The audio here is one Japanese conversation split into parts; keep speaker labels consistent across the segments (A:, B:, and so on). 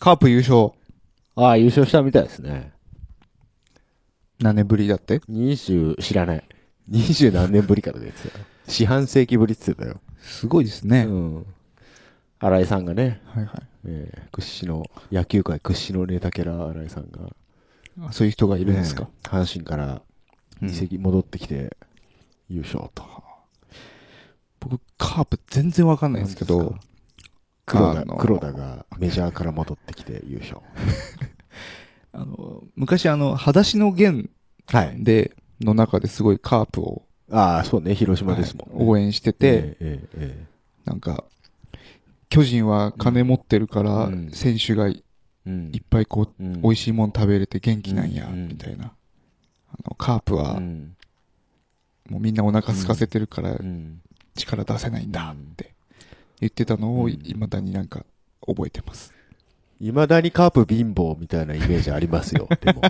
A: カープ優勝。
B: ああ、優勝したみたいですね。
A: 何年ぶりだって
B: 20、知らない。20何年ぶりからですよ。四半世紀ぶりって言ってたよ。
A: すごいですね。
B: うん。新井さんがね、
A: はいはい
B: ええ屈指の、野球界屈指のネタキャラ新井さんが。
A: あ。そういう人がいるんですか
B: ね。阪神から
A: うん
B: 移籍戻ってきて、優勝と。
A: 僕、カープ全然わかんないんですけど、
B: 黒
A: あ
B: 田
A: の
B: 黒田がメジャーから戻ってきて優勝。
A: あの、昔あの、裸足の弦
B: はい。
A: で、の中ですごいカープを、
B: ああ、そうね、広島ですもん、
A: はい応援してて、
B: えええええ
A: なんか、巨人は金持ってるから
B: う、ん
A: 選手がい
B: えうん
A: いっぱいこう、
B: うん
A: 美味しいもん食べれて元気なんや、
B: うん
A: みたいな。あの、カープは
B: う、ん
A: もうみんなお腹空かせてるから
B: う、ん
A: 力出せないんだって言ってたのを、いまだになんか覚えてます。
B: いまだにカープ貧乏みたいなイメージあります よ、でも。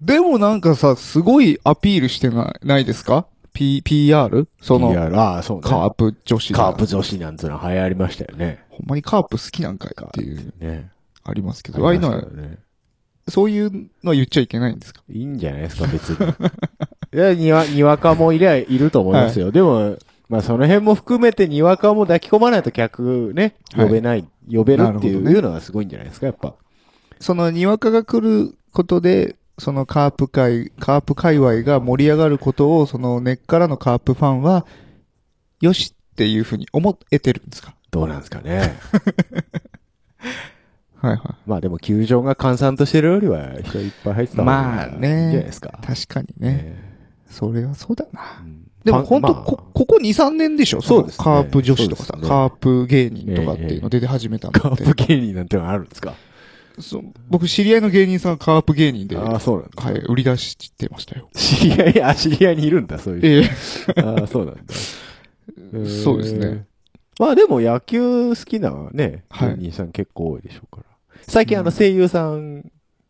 A: でもなんかさ、すごいアピールしてない、ないですか ?P、PR? その、
B: PR ああ、そうね。
A: カープ女子が
B: カープ女子なんつうのは流行りましたよね。
A: ほんまにカープ好きなんかいっていう、
B: ね。
A: ありますけ
B: あ
A: ど、ああい
B: り
A: うの
B: まし
A: は
B: た、よね。
A: そういうのは言っちゃいけないんですか
B: いいんじゃないですか、別に。 いや、にわ、にわかもいりゃいると思いますよ。でも、まあその辺も含めてにわかも抱き込まないと客ね、
A: はい
B: 呼べない、呼べるっ
A: な
B: てい
A: るほ
B: う,、
A: どね
B: いうのはすごいんじゃないですか、やっぱ。
A: その、にわかが来ることで、そのカープ界、カープ界隈が盛り上がることを、その根っからのカープファンは、よしっていうふうに思えてるんですか
B: どうなんですかね。
A: はいは
B: まあでも球場が閑散としてるよりは人いっぱい入って
A: い。
B: た方
A: ま
B: が
A: あ
B: いいんじゃない
A: ね。
B: ですか。
A: 確かにね。
B: ね
A: それはそうだな。
B: うん
A: でも本当、
B: まあ
A: こ、ここ2、3年でしょ
B: そうですね
A: カープ女子とかさ、
B: そうですね
A: カープ芸人とかっていうの出て始めたんだ
B: カ
A: って。
B: ープ芸人なんてのはあるんですか
A: そう僕、知り合いの芸人さんがカープ芸人で、
B: ああ、
A: は
B: そうなんだ。
A: い、売り出してましたよ。
B: 知り合い、あ、知り合いにいるんだ、そういう人。
A: ええ。
B: ああ、そうなんだ。
A: そうですね
B: えー。まあでも野球好きなね、
A: はい
B: 芸人さん結構多いでしょうから。最近あの声優さん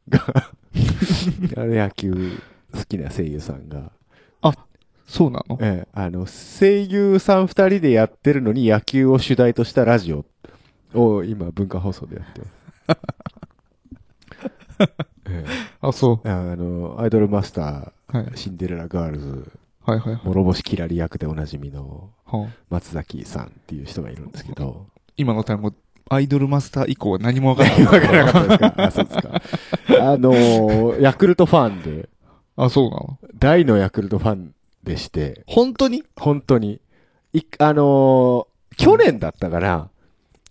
B: が、 あの野球好きな声優さんが、
A: そうなの
B: ええあの、声優さん二人でやってるのに野球を主題としたラジオを今文化放送でやってます。 え
A: あ、そ
B: えあの、アイドルマスタ
A: う。はい
B: ー、。シンデレラガールズ、
A: はいはいはい。
B: 諸星キラリ役でおなじみの
A: はあ
B: 松崎さんっていう人がいるんですけど、
A: 今の単語、アイドルマスター以降は何もわからない。
B: 分からなかったですか あ、そうですか。あのーヤクルトファンで、
A: あ、そうなの
B: 大のヤクルトファンでして、
A: 本当に
B: 本当に、い、あのー去年だったから、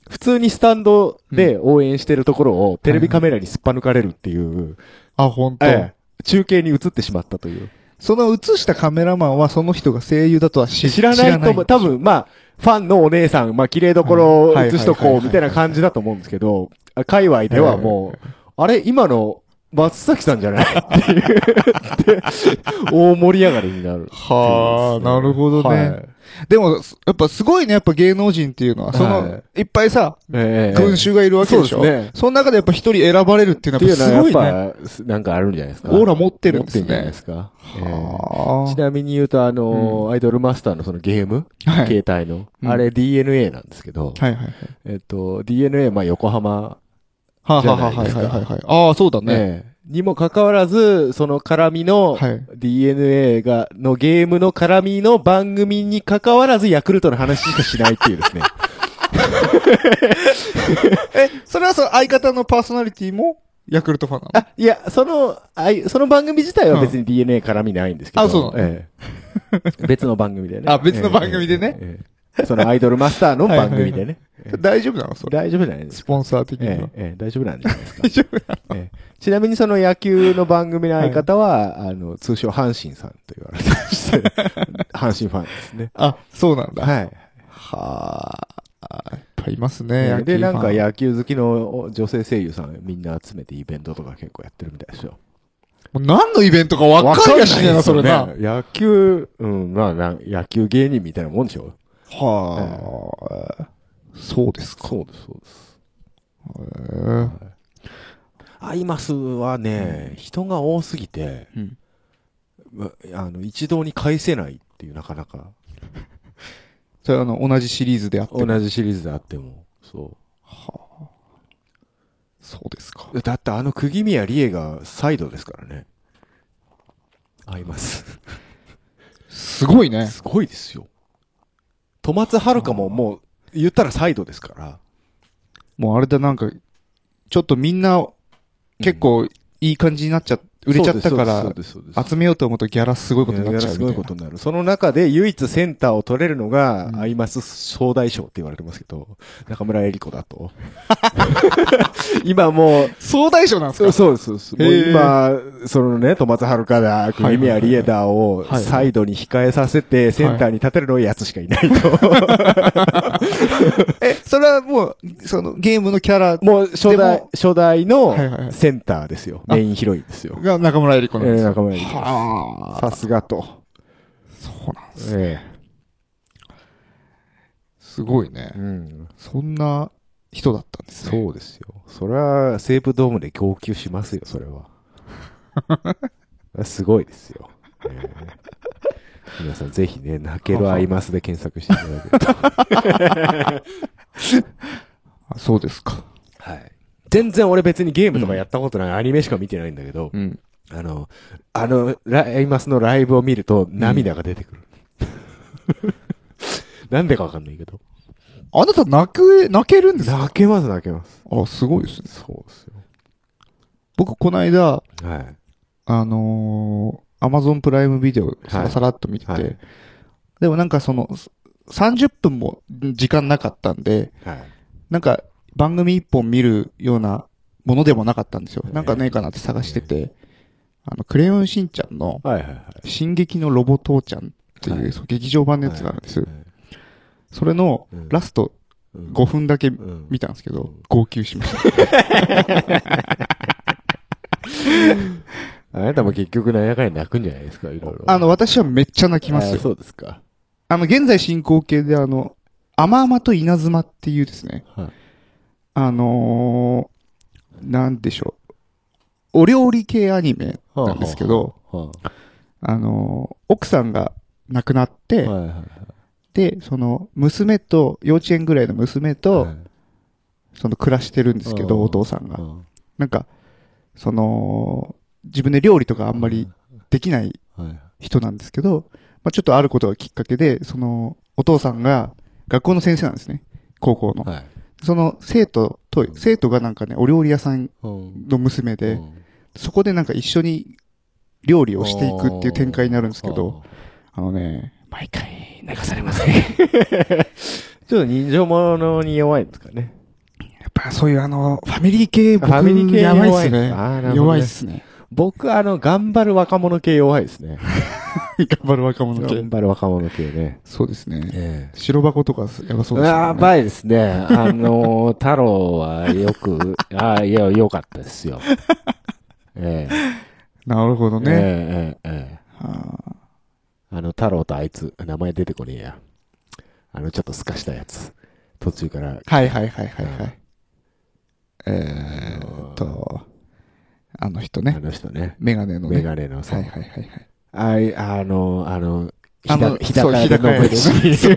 B: 普通にスタンドで応援してるところをテレビカメラにすっぱ抜かれるっていう、
A: あ、本当。
B: ええ中継に映ってしまったという。
A: その映したカメラマンはその人が声優だとは知
B: 知らないと思う。多分、まあ、ファンのお姉さん、まあ、綺麗どころを
A: はい
B: 映しと
A: はいは
B: こう、
A: い
B: みたいな感じだと思うんですけど、あ界隈ではもう、あれ、今の松崎さん じゃないっていう、で大盛り上がりになるっていうですね。
A: はあなるほどね
B: はい
A: でも、すやっぱすごいね、やっぱ芸能人っていうのは、その、、
B: はい
A: っぱいさ、
B: ええ
A: 群衆がいるわけでしょ、
B: そうですね
A: その中でやっぱ一人選ばれるっていう
B: っ
A: の
B: て
A: はや
B: い
A: っ
B: うの
A: ぱ
B: は
A: す
B: や
A: ごいね。
B: っぱ、すなんかあるんじゃないですか。
A: オーラ持ってる
B: 持
A: ん
B: っ
A: で
B: て
A: す
B: んじゃない
A: ね
B: で。すか。ええ
A: は
B: ちなみに言うと、あのー、アイドルマスターのそのゲーム、
A: あ。はい。
B: 携帯の、
A: うん
B: あれ DNA なんですけど、
A: はいはいはい。
B: えっと、DNA、まあ、横浜
A: はあ、
B: じゃ
A: はあ
B: ない
A: は
B: で
A: い
B: すか
A: はいはいはい。ああ、そうだね。
B: ね、にもかかわらず、その絡みの
A: はい
B: DNA が、のゲームの絡みの番組にかかわらず、ヤクルトの話しかしないっていうですね。
A: え、それはその相方のパーソナリティもヤクルトファンなの
B: あ、いや、その、あいその番組自体は別に DNA 絡みないんですけど。
A: あそうなの
B: ええ 別の番組でね。
A: あ別の番組でね
B: ええ。ええええそのアイドルマスターの番組でね。
A: 大丈夫なのそれ。
B: 大丈夫じゃないです
A: ス
B: か。
A: ポンサー的には。
B: ええええ大丈夫なんじゃないですか。
A: 大丈夫
B: ええちなみにその野球の番組の相方は、あの、通称阪神さんと言われてま して、阪神ファンですね。
A: あ、そうなんだ。
B: はい。
A: はあ、いっぱいいますね。
B: ええ
A: 野球
B: で、
A: ファ
B: な
A: ン
B: んか野球好きの女性声優さんみんな集めてイベントとか結構やってるみたいですよ。
A: もう何のイベントか分かんやしねえな、それな。
B: わかんないですよね。野球、うん、まあな、野球芸人みたいなもんでしょ
A: はあ、そうですか。
B: そうです、そうです。
A: へ
B: アイマスはね、人が多すぎて、
A: えうん
B: まあの、一堂に返せないっていうなかなか、
A: それはあの、同じシリーズであっても。
B: 同じシリーズであっても、そう。
A: はあ
B: だってあの釘宮理恵がサイドですからね。合います。
A: すごいね。
B: すごいですよ。戸松遥ももう、言ったらサイドですから。
A: もうあれだ、なんか、ちょっとみんな、結構いい感じになっちゃ、売れちゃったか
B: そう
A: ら、
B: です、そうです。
A: 集めようと思うとギャラすごいことになっちゃうみ
B: す
A: たい
B: ご
A: ない
B: ことになる。その中で唯一センターを取れるのが
A: う、ん
B: アイマス総大賞って言われてますけど、中村江里子だ と。今もう、
A: 総大賞なんです
B: そう
A: か
B: そうそうそう。もう
A: へー
B: 今、そのね、戸松遥だ、
A: はい
B: 国宮リエダーを
A: はい
B: サイドに控えさせて、センターに立てるのはやつしかいない と。
A: え、それはもう、その、ゲームのキャラ
B: もう初
A: で
B: 代
A: も、
B: 初
A: はい
B: 代
A: はいは
B: の
A: い
B: センターですよ。
A: あ
B: メインヒロインですよ。
A: が中村えり子
B: え
A: なんで
B: ー
A: すよ。
B: 中村江里子。
A: はあ。
B: さすがと。
A: そうなんです。
B: え
A: すごい
B: え。う
A: ね。
B: ん。
A: そんな人だったんですね。
B: そうですよ。それは西武ドームで供給しますよ、それは。 すごいですよ。ええ皆さんぜひね、泣けるアイマスで検索していただけ ると。
A: あそうですか。
B: はい。全然俺別にゲームとかやったことない、アニメしか見てないんだけど、
A: うん。
B: あの、あの、ラアイマスのライブを見ると涙が出てく る。なんでかわかんないけど。
A: あなた泣く、泣けるんですか
B: 泣けます、泣けます。
A: あ、すごいですね。
B: そうですよ。
A: 僕、この間、
B: はい。
A: あのー、アマゾンプライムビデオ、さ
B: はい
A: らさらっと見てて、
B: はい
A: でもなんかその、す30分も時間なかったんで、
B: はい。
A: なんか番組一本見るようなものでもなかったんですよ。なんかねえかなって探してて、あの、クレヨンしんちゃんの、
B: はいはいはい。
A: 進撃のロボ父ちゃんっていう、
B: はい
A: そう劇場版のやつがあるんです。
B: はいはい
A: それの
B: うん
A: ラスト
B: うん
A: 5分だけ
B: うん
A: 見たんですけど、
B: うん
A: 号泣しました。
B: あなたも結局何やかんや泣くんじゃないですか、いろいろ。
A: あの、私はめっちゃ泣きます
B: あ
A: よ。
B: そうですか。
A: あの、現在進行形であの、甘々と稲妻っていうですね、
B: はい。
A: あのー、なんでしょう。お料理系アニメなんですけど、
B: は
A: あのー、奥さんが亡くなっ
B: い
A: て、
B: はいはい。
A: で、その、娘と、幼稚園ぐらいの娘と、
B: はい
A: その、暮らしてるんですけど、
B: うん
A: お父さんが
B: う。ん
A: なんか、その、自分で料理とかあんまりできない
B: はい
A: 人なんですけど、まあ、ちょっとあることがきっかけで、その、お父さんが学校の先生なんですね。高校の。
B: はい。
A: その生徒と
B: う、ん
A: 生徒がなんかね、お料理屋さん
B: うん
A: の娘で、
B: うん
A: そこでなんか一緒に料理をしていくっていう展開になるんですけど、あ
B: あ
A: のね、毎回流されます ね。
B: ーちょっと人情ものに弱いんですかね。
A: やっぱそういうあの、ファミリー系、僕、
B: ファミリー系
A: やばいっす
B: 弱い
A: ね
B: あーなるほど。ね
A: 弱いっすね。
B: 僕、あの、頑張る若者系弱いですね。
A: 頑張る若者系
B: 頑。張る若者系ね。
A: そうですね。
B: ええ。
A: 白箱とかやばそうですよね。
B: やばいですね。あの、太郎はよく、ああ、いや、良かったです よ。ええ。
A: なるほど
B: ええ
A: ね。
B: ええええ。
A: あー
B: あの、太郎とあいつ、名前出てこねえや。あの、ちょっと透かしたやつ。途中から。
A: はいはいはいはいはい。えーっと、あの人
B: あ
A: ね。
B: の人ね。
A: メガネのね。
B: メガネのさ。
A: はいはいはいはい。
B: あい、あの、あの、ひ
A: あ
B: だ
A: の
B: ひだ
A: そ
B: か
A: う
B: ら
A: ひだかや
B: 登るシ ー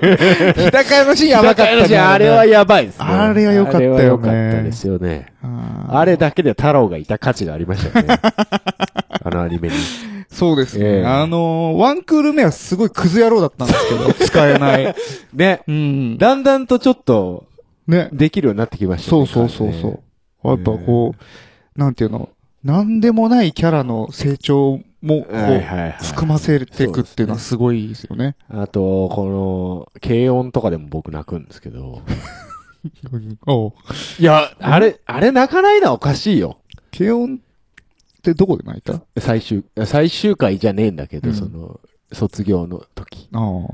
B: ン。
A: 日高屋のシーンやばかったね
B: ひだやのシーンあれはやばいですね。
A: あれは良かったよね
B: あれは良かったですよね。
A: あ
B: あれだけで太郎がいた価値がありましたよ ね。あのアニメに。
A: ーそうですね。
B: ええ
A: あのーワンクール目はすごいクズ野郎だったんですけ ど、使えない。
B: ね。
A: うん。
B: だんだんとちょっと、
A: ね。
B: できるようになってきました
A: そ
B: よね
A: うそうそうそ
B: ね
A: う。やっぱこう、なんていうの、なんでもないキャラの成長も、こ
B: はい
A: う、
B: はいはい。
A: 含ませていくっていうのはすごいですよね。
B: あと、この、軽音とかでも僕泣くんですけど。
A: うんおう
B: いや、あれ、あれ泣かないのはおかしいよ。
A: 軽音ってどこで泣いたあ
B: 最終、最終回じゃねえんだけど、
A: うん
B: その、卒業の時。
A: あ。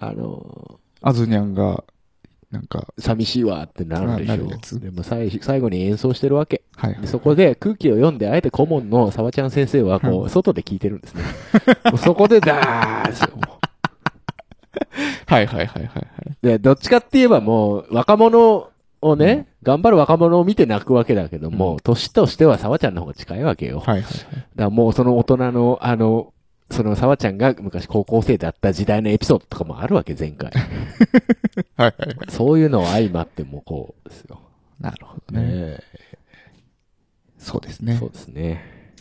B: あの
A: アズニャンが、なんか、
B: ー、寂しいわってなるでし
A: な
B: ょ。
A: なるやつ
B: でも最最後に演奏してるわけ。
A: はいはい
B: で。そこで空気を読んで、あえて顧問の沢ちゃん先生は、こう、外で聞いてるんですね。 もうそこで、だーですよ、も
A: はいはいはいはい。
B: うで、どっちかって言えばもう、若者をね、頑張る若者を見て泣くわけだけども、年としては沢ちゃんの方が近いわけよ。
A: はいはいはい。
B: だからもうその大人の、あの、その沢ちゃんが昔高校生だった時代のエピソードとかもあるわけ、前 回。
A: はいはいはい。
B: そういうのを相まってもこうですよ。
A: なるほどね。
B: ねえ。
A: ですね
B: そ。うですね。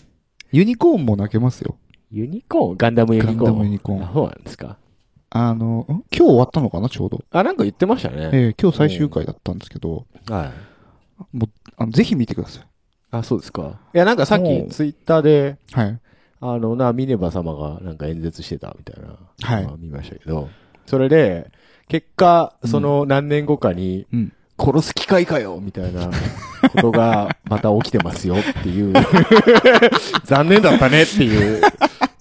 A: ユニコーンも泣けますよ。
B: ユニコーンガンダムユニコーン。
A: ガンダムユニコーン
B: あそうなんですか。
A: あの、ん今日終わったのかな、ちょうど。
B: あ、なんか言ってましたね。
A: ええ今日最終回だったんですけど、
B: はい。
A: あのぜひ見てください。
B: あ、そうですか。いや、なんかさっ
A: も
B: き
A: う
B: ツイッターで、
A: はい。
B: あの、な、ミネバ様がなんか演説してたみたいな、
A: はい
B: まあ見ましたけど、それで、結果、その何年後かに、
A: うん
B: 殺す機会かよみたい なことが、また起きてますよっていう、残念だったねっていう、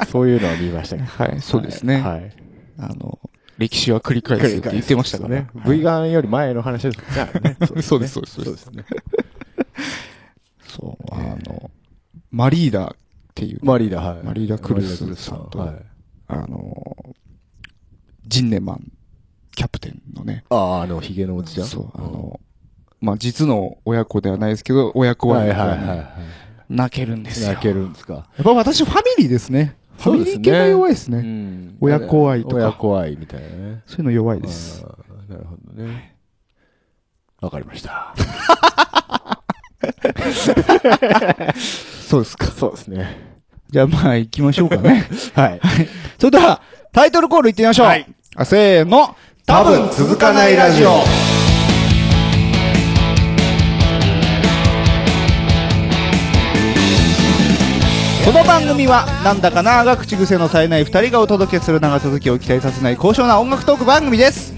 B: そういうのは見ましたけど。
A: はい、そうですね。
B: はい。
A: あの、歴史は繰り返すって言ってましたから
B: ね
A: ね。。
B: V ガンより前の話ですからね。
A: そうです、そうです、
B: そ
A: そうう
B: で
A: ですす。
B: よね。
A: そう、あの、マリーダっていう、
B: マリーダ、はい。
A: マリーダクルスさんと
B: マリーダクルスはい
A: あの、ジンネマンキャプテンのね、
B: ああ、あの、ヒゲのおじちゃん。
A: そう、あ
B: ん
A: の、まあ、実の親子ではないですけど、親子は,、
B: はいはいはいは
A: 泣けるんで
B: い。
A: すよ。
B: 泣けるんですか。
A: やっぱ私ファミリーですね。ファ
B: そう
A: ミ
B: で
A: リ
B: すね
A: ー系が弱いですね。
B: うん
A: 親子愛とか
B: 親子愛みたいなね。
A: そういうの弱いです。
B: あーなるほどね。わかりました。
A: そうですか。
B: そうですね。
A: じゃあまあ行きましょうかね。
B: はい。
A: それでは、タイトルコール行ってみましょう。
B: はい
A: あ、せーの。
B: 多分続かないラジオ。
A: この番組は、なんだかなーが口癖の冴えない二人がお届けする長続きを期待させない高尚な音楽トーク番組です。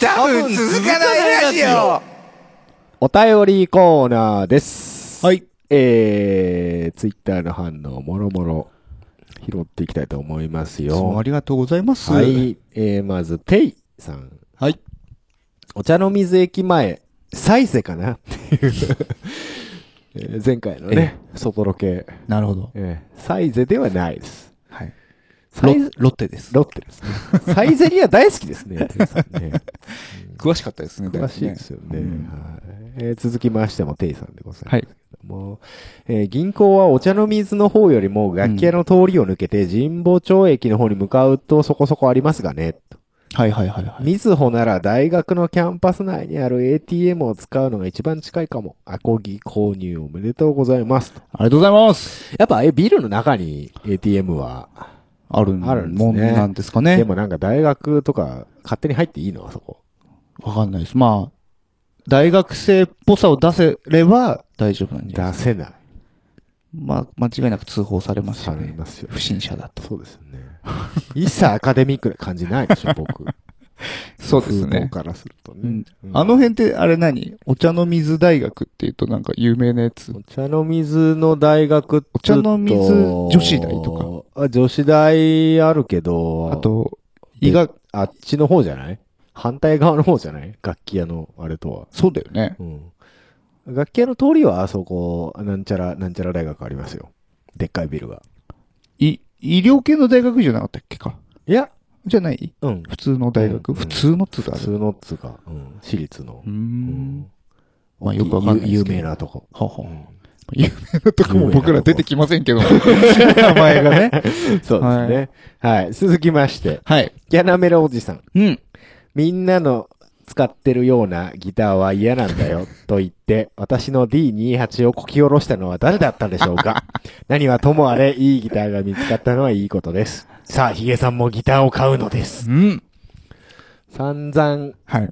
A: 多分続かないラジオ
B: お便りコーナーです。
A: はい。
B: えー、ツイッターの反応、もろもろ、拾っていきたいと思います
A: いつも
B: よ
A: あ。りがとうございます。
B: はい。えー、まず、ていさん。
A: はい。
B: お茶の水駅前、再生かな っていうえー前回のね、外ロケ、
A: なるほど。
B: えーサイゼではないです。
A: はい。
B: サイゼ
A: ロッテです。
B: ロッテですね。サイゼリア大好きです ね。ていさんね
A: 詳しかったですね。
B: 詳しいですよね。
A: う
B: はいえー続きましても、テイさんでございます
A: は
B: け
A: い
B: ども、えー銀行はお茶の水の方よりも楽器屋の通りを抜けて神保町駅の方に向かうとそこそこありますがね、と
A: はいはいはいはい。
B: みずほなら大学のキャンパス内にある ATM を使うのが一番近いかも。アコギ購入おめでとうございます。
A: ありがとうございます。
B: やっぱ、え、ビルの中に ATM は、
A: ある
B: あるんですね
A: もんなんですか
B: で
A: ね。
B: もなんか大学とか勝手に入っていいのあそこ。
A: わかんないです。まあ、大学生っぽさを出せれば大丈夫なんじゃない
B: 出せない。
A: まあ、間違いなく通報されますよ
B: され
A: ね。
B: ますよ。
A: 不審者だと。
B: そうですよね。 一切アカデミックな感じないでし ょ、僕。
A: そうです
B: 風貌
A: ね。
B: からすると
A: う
B: ね
A: ん。あの
B: うん
A: 辺って、あれ何お茶の水大学っていうとなんか有名なやつ。
B: お茶の水の大学って
A: お茶の水女子大と
B: か。あ女子大あるけど、
A: あと、医学、
B: あっちの方じゃない反対側の方じゃない楽器屋のあれとは。
A: そうだよね。
B: うん。楽器屋の通りはあそこ、なんちゃら、なんちゃら大学ありますよ。でっかいビルが。
A: い、医療系の大学じゃなかったっけか。
B: いや、
A: じゃない
B: うん。
A: 普通の大学、
B: うん
A: 普通のっつうか
B: 普
A: あれ
B: 通のっつうか、うん。私立の
A: うー。
B: うんん。
A: まあよくわかんないで
B: 有
A: すけど。
B: 名なとこ。
A: はは
B: うん
A: 有名なとこも僕ら出てきませんけど。名 前がね。
B: そうですね。はい。続きまして、
A: はい。
B: キャナメラおじさん。
A: うん。
B: みんなの使ってるようなギターは嫌なんだよと言って、私の D28 をこき下ろしたのは誰だったでしょうか何はともあれ、いいギターが見つかったのはいいことです。さあ、ヒゲさんもギターを買うのです。
A: うん。
B: 散々、
A: はい。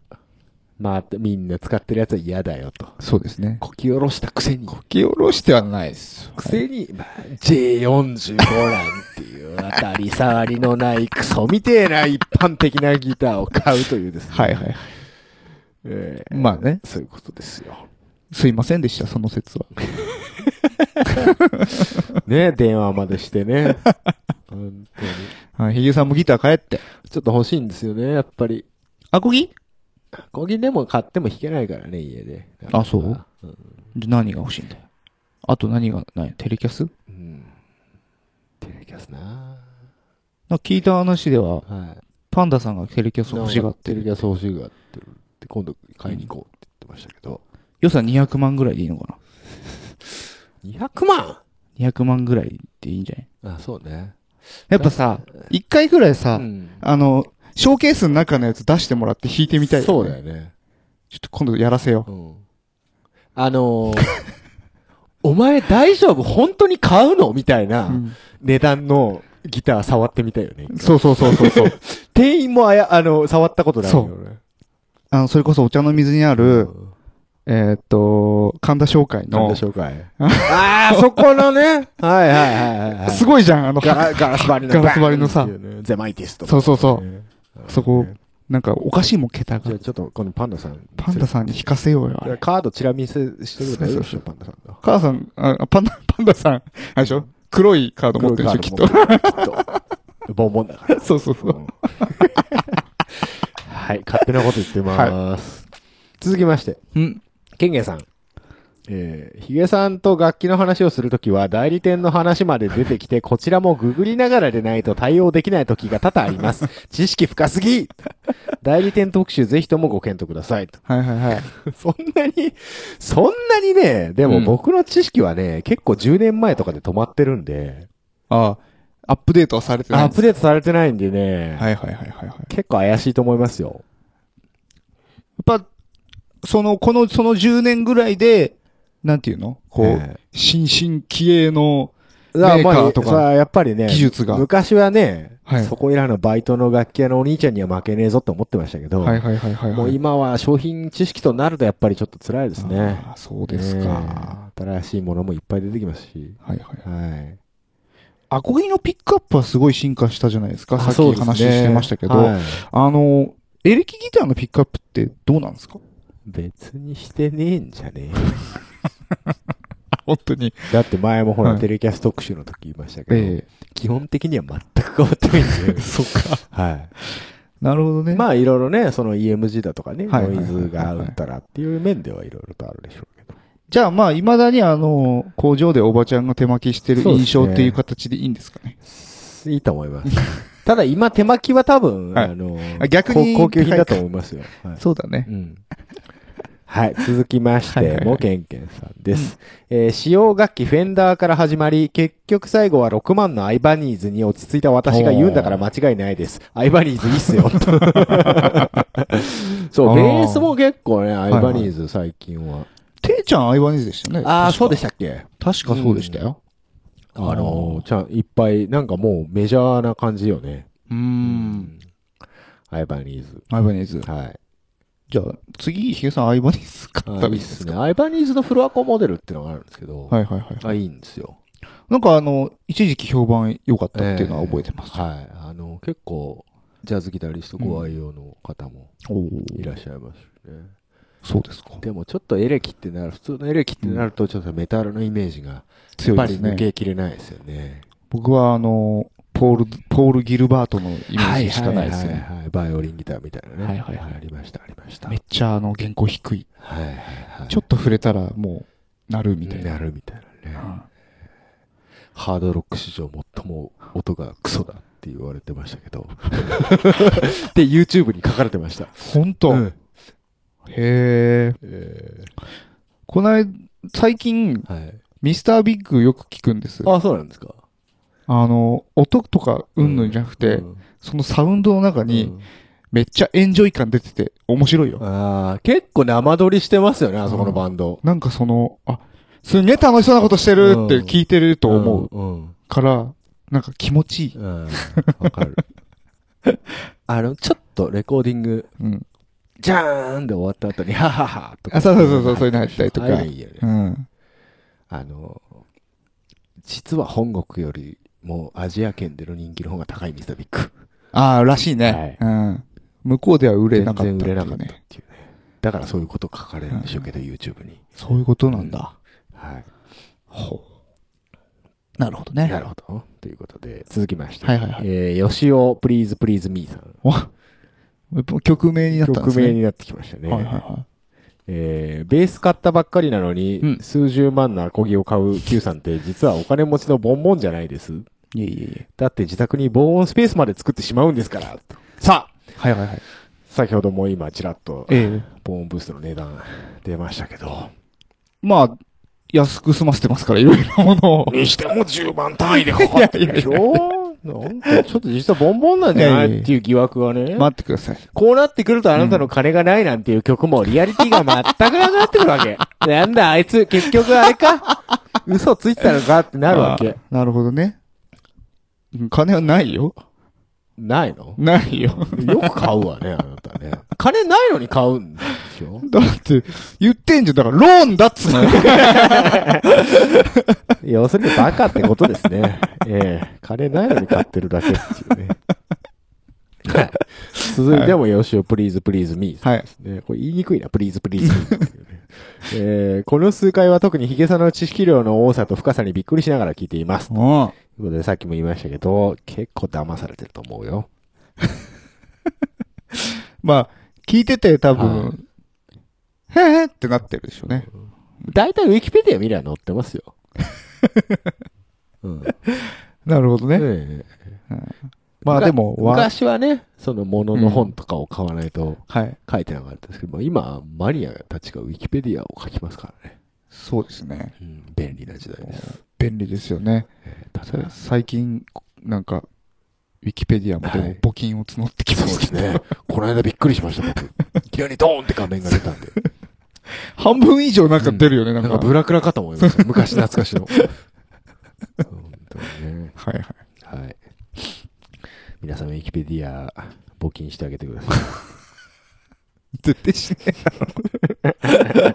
B: まあ、みんな使ってるやつは嫌だよと。
A: そうですね。
B: こき下ろしたくせに。
A: 書き下ろしてはないです。
B: くせに、まあ、J45 なんていう当たり障りのないクソみてえな一般的なギターを買うというですね。
A: はいはいはい。
B: ええ
A: まあね。
B: そういうことですよ。
A: すいませんでした、その説は。
B: ね、 電話までし てね。本当に。
A: はい。ヒゲさんもギター買えって。
B: ちょっと欲しいんですよね、やっぱり。
A: アコギ
B: コギでも買っても弾けないからね、家で。
A: あそう
B: うん、
A: じゃ何が欲しいんだよ。あと何がないテレキャス
B: うん。テレキャスな
A: なんか聞いた話では、
B: はい。
A: パンダさんがテレキャス欲しがって
B: テレ
A: る
B: キ。ャス欲しがってるって、今度買いに行こうって言ってましたけど。
A: 予算200万ぐらいでいいのか
B: 200万
A: な ?200 万ぐらい
C: っていいんじゃない
B: あ、そうね。
A: やっぱさ、一回ぐらいさ、あの、ショーケースの中のやつ出してもらって弾いてみたいよね。
B: そうだよね。
A: ちょっと今度やらせよう。
B: うん。あのー お前大丈夫本当に買うのみたいな値段のギター触ってみたいよね。
A: そうそうそうそうそう。
B: 店員もあや、あの、触ったことないよね。
A: あの、それこそお茶の水にある、
B: ん。
A: えーっと、神田商会
B: なん
A: の
B: で、しょうかい。ああ、そこ のね。はいはいはいはい。
A: すごいじゃん、あの、
B: ガラガラス張りの。
A: ガラス張りのさ
B: バーンっていうねゼマイティスト。
A: そうそうそう。
B: ね
A: そこ、なんかおかしいもん、桁
B: じゃ
A: が
B: あ。ちょっと、このパンダさん。
A: パンダさんに弾かせようよ、あれ。
B: カードチラ見せしてくれたらいいでしょ、パンダさんが。
A: 母さん、あ、パンダ、 パンダさん、あれでしょ黒いカード持ってるでしょ、きっと。
B: と。ボンボンだから。
A: そうそうそう。
B: はい、勝手なこと言ってます。続きまして、
A: うん。
B: ケンゲンさん。えー、ヒゲさんと楽器の話をするときは代理店の話まで出て きて、こちらもググりながらでないと対応できないときが多々あります。知識深すぎ代理店特集ぜひともご検討ください。と
A: はいはいはい。
B: そんなに、そんなにね、で
A: う
B: も
A: ん
B: 僕の知識はね、結構10年前とかで止まってるんで、
A: あアップデートはされてない
B: ア
A: ん
B: ッ
A: で
B: プ
A: す
B: デートされてないんでね、
A: はいはいはいはいはい。
B: 結構怪しいと思いますよ。
A: やっぱ、その、この、その10年ぐらいで、なんていうのこう、
B: え
A: 新進気鋭の、
B: だからまあ
A: メーカーとか
B: それはやっぱりね、
A: 技術が
B: 昔はね、
A: はい
B: そこいらのバイトの楽器屋のお兄ちゃんには負けねえぞって思ってましたけど、
A: はいはいはいはい、はい。
B: もう今は商品知識となるとやっぱりちょっと辛いですね。
A: あー。そうですか。
B: ねえ新しいものもいっぱい出てきますし、
A: はいはい。
B: はい。
A: アコギのピックアップはすごい進化したじゃないですか。さっ
B: そう
A: き
B: ですね
A: 話してましたけど、
B: はい
A: あの、エレキギターのピックアップってどうなん ですか
B: 別にしてねえんじゃ ねえ
A: 本当に。
B: だって前もほ
A: は
B: ら、
A: い
B: テレキャス特集の時言いましたけど、
A: え
B: 基本的には全く変わってないんで
A: え。そっ か。
B: は
A: なるほど
B: い。
A: ね。
B: まあ、いろいろね、その EMG だとかね、
A: はいはいは
B: ノ
A: いはい
B: イズが打ったらっていう面ではいろいろとあるでしょうけど。
A: じゃあまあ、未だにあの、工場でおばちゃんが手巻きしてる
B: そうです
A: 印
B: ね
A: 象っていう形でいいんですかね。
B: いいと思います。 ただ今、手巻きは多分、
A: はい
B: あの
A: あ、逆に
B: 高高級品だと思いますよ。はい
A: そうだね。
B: うんはい、続きまし
A: はいはいは
B: て、
A: い
B: もけんけんさんです。えー使用楽器フェンダーから始まり、結局最後は6万のアイバニーズに落ち着いた私が言うんだから間違いないです。アイバニーズいい っすよ。とそ
A: あ
B: う、
A: ー
B: ベースも結構ね、アイ
A: いはい
B: バニーズ最近は。
A: ていちゃんアイバニーズでしたよね。
B: ああ、そうで
A: し
B: したっけ
A: た。確かそうでしたよ。
B: あのー、ちゃん、いっぱい、なんかもうメジャーな感じよね。
A: うー。。
B: うんアイバニーズ。
A: アイバニーズ。
B: はい。
A: じゃあ、次、ヒゲさんアイバニーズ買ったら
B: あい
A: い
B: い
A: い
B: っ
A: ですす
B: ね。
A: か
B: アイバニーズのフロアコモデルってのがあるんですけど。
A: はいはいはい。
B: あ、いいんですよ。
A: なんかあの、一時期評判良かったっていうのは覚えてます。
B: はい。あの、結構、ジャズギタリストご愛用の方も
A: お
B: い
A: ー
B: らっしゃいますしね。
A: そうですか。
B: でもちょっとエレキってなる、普通のエレキってなるとちょっとメタルのイメージが、や
A: 強
B: っ
A: い
B: ぱ
A: で
B: り
A: すね
B: 抜けきれないですよね。
A: 僕はあの、ポール、ポール・ギルバートのイメージしかないですね。
B: はいはいはいバイオリンギターみたいなね。
A: はいはいはい
B: ありました、ありました。
A: めっちゃあの、原稿低い。
B: はいはいはい。
A: ちょっと触れたらもう、なるみたいな。
B: なるみたいなね。
A: うん
B: ハードロック史上最も音がクソだって言われてましたけど。 で、YouTube に書かれてました。
A: ほんと
B: う。ん
A: へえ。
B: え
A: こない、最近、
B: ーはい。
A: ミスタービッグよく聞くんです。
B: あ、そうなんですか。
A: あの、音とかうんぬんじゃなくて、
B: うん
A: そのサウンドの中に、
B: うん
A: めっちゃエンジョイ感出てて、面白いよ。
B: ああ、結構生撮りしてますよね、あそこのバンド。
A: なんかその、あ、すんげえ楽しそうなことしてるって聞いてると思う
B: うん。
A: から、なんか気持ちいい。
B: うん。わかる。 あの、ちょっとレコーディング、
A: うん。
B: じゃーんで終わった後に、はははとか。
A: あ、そうそうそうそう、そういうの入ったりとか。
B: あれいいよね
A: うん。
B: あの、実は本国よりもアジア圏での人気の方が高いミスタービッグ。
A: ああ、らしいね。うん。向こうでは売れな
B: 全
A: かった
B: 然
A: っ
B: 売
A: てい
B: れ
A: う
B: なかったっていう
A: ね。
B: ね。だからそういうこと書かれるんでしょうけど、YouTube に。
A: そういうことなんだ。
B: はい。
A: なるほどね。
B: なるほど。ということで、続きまして。
A: はいはいはい
B: えー、吉尾、プリーズプリーズミーさん。
A: わやっぱ曲名になったんで
B: 曲
A: すね。
B: 名になってきましたね。
A: はいはいは
B: えー、ベース買ったばっかりなのに、
A: うん
B: 数十万のアコギを買う Q さんって実はお金持ちのボンボンじゃないです。
A: い。いえいえいえ。
B: だって自宅に防音スペースまで作ってしまうんですから。さあ
A: はいはいはい。
B: 先ほども今ちらっと
A: ええ。
B: 防音ブースの値段出ましたけど。
A: まあ、安く済ませてますから、いろいろなものを。
B: にしても10万単位でかかってるでしょなんかちょっと実はボンボンなんじゃない
A: いやいやいや
B: っていう疑惑がね。
A: 待ってください。
B: こうなってくるとあなたの金がないなんていう曲もリアリティが全くなくなってくるわけ。 なんだあいつ、結局あれか嘘ついてたのかって なるわ
A: あ
B: け。
A: ーなるほどね。うん金はないよ。
B: ないの
A: ないよ。
B: よく買うわね、あなたね。金ないのに買うんでしょ
A: だって、言ってんじゃん。だから、ローンだっつうのよ。
B: 要するにバカってことですね。 ええ金ないのに買ってるだけっていうね。はい。続いてもよしお、プリーズプリーズミー
A: はい。
B: ね、これ言いにくいな、プリーズプリーズ。 えー、この数回は特にヒゲさんの知識量の多さと深さにびっくりしながら聞いています。と
A: も
B: いうことでさっきも言いましたけど、結構騙されてると思うよ。
A: うん。まあ、聞いてて多
B: は
A: 分、へへってなってるでしょうね。
B: だいたいウィキペディア見りゃ載ってま すよ。うん、
A: なるほどね。
B: ええ
A: まあでも、
B: むか
A: わ、
B: 昔はね、そのものの本とかを買わないと
A: はい。
B: 書いてなかったですけど、今、マニアたちがウィキペディアを書きますからね。
A: そうですね。
B: うん、便利な時代です。
A: 便利ですよね。
B: ええただ
A: 最近、なんか、ウィキペディアもで
B: は
A: も
B: い
A: 募金を募ってきま
B: そう
A: す
B: で
A: け
B: す
A: ど、
B: ね。この間びっくりしました、 僕。いきなりドーンって画面が出たんで。
A: 半分以上なんか出るよね、なん
B: なん
A: か。
B: かブラクラかと思いました。 昔懐かしの。本当にね。
A: はいはい。
B: はい。皆さん、ウィキペディア、募金してあげてくださ
A: 絶対しねえ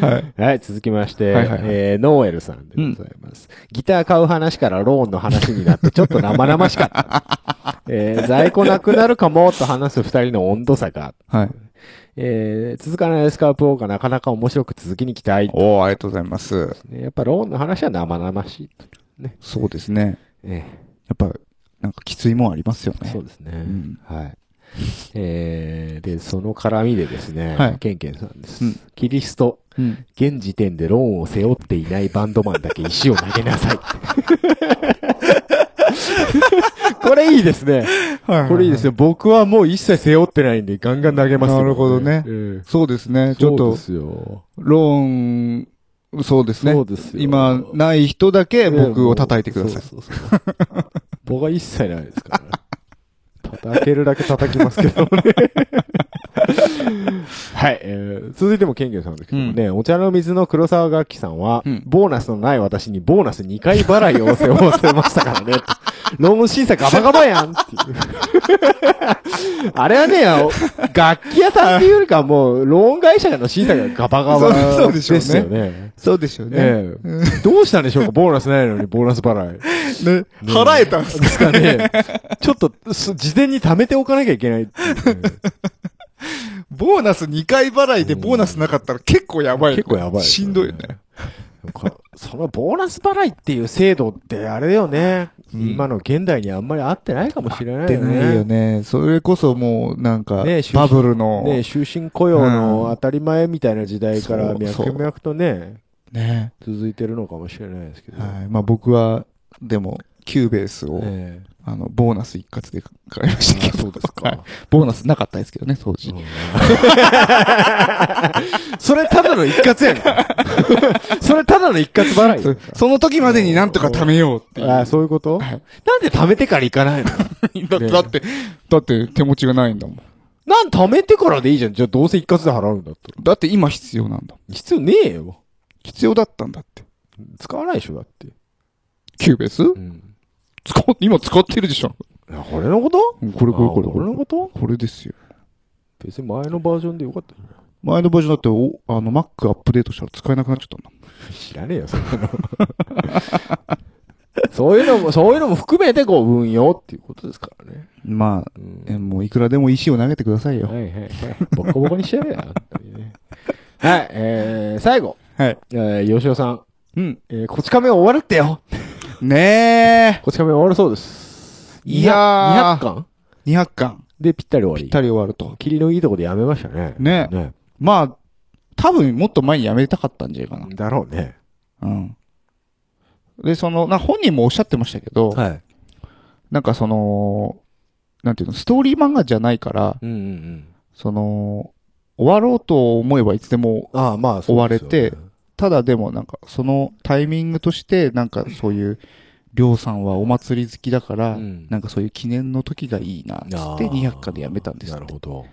A: だろ。はい。
B: い。はい、続きまし
A: は
B: て、
A: いはいはい
B: えー、ノーエルさんでございます、ギター買う話からローンの話になって、ちょっと生々しか った。えー、在庫なくなるかも、と話す二人の温度差が。
A: はい。
B: えー、続かないスカープウォーカーなかなか面白く続きに期待。
A: おー、ありがとうございます。
B: ねやっぱローンの話は生々しい。
A: そうですね。
B: え
A: やっぱ、なんかきついもんありますよ
B: え
A: ね。
B: そうですね。
A: ん
B: はい。えー、で、その絡みでですね、
A: はい
B: ケンケンさんです。
A: うん
B: キリスト、
A: うん。
B: 現時点でローンを背負っていないバンドマンだけ石を投げ なさい。これいいですね。
A: は
B: これいいです
A: よ。
B: よ。僕はもう一切背負ってないんで、ガンガン投げますよ
A: なるほどね
B: ええ
A: そうですね。ちょっ
B: そう
A: と
B: で、すよ。
A: ローン、そうです
B: そ
A: ね
B: う。ですよ。
A: 今、ない人だけ僕を叩いてください。
B: そうそうそう。僕は一切ないですからね。叩けるだけ叩きますけどね。 はい、えー続いてもケンケンさんですけどもね、お茶の水の黒沢楽器さんは、
A: うん
B: ボーナスのない私にボーナス2回払いを背負わせましたからね。ローム審査ガバガバやんっていう あれはね、あの楽器屋さんっていうよりかはもう、ローン会社の審査がガバガ
A: そうそ
B: バ
A: う
B: で
A: でしょうね
B: すよね。
A: そうでしょう
B: ええどうしたんでしょうかボーナスないのにボーナス払
A: ね
B: い。
A: 払えたんす
B: ですかね。ちょっと、す事前に貯めておかなきゃいけないっていうね、
A: ボーナス2回払いでボーナスなかったら結構やばいよね。
B: 結構やばい
A: しんどいよね。
B: なんかそのボーナス払いっていう制度ってあれだよね。
A: うん
B: 今の現代にあんまり合ってないかもしれない
A: 出
B: よね。
A: ないよね。それこそもう、なんか
B: ねえ、
A: バブルの、
B: ね
A: ね
B: 終身雇用の当たり前みたいな時代から
A: うん
B: 脈
A: そう
B: 々とね、続いてるのかもしれないですけど。
A: はい。まあ僕は、でも、キューベースを、
B: ええ
A: あの、ボーナス一括で買いましたけど。
B: あそうですか
A: はいボーナスなかったですけどね、当時。
B: それただの一括や んか。それただの一括払い
A: そその時までになんとか貯めようっていう。
B: ああ、そういうこと、
A: はい
B: なんで貯めてから行かないの
A: だだって、だって手持ちがないんだもん。
B: なん貯めてからでいいじゃん。じゃあどうせ一括で払うんだったら。
A: だって今必要なんだもん。
B: 必要ねえよ。
A: 必要だったんだって。
B: 使わないでしょ、だって。
A: キューベース
B: うん。
A: 使う今使ってるでしょ。
B: これのこと
A: うんこれこれこれ
B: あこ
A: こ
B: れ
A: れ。
B: のこと
A: これですよ。
B: 別に前のバージョンでよかったじゃ
A: 前のバージョンだって、お、あの、Mac アップデートしたら使えなくなっちゃったんだもん。
B: ん知らねえよ、そんな の。そういうのも、そういうのも含めてこう運用っていうことですからね。
A: まあ、
B: うん
A: えもういくらでも石を投げてくださいよ。
B: はいはいはい。ボッコボコにしちゃうよ、本当にね。はい、えー、最後。
A: はい。
B: えー、吉尾さん。
A: うん。
B: えー、こち亀終わるってよ。
A: ね
B: こち亀終わるそうです。
A: いやー
B: 200巻
A: え。200巻。
B: で、ぴったり終わり。
A: ぴったり終わると。
B: 霧のいいとこでやめましたね。
A: ね
B: ね。
A: まあ、多分もっと前にやめたかったんじゃないかな。
B: だろうね。
A: うん。で、その、な本人もおっしゃってましたけど、
B: はい。
A: なんかその、なんていうの、ストーリー漫画じゃないから、
B: うんうんうん。
A: その、終わろうと思えばいつでも
B: ああ、まあ、
A: 追われてただでもなんか、そのタイミングとして、なんかそういう、りょうさんはお祭り好きだから、
B: うん
A: なんかそういう記念の時がいいな、つって200課でやめたんです
B: な
A: っ
B: る
A: て。
B: ほど。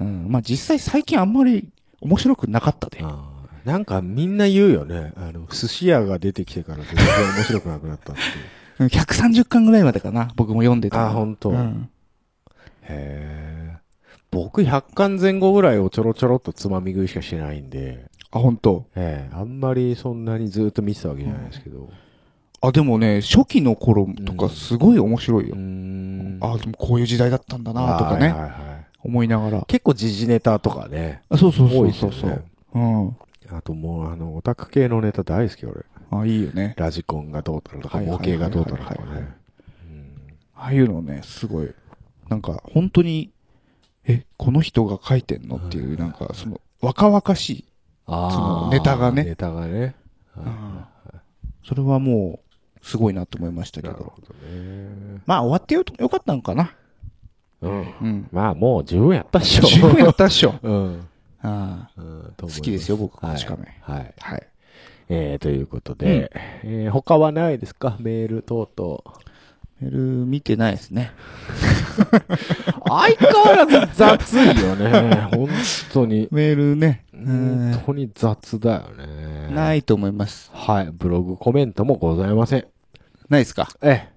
A: うん。まあ実際最近あんまり面白くなかったで。
B: あーなんかみんな言うよね。あの、寿司屋が出てきてから全然面白くなくなった っていう。
A: うん130巻ぐらいまでかな、僕も読んでたの。
B: あーほんと
A: うん。
B: へえ。僕100巻前後ぐらいをちょろちょろっとつまみ食いしかしてないんで、
A: あ、本当。
B: ええ、あんまりそんなにずっと見てたわけじゃないですけど。
A: あ、でもね、初期の頃とかすごい面白いよ。
B: ん
A: あ、でもこういう時代だったんだな、とか
B: はい
A: ね、
B: はいはい
A: 思いながら。
B: 結構時事ネタとかね。
A: あ、そうそう
B: 多
A: そ
B: いうです
A: そう
B: よね
A: そう。うん。
B: あともう、あの、オタク系のネタ大好き、俺。
A: あ、いいよね。
B: ラジコンがどうたらとか、
A: はいはい
B: 模
A: はい
B: 型がどうたらとか
A: はいはい
B: ね
A: は。ああいうのね、すごい、なんか本当に、え、この人が書いてんのっていう、なんかその、若々しい。
B: あ
A: ーそのネタがね
B: ネタがね。
A: それはもう、すごいなと思いましたけ
B: なる
A: ど
B: ほ。どね。
A: まあ終わってよと、よかったのかな。
B: うん。
A: うん。
B: まあ、もう十分やったっしょ。
A: 十分やったっしょ。
B: うん。
A: あ
B: うん
A: あ好きですよ、僕、こ
B: は
A: ち
B: い
A: 亀。。
B: はい。
A: はい。
B: えー、ということで、えー他はないですかメール等々。
A: メール見てないですね。
B: 相変わらず雑いよね。 本当に。
A: メールね。うん
B: 本当に雑だよね。
A: ないと思います。
B: はい。ブログコメントもございません。
A: ないですか
B: ええ。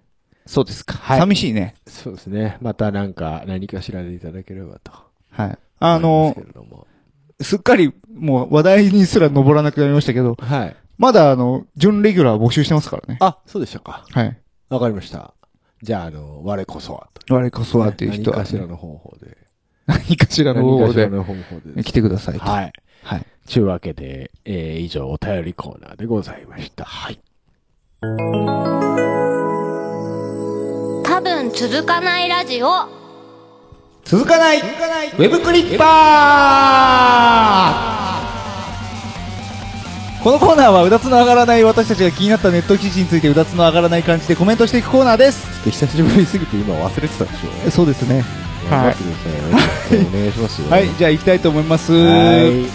A: そうですか。
B: はい
A: 寂しいね。
B: そうですね。またなんか、何かしらでいただければと。
A: はい。あ
B: 思い
A: の
B: ます、けれども
A: すっかりもう話題にすら上らなくなりましたけど、
B: はい。
A: まだあの、準レギュラー募集してますからね。
B: あ、そうでしたか。
A: はい。
B: わかりました。じゃあ、あの、我こそはと。
A: 我こそはっていう人
B: 何
A: は
B: か、しらの方法で。
A: 何かしらの
B: 何
A: 方
B: か
A: 法
B: しら
A: で
B: の方法で。
A: 来てくださいと。はい。
B: はい。ちゅうわけで、えー、以上、お便りコーナーでございました。はい。
C: 多分続かないラジオ
A: 続かないウェブクリッパーこのコーナーはうだつの上がらない私たちが気になったネット記事についてうだつの上がらない感じでコメントしていくコーナーです
B: 久しぶりすぎて今忘れてたでしょ
A: そうですね。はい
B: い。お願いしますよ。
A: はい、じゃあ行きたいと思います。
B: はい。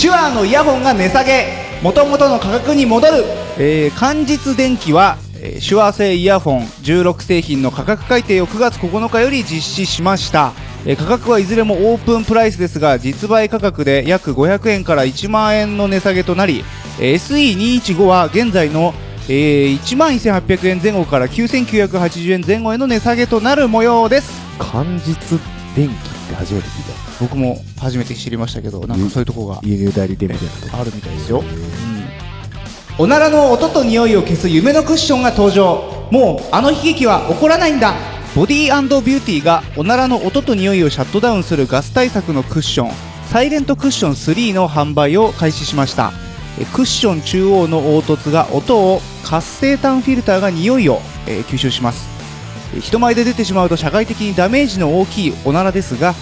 A: 手話のイヤホンが値下げ元々の価格に戻る、えー、漢日電機は、えー手話製イヤホン16製品の価格改定を9月9日より実施しました、えー価格はいずれもオープンプライスですが実売価格で約500円から1万円の値下げとなり、えー SE215 は現在の、えー、1万1800円前後から9980円前後への値下げとなる模様です
B: 漢日電気って初めて聞い
A: 僕も初めて知りましたけどなんかそういうとこが
B: た。輸入代理店みたいなとこ。
A: あるみたいですよ、おならの音と匂いを消す夢のクッションが登場もうあの悲劇は起こらないんだボディビューティーがおならの音と匂いをシャットダウンするガス対策のクッションサイレントクッション3の販売を開始しましたえクッション中央の凹凸が音を活性炭フィルターが匂いを、えー吸収しますえ人前で出てしまうと社会的にダメージの大きいおならですが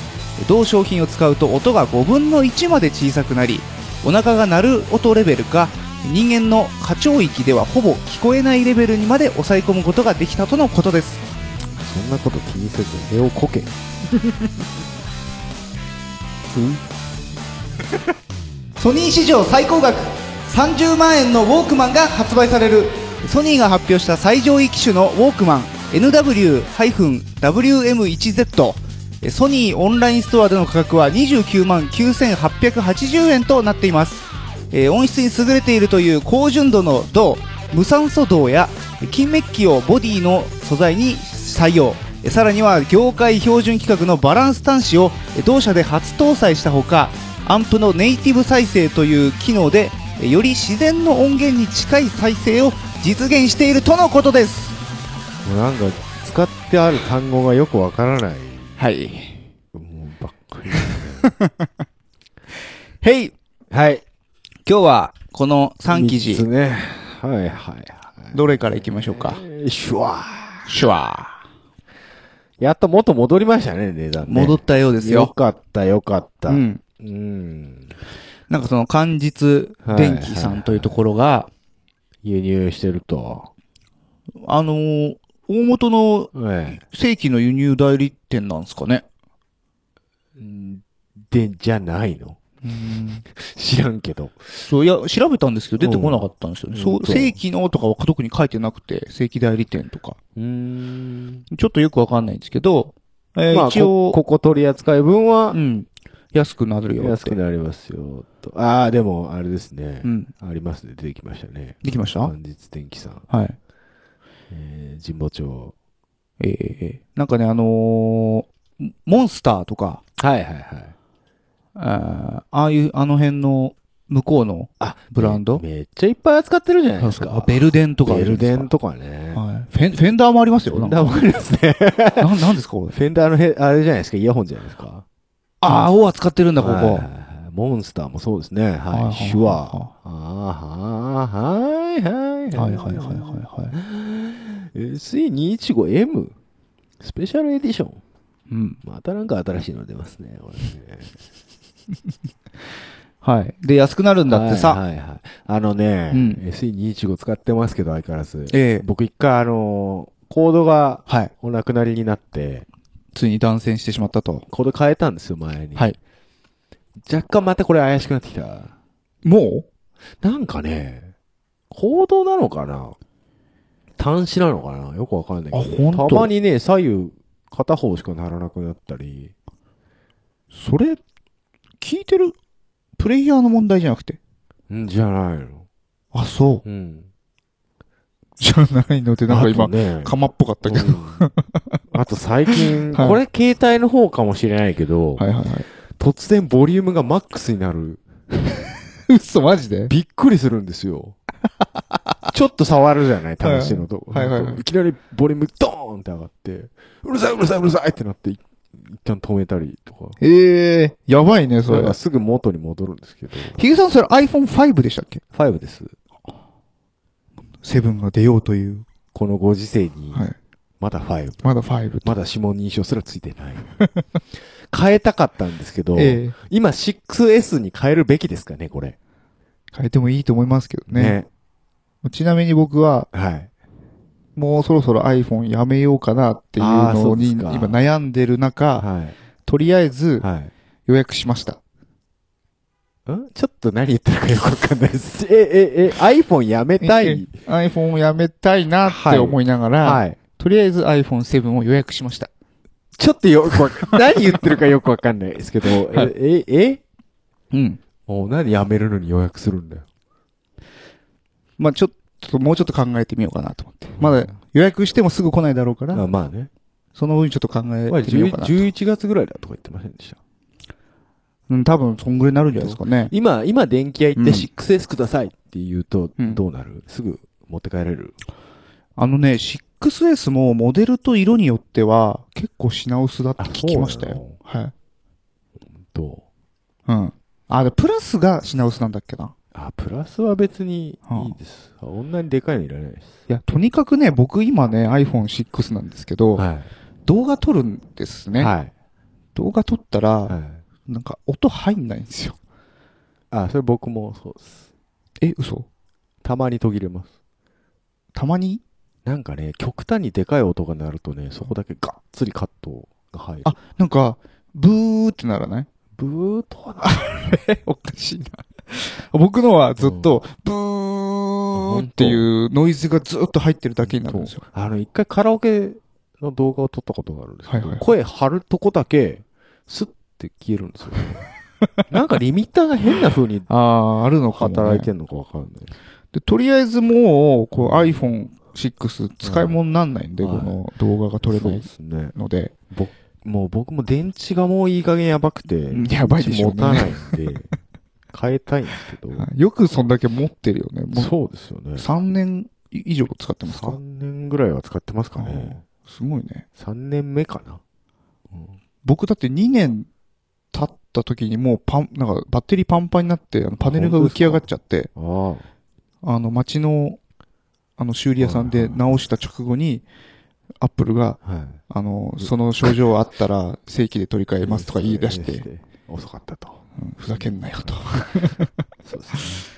A: 同商品を使うと音が5分の1まで小さくなりお腹が鳴る音レベルか人間の過聴域ではほぼ聞こえないレベルにまで抑え込むことができたとのことです
B: そんなこと気にせず、絵を こけ。
A: ソニー史上最高額30万円のウォークマンが発売されるソニーが発表した最上位機種のウォークマン NW-WM1Z えソニーオンラインストアでの価格は29万9880円となっています、えー音質に優れているという高純度の銅無酸素銅や金メッキをボディの素材に採用えさらには業界標準規格のバランス端子をえ同社で初搭載したほかアンプのネイティブ再生という機能でえより自然の音源に近い再生を実現しているとのことです
B: もうなんか、使ってある単語がよくわからない。
A: はい
B: もうばっ かり。
A: へい
B: はい。
A: 今日はこの3記
B: 三つ
A: 事
B: ね。はいはいはい。
A: どれからいきましょうか
B: えーシュワ
A: 手話
B: ー。やっと元戻りましたね、値段ね。
A: 戻ったようです
B: よ
A: よ
B: かった、よかった。
A: う。ん
B: うん。
A: なんかその漢日電機さんというところが、
B: 輸入してると。
A: あのー大元の
B: え
A: 正規の輸入代理店なんですかね。
B: え。で、じゃないの
A: うん
B: 知らんけど。
A: そう、いや、調べたんですけど、出てこなかったんですよね。
B: うん
A: そうう、
B: ん
A: 正規のとかは特に書いてなくて、正規代理店とか。
B: うん。
A: ちょっとよくわかんないんですけど、えー
B: まあ、
A: 一
B: こ
A: 応、
B: ここ取り扱い分は
A: う、ん、安くなるよっ
B: 安
A: て
B: く。なりますよ、と。ああ、でも、あれですね
A: う。ん。
B: ありますね。出てきましたね。
A: できましたは
B: 元日天気さん。
A: い。
B: えー、神保町。
A: えー、なんかね、あのーモンスターとか、
B: はいはいはい。
A: あーああいう、あの辺の向こうの
B: あ、
A: ブランド
B: めっちゃいっぱい扱ってるじゃない
A: そう
B: です
A: そう
B: か。
A: あベルデンとかあ
B: ベ
A: る
B: ル
A: んで
B: デ
A: すか。
B: ンとかね。
A: はい。フェン、フェンダーもありますよ。
B: フェ
A: なん
B: ンダー
A: か、
B: もありますね。
A: なんなんですか、これ。
B: フェンダーのへ、あれじゃないですか、イヤホンじゃないですか。
A: ああ、青扱ってるんだ、ここ。
B: はいはいはいモンスターもそうです
A: は
B: ね。はいい。手話。ああ、は
A: は
B: い、はい、
A: いはいはいはいはい。
B: SE215M。スペシャルエディション。
A: うん。
B: またなんか新しいの出ますね。これね
A: はい。で、安くなるんだってさ。
B: はいはいはいあのね、
A: うん
B: SE215 使ってますけど、相変わらず。
A: ええ
B: 僕一回あの、コードが
A: はい。
B: お亡くなりになって、
A: ついに断線してしまったと。
B: コード変えたんですよ、前に。
A: はい。
B: 若干またこれ怪しくなってきた。
A: も
B: なんかね、行動なのかな端子なのかなよくわかんないけど。
A: あほんと
B: たまにね、左右、片方しかならなくなったり。
A: うそれ、聞いてるプレイヤーの問題じゃなくて。
B: んじゃないの。
A: あ、そう。
B: うん。
A: じゃないのって、なんか
B: あ
A: 今
B: と、ね、
A: 釜っぽかったけど。
B: うんあと最近、
A: はい
B: これ携帯の方かもしれないけど、
A: はいはい はい。
B: 突然ボリュームがマックスになる。
A: 嘘、マジで
B: びっくりするんで すよ。ちょっと触るじゃない試しのとこ。
A: はいはいはい
B: なんかいきなりボリュームドーンって上がって、うるさいうるさいうるさいってなって、い一旦止めたりとか。
A: ええやばいね、そ
B: だか
A: れ
B: ら。すぐ元に戻るんですけど。
A: ヒゲさん、それ iPhone5 でしたっけ
B: 5です。
A: ?7 が出ようという。
B: このご時世に、
A: はい。
B: まだ5。
A: まだ5。
B: まだ指紋認証すらついてない。 変えたかったんですけど、
A: ええ
B: 今 6S に変えるべきですかね、これ。
A: 変えてもいいと思いますけどね。ちなみに僕は、
B: はい。
A: もうそろそろ iPhone やめようかなっていう
B: あーそ
A: の
B: うで
A: に
B: す
A: 今
B: か
A: 悩んでる中、
B: は
A: とりあえ
B: い。
A: ず
B: はい。
A: 予約しました。
B: んちょっと何言ってるかよくわかんないです。え、 え、え、iPhone やめた
A: え
B: い。
A: え iPhone をやめたいなって思いながら、
B: はい。
A: とりあえず iPhone7 を予約しました。
B: ちょっとよくわ かん何言ってるかよくわかんないですけど、
A: はい
B: え、え、え
A: うん。
B: お何やめるのに予約するんだよ。
A: まあちょっと、もうちょっと考えてみようかなと思って。まだ予約してもすぐ来ないだろうから、
B: あまあね。
A: その分ちょっと考え
B: まあ、
A: てみようかな。
B: 11月ぐらいだとか言ってませんでした。
A: うん、多分そんぐらいになるんじゃないですかね。
B: 今、今電気屋行っ
A: う
B: て
A: ん
B: 6S くださいって言うと、
A: うん
B: どうなる、すぐ持って帰れる
A: あのね、6S もモデルと色によっては結構品薄だって聞きました
B: あそう
A: よ。はい。
B: と、
A: うん。あ、で、プラスが品薄なんだっけな。
B: あ、プラスは別にいいです。あんなにでかいのいらないです。
A: いや、とにかくね、僕今ね、iPhone6 なんですけど、
B: は
A: 動画撮るんです
B: い。
A: ね。
B: はい。
A: 動画撮ったら、
B: はい。
A: なんか音入んないんですよ。
B: あ、それ僕もそうです。
A: え、嘘
B: たまに途切れます。
A: たまに
B: なんかね、極端にでかい音が鳴るとね、そこだけがっつりカットが入る。
A: あなんか、ブーってならない
B: ブーとはな。
A: おかしいな。 僕のはずっと、ブーっていうノイズがずっと入ってるだけになるんですよ。
B: あの、一回カラオケの動画を撮ったことがあるんですけ
A: は
B: ど、
A: いはい
B: 声張るとこだけ、スッて消えるん ですよ。なんかリミッターが変な風に
A: あー、あるのかも、ね。
B: 働いてんのかわかんない。
A: で、とりあえずもう、こう iPhone6 使い物になんないんで、
B: はい
A: この動画が撮れ
B: そう
A: な
B: で
A: い
B: すね。
A: ので。
B: もう僕も電池がもういい加減やばくて、
A: んやばいでしょうね
B: 持たないんで、変えたいんですけど、
A: よくそんだけ持ってるよね。もう
B: そうですよね。
A: 3年以上使ってます
B: 3
A: か
B: 年ぐらいは使ってますかね。
A: すごいね。
B: 3年目かな。
A: 僕だって2年経った時にもうパン、なんかバッテリーパンパンになって、あのパネルが浮き上がっちゃって、
B: ああ。
A: あの街の、あの修理屋さんで直した直後に、アップルが、
B: はい。
A: あの、その症状あったら正規で取り替えますとか言い出して、。
B: 遅かったと。
A: うんふざけんなよと。
B: そうですね。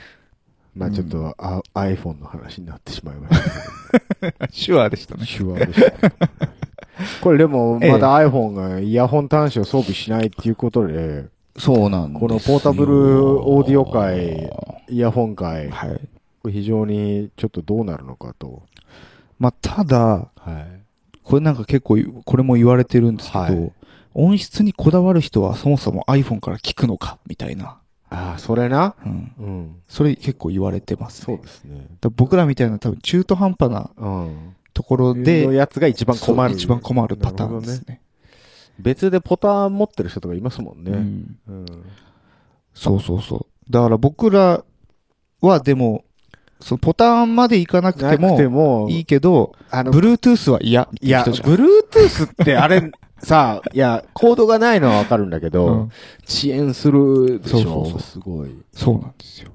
B: まあちょっと、あ iPhone の話になってしまいました
A: 手話でした
B: ね。。 手話でした。 これでも、
A: ええ
B: まだ iPhone がイヤホン端子を装備しないっていうことで、
D: そうなんですよ
B: このポータブルオーディオ界イヤホン界、
D: はい。
B: これ非常にちょっとどうなるのかと。
A: まあ、ただ、
B: はい。
A: これなんか結構、これも言われてるんですけど、
B: はい
A: 音質にこだわる人はそもそも iPhone から聞くのか、みたいな。
B: ああ、それな。
A: うん。
B: うん。
A: それ結構言われてます、ね。だか
B: ですね。
A: ら僕らみたいな多分中途半端な
B: うん。
A: ところ
B: で、
A: で
B: の、やつが一番困る。
A: そう一番困るパターンで
B: な
A: す
B: るほどね。
A: ね。
B: 別でポター持ってる人とかいますもん
A: う
B: ね。
A: ん
B: うん。
A: そうそうそう。だから僕らはでも、そのポターンまでいかなく
B: な
A: て
B: く
A: も
B: ても、
A: いいけど、
B: あの、
A: Bluetooth は嫌って
B: いや、
A: 人じゃん。
B: Bluetooth ってあれ、さ あ、いや、コードがないのはわかるんだけど、
A: うん
B: 遅延するでしょ。
A: そうそうそう
B: すごい。
A: そうなんですよ。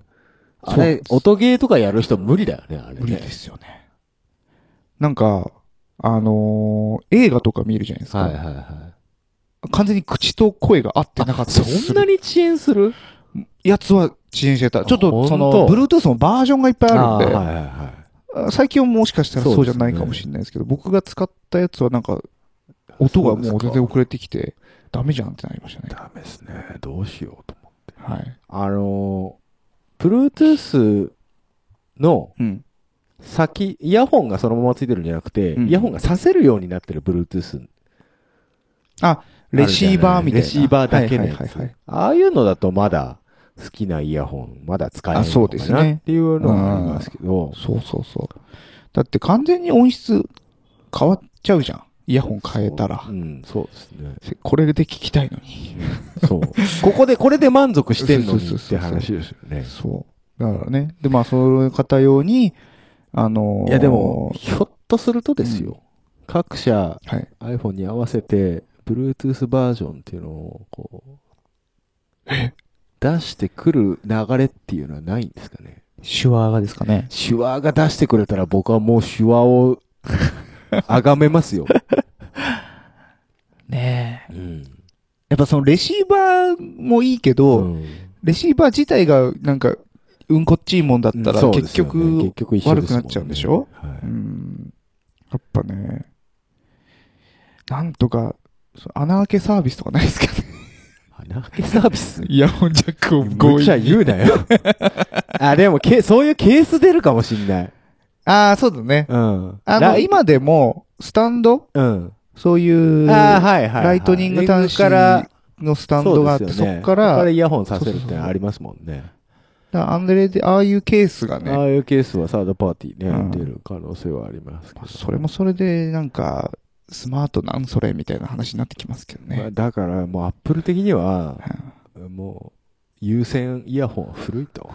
B: あれ、音ゲーとかやる人無理だよね、あれね。
A: 無理ですよね。なんか、あのー映画とか見るじゃないですか。
B: はいはいは
A: 完全に口と声が合ってなかった
B: い。
A: りする
B: そんなに遅延する
A: やつは遅延してた。ちょっ
B: ほ
A: と、
B: んと
A: その、Bluetooth もバージョンがいっぱいあるんで、
B: はいはいはい。
A: あ最近はもしかしたらそうじゃないかもしれないですけど、僕が使ったやつはなんか、音がもう全然遅れてきて、ダメじゃんってなりましたね。
B: ダメですね。どうしようと思って。
A: はい。
B: あのー、Bluetooth の
A: うん。
B: 先、イヤホンがそのままついてるんじゃなくて、
A: うん
B: イヤホンがさせるようになってる Bluetooth。
A: レシーバーみたいな。
B: レシーバーだけのやつ
A: はいはいはいはい
B: ああいうのだとまだ好きなイヤホン、まだ使える
A: あそうですね
B: っていうのがありますけど、
A: そうそうそう。だって完全に音質変わっちゃうじゃん。イヤホン変えたら
B: う。ん、そうですね。
A: せこれで聞きたいのに。
B: そう。 ここで、これで満足してんのに
A: そうそう
B: っ
A: そ
B: て
A: うそう
B: 話ですよね。
A: そう。だからね。で、まあ、そういう方用に、あのー
B: いやでも、ひょっとするとですよ、各社
A: はい
B: iPhone に合わせて、Bluetooth バージョンっていうのを、こう、出してくる流れっていうのはないんですかね。
A: 手話がですかね。
B: 手話が出してくれたら僕はもう手話を崇めま すよ。
A: ねえ。
B: うん。
A: やっぱそのレシーバーもいいけど、
B: うん
A: レシーバー自体がなんか、うんこっちいもんだったら、
B: そうで
A: 結
B: すよね
A: 局、
B: 結局一緒ですも
A: 悪くなっちゃうんでしょ
B: は
A: う
B: い
A: ん。やっぱね、なんとか、そ穴開けサービスとかないですかね。
B: 穴開けサービス
A: イヤホンジャックを強
B: ごちゃ
A: 引に。
B: 言うなよ。 あ、でもけ、そういうケース出るかもしんない。
A: ああ、そうだね。
B: うん。
A: あ
B: ラ
A: の、、今でも、スタンド
B: うん。
A: そういう、
B: あーはいはいはい。
A: ライトニング端子
B: から、
A: のスタンドがあって、そ
B: そうですよね
A: こか
B: ここから
A: ら、
B: イヤホンさせるってのありますもんね。
A: だからアンデレで、ああいうケースが
B: あ
A: ね、
B: あいうケースはサードパーティーね、
A: うん
B: 出る可能性はありますけど。
A: それもそれで、なんか、スマートなんそれみたいな話になってきますけど
B: まあ
A: ね。
B: だから、もうアップル的には、もう、有線イヤホンは古い と。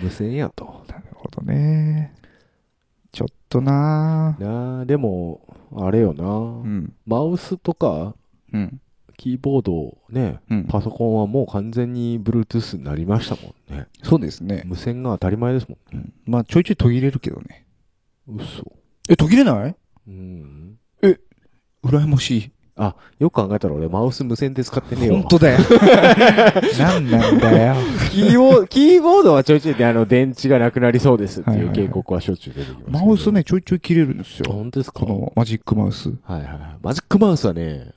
B: 無線やと。
A: なるほどね。ちょっとなぁ
B: なあ、でも、あれよな、
A: うん。
B: マウスとか、
A: うん。
B: キーボード、ね、
A: うん。
B: パソコンはもう完全に Bluetooth になりましたもんね。
A: そうですね。
B: 無線が当たり前ですも
A: うんまあ、ちょいちょい途切れるけどね。
B: ん。嘘。
A: え、途切れない
B: うん。
A: 羨まし
B: あ、よく考えたら俺マウス無線で使ってね
A: い。
B: えわ。
A: 本当 だよ。なんなんだよ。
B: キーボード、キーボードはちょいちょいであの電池がなくなりそうですって
A: はい
B: い
A: はいうはい
B: 警告はしょっちゅう出てきますけど。
A: マウスね、ちょいちょい切れるんです
B: あ。
A: よ。
B: 本当ですか
A: こ
B: はい
A: のマジックマウス。
B: はいはい。マジックマウスはね、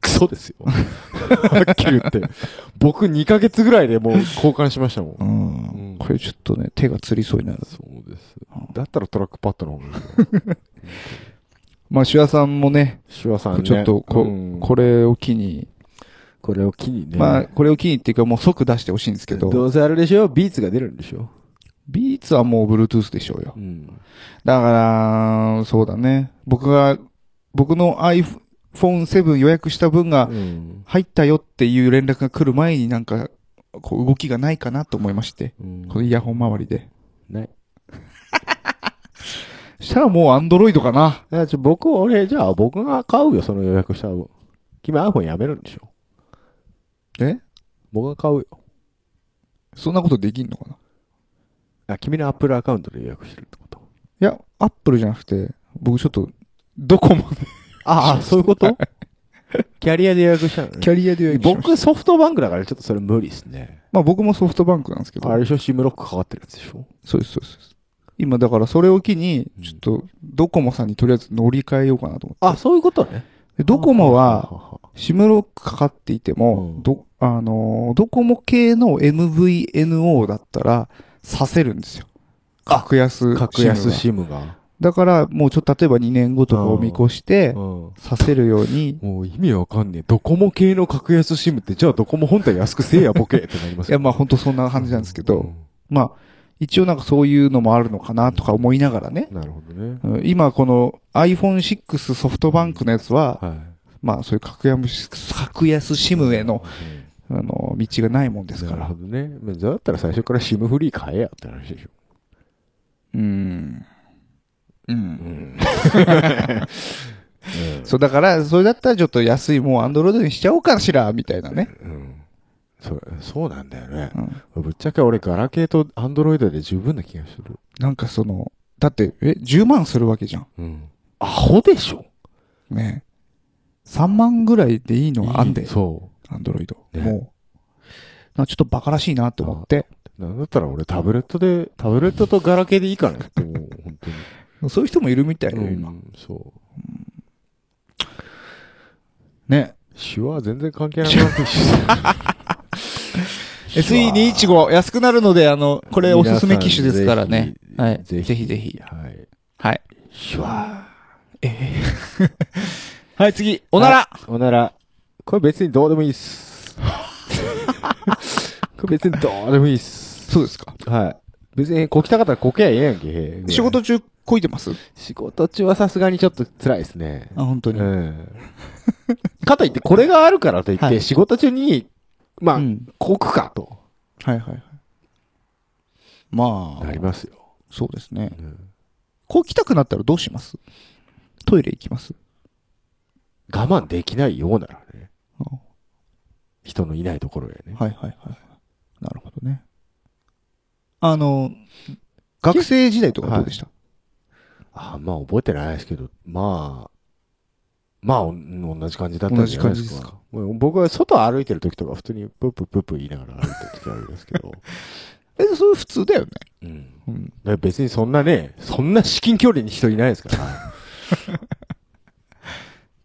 B: クソですよ。 はっきり言って。僕2ヶ月ぐらいでもう交換しましたもん
A: う。
B: うん
A: ん。これちょっとね、手がつりそうになる。
B: そうです。だったらトラックパッドの方がいい。
A: まあ、シュワさんもね、
B: シュワさんね。
A: ちょっとこ、
B: うん
A: これを機に、
B: これを機にね。
A: まあ、これを機にっていうかもう即出してほしいんですけど、
B: うせあれでしょビーツが出るんでしょ
A: ビーツはもう Bluetooth でしょうよ
B: う。ん。
A: だから、そうだね。僕が、僕の iPhone7 予約した分が
B: うん。
A: 入ったよっていう連絡が来る前になんか、こう動きがないかなと思いまして、このイヤホン周りで。
B: ない。
A: したらもう Android かな。
B: あちょ僕、俺、じゃあ僕が買うよ、その予約した分。君 iPhone やめるんでしょ
A: え
B: 僕が買うよ。
A: そんなことできんのかない
B: あ、君の Apple アカウントで予約してるってこと
A: や、Apple じゃなくて、僕ちょっと、どこも
B: ああ、 そういうことキャリアで予約したのね
A: キャリアで予約しました
B: 僕、ソフトバンクだからちょっとそれ無理ですね。
A: まあ僕もソフトバンクなんですけど。
B: あれでしょ、シムロックかかってるやつでしょ
A: そうです、そうですそうです。今だからそれを機に
B: う、ん
A: ちょっとドコモさんにとりあえず乗り換えようかなと思って。
B: あ、そういうことね。
A: でドコモは、
B: は、
A: シムロックかかっていても、
B: うん
A: ど、あのードコモ系の MVNO だったら、させるんですよ。格安。
B: 格安
A: シムは。
B: シムが。
A: だから、もうちょっと例えば2年後とかを見越して、
B: も
A: させるように。
B: う意味わかんねえ。ドコモ系の格安シムって、じゃあドコモ本体安くせえやボケってなります
A: いや、まあ本当そんな感じなんですけど、
B: うん
A: まあ、一応なんかそういうのもあるのかなとか思いながらね。
B: なるほどね。
A: うん今この iPhone6 ソフトバンクのやつは、
B: はい。
A: まあそういう格安、格安シムへの、あの、道がないもんですか
B: なる
A: ら
B: ほ。どね。まあだったら最初からシムフリー買えやって話でしょ。
A: うん。うん。そう、だから、それだったらちょっと安い、もうアンドロイドにしちゃおうかしら、みたいなね。
B: うん。 そそうなんだよね
A: う。ん。
B: ぶっちゃけ俺、ガラケーとアンドロイドで十分な気がする。
A: なんかその、だって、え、10万するわけじゃん。
B: うん。アホでしょ
A: ね。3万ぐらいでいいのがあんで、
B: そ
A: アンドロイド。
B: ね
A: もう。なんかちょっとバカらしいなと思って。
B: う。なんだったら俺、タブレットで、タブレットとガラケーでいいからねって思う、本当に。
A: そういう人もいるみたいよ、
B: う
A: 今。
B: ん、そう。
A: ね。
B: 手話全然関係なくなってきた
A: SE215、安くなるので、あの、これおすすめ機種ですからね。
B: 皆さん
A: はい。ぜひぜひ。
B: はい。
A: はい。
B: 手話。
A: はい、次。おなら
B: おなら。これ別にどうでもいいっす。 これ別にどうでもいいっす。
A: そうですか。
B: はい。別にこきたかったらこけやええやんけ。
A: 仕事中、こいてます
B: 仕事中はさすがにちょっと辛いですね。
A: あ、本当
B: う。ん。かといってこれがあるからといっ
A: は
B: て
A: い
B: 仕事中に、ま
A: う
B: あ、
A: ん。
B: こくかと。
A: はいはいはい。まあ
B: な、りますよ。
A: そうですね
B: うん。
A: こう来たくなったらどうしますトイレ行きます
B: 我慢できないようならね。
A: あ
B: 人のいないところへね。
A: はいはいはい。なるほどね。あの、学生時代とかどうでした
B: あんまあ覚えてないですけど、まあ、まあ、お同じ感じだったんじゃないです
A: 同じ感じ
B: か。
A: ですか
B: もう僕は外歩いてる時とか普通にプープープープー言いながら歩いてる時あるんですけ ど、
A: え、それ普通だよね。
B: うん。だか
A: うん。
B: ら別にそんなね、そんな至近距離に人いない ですから。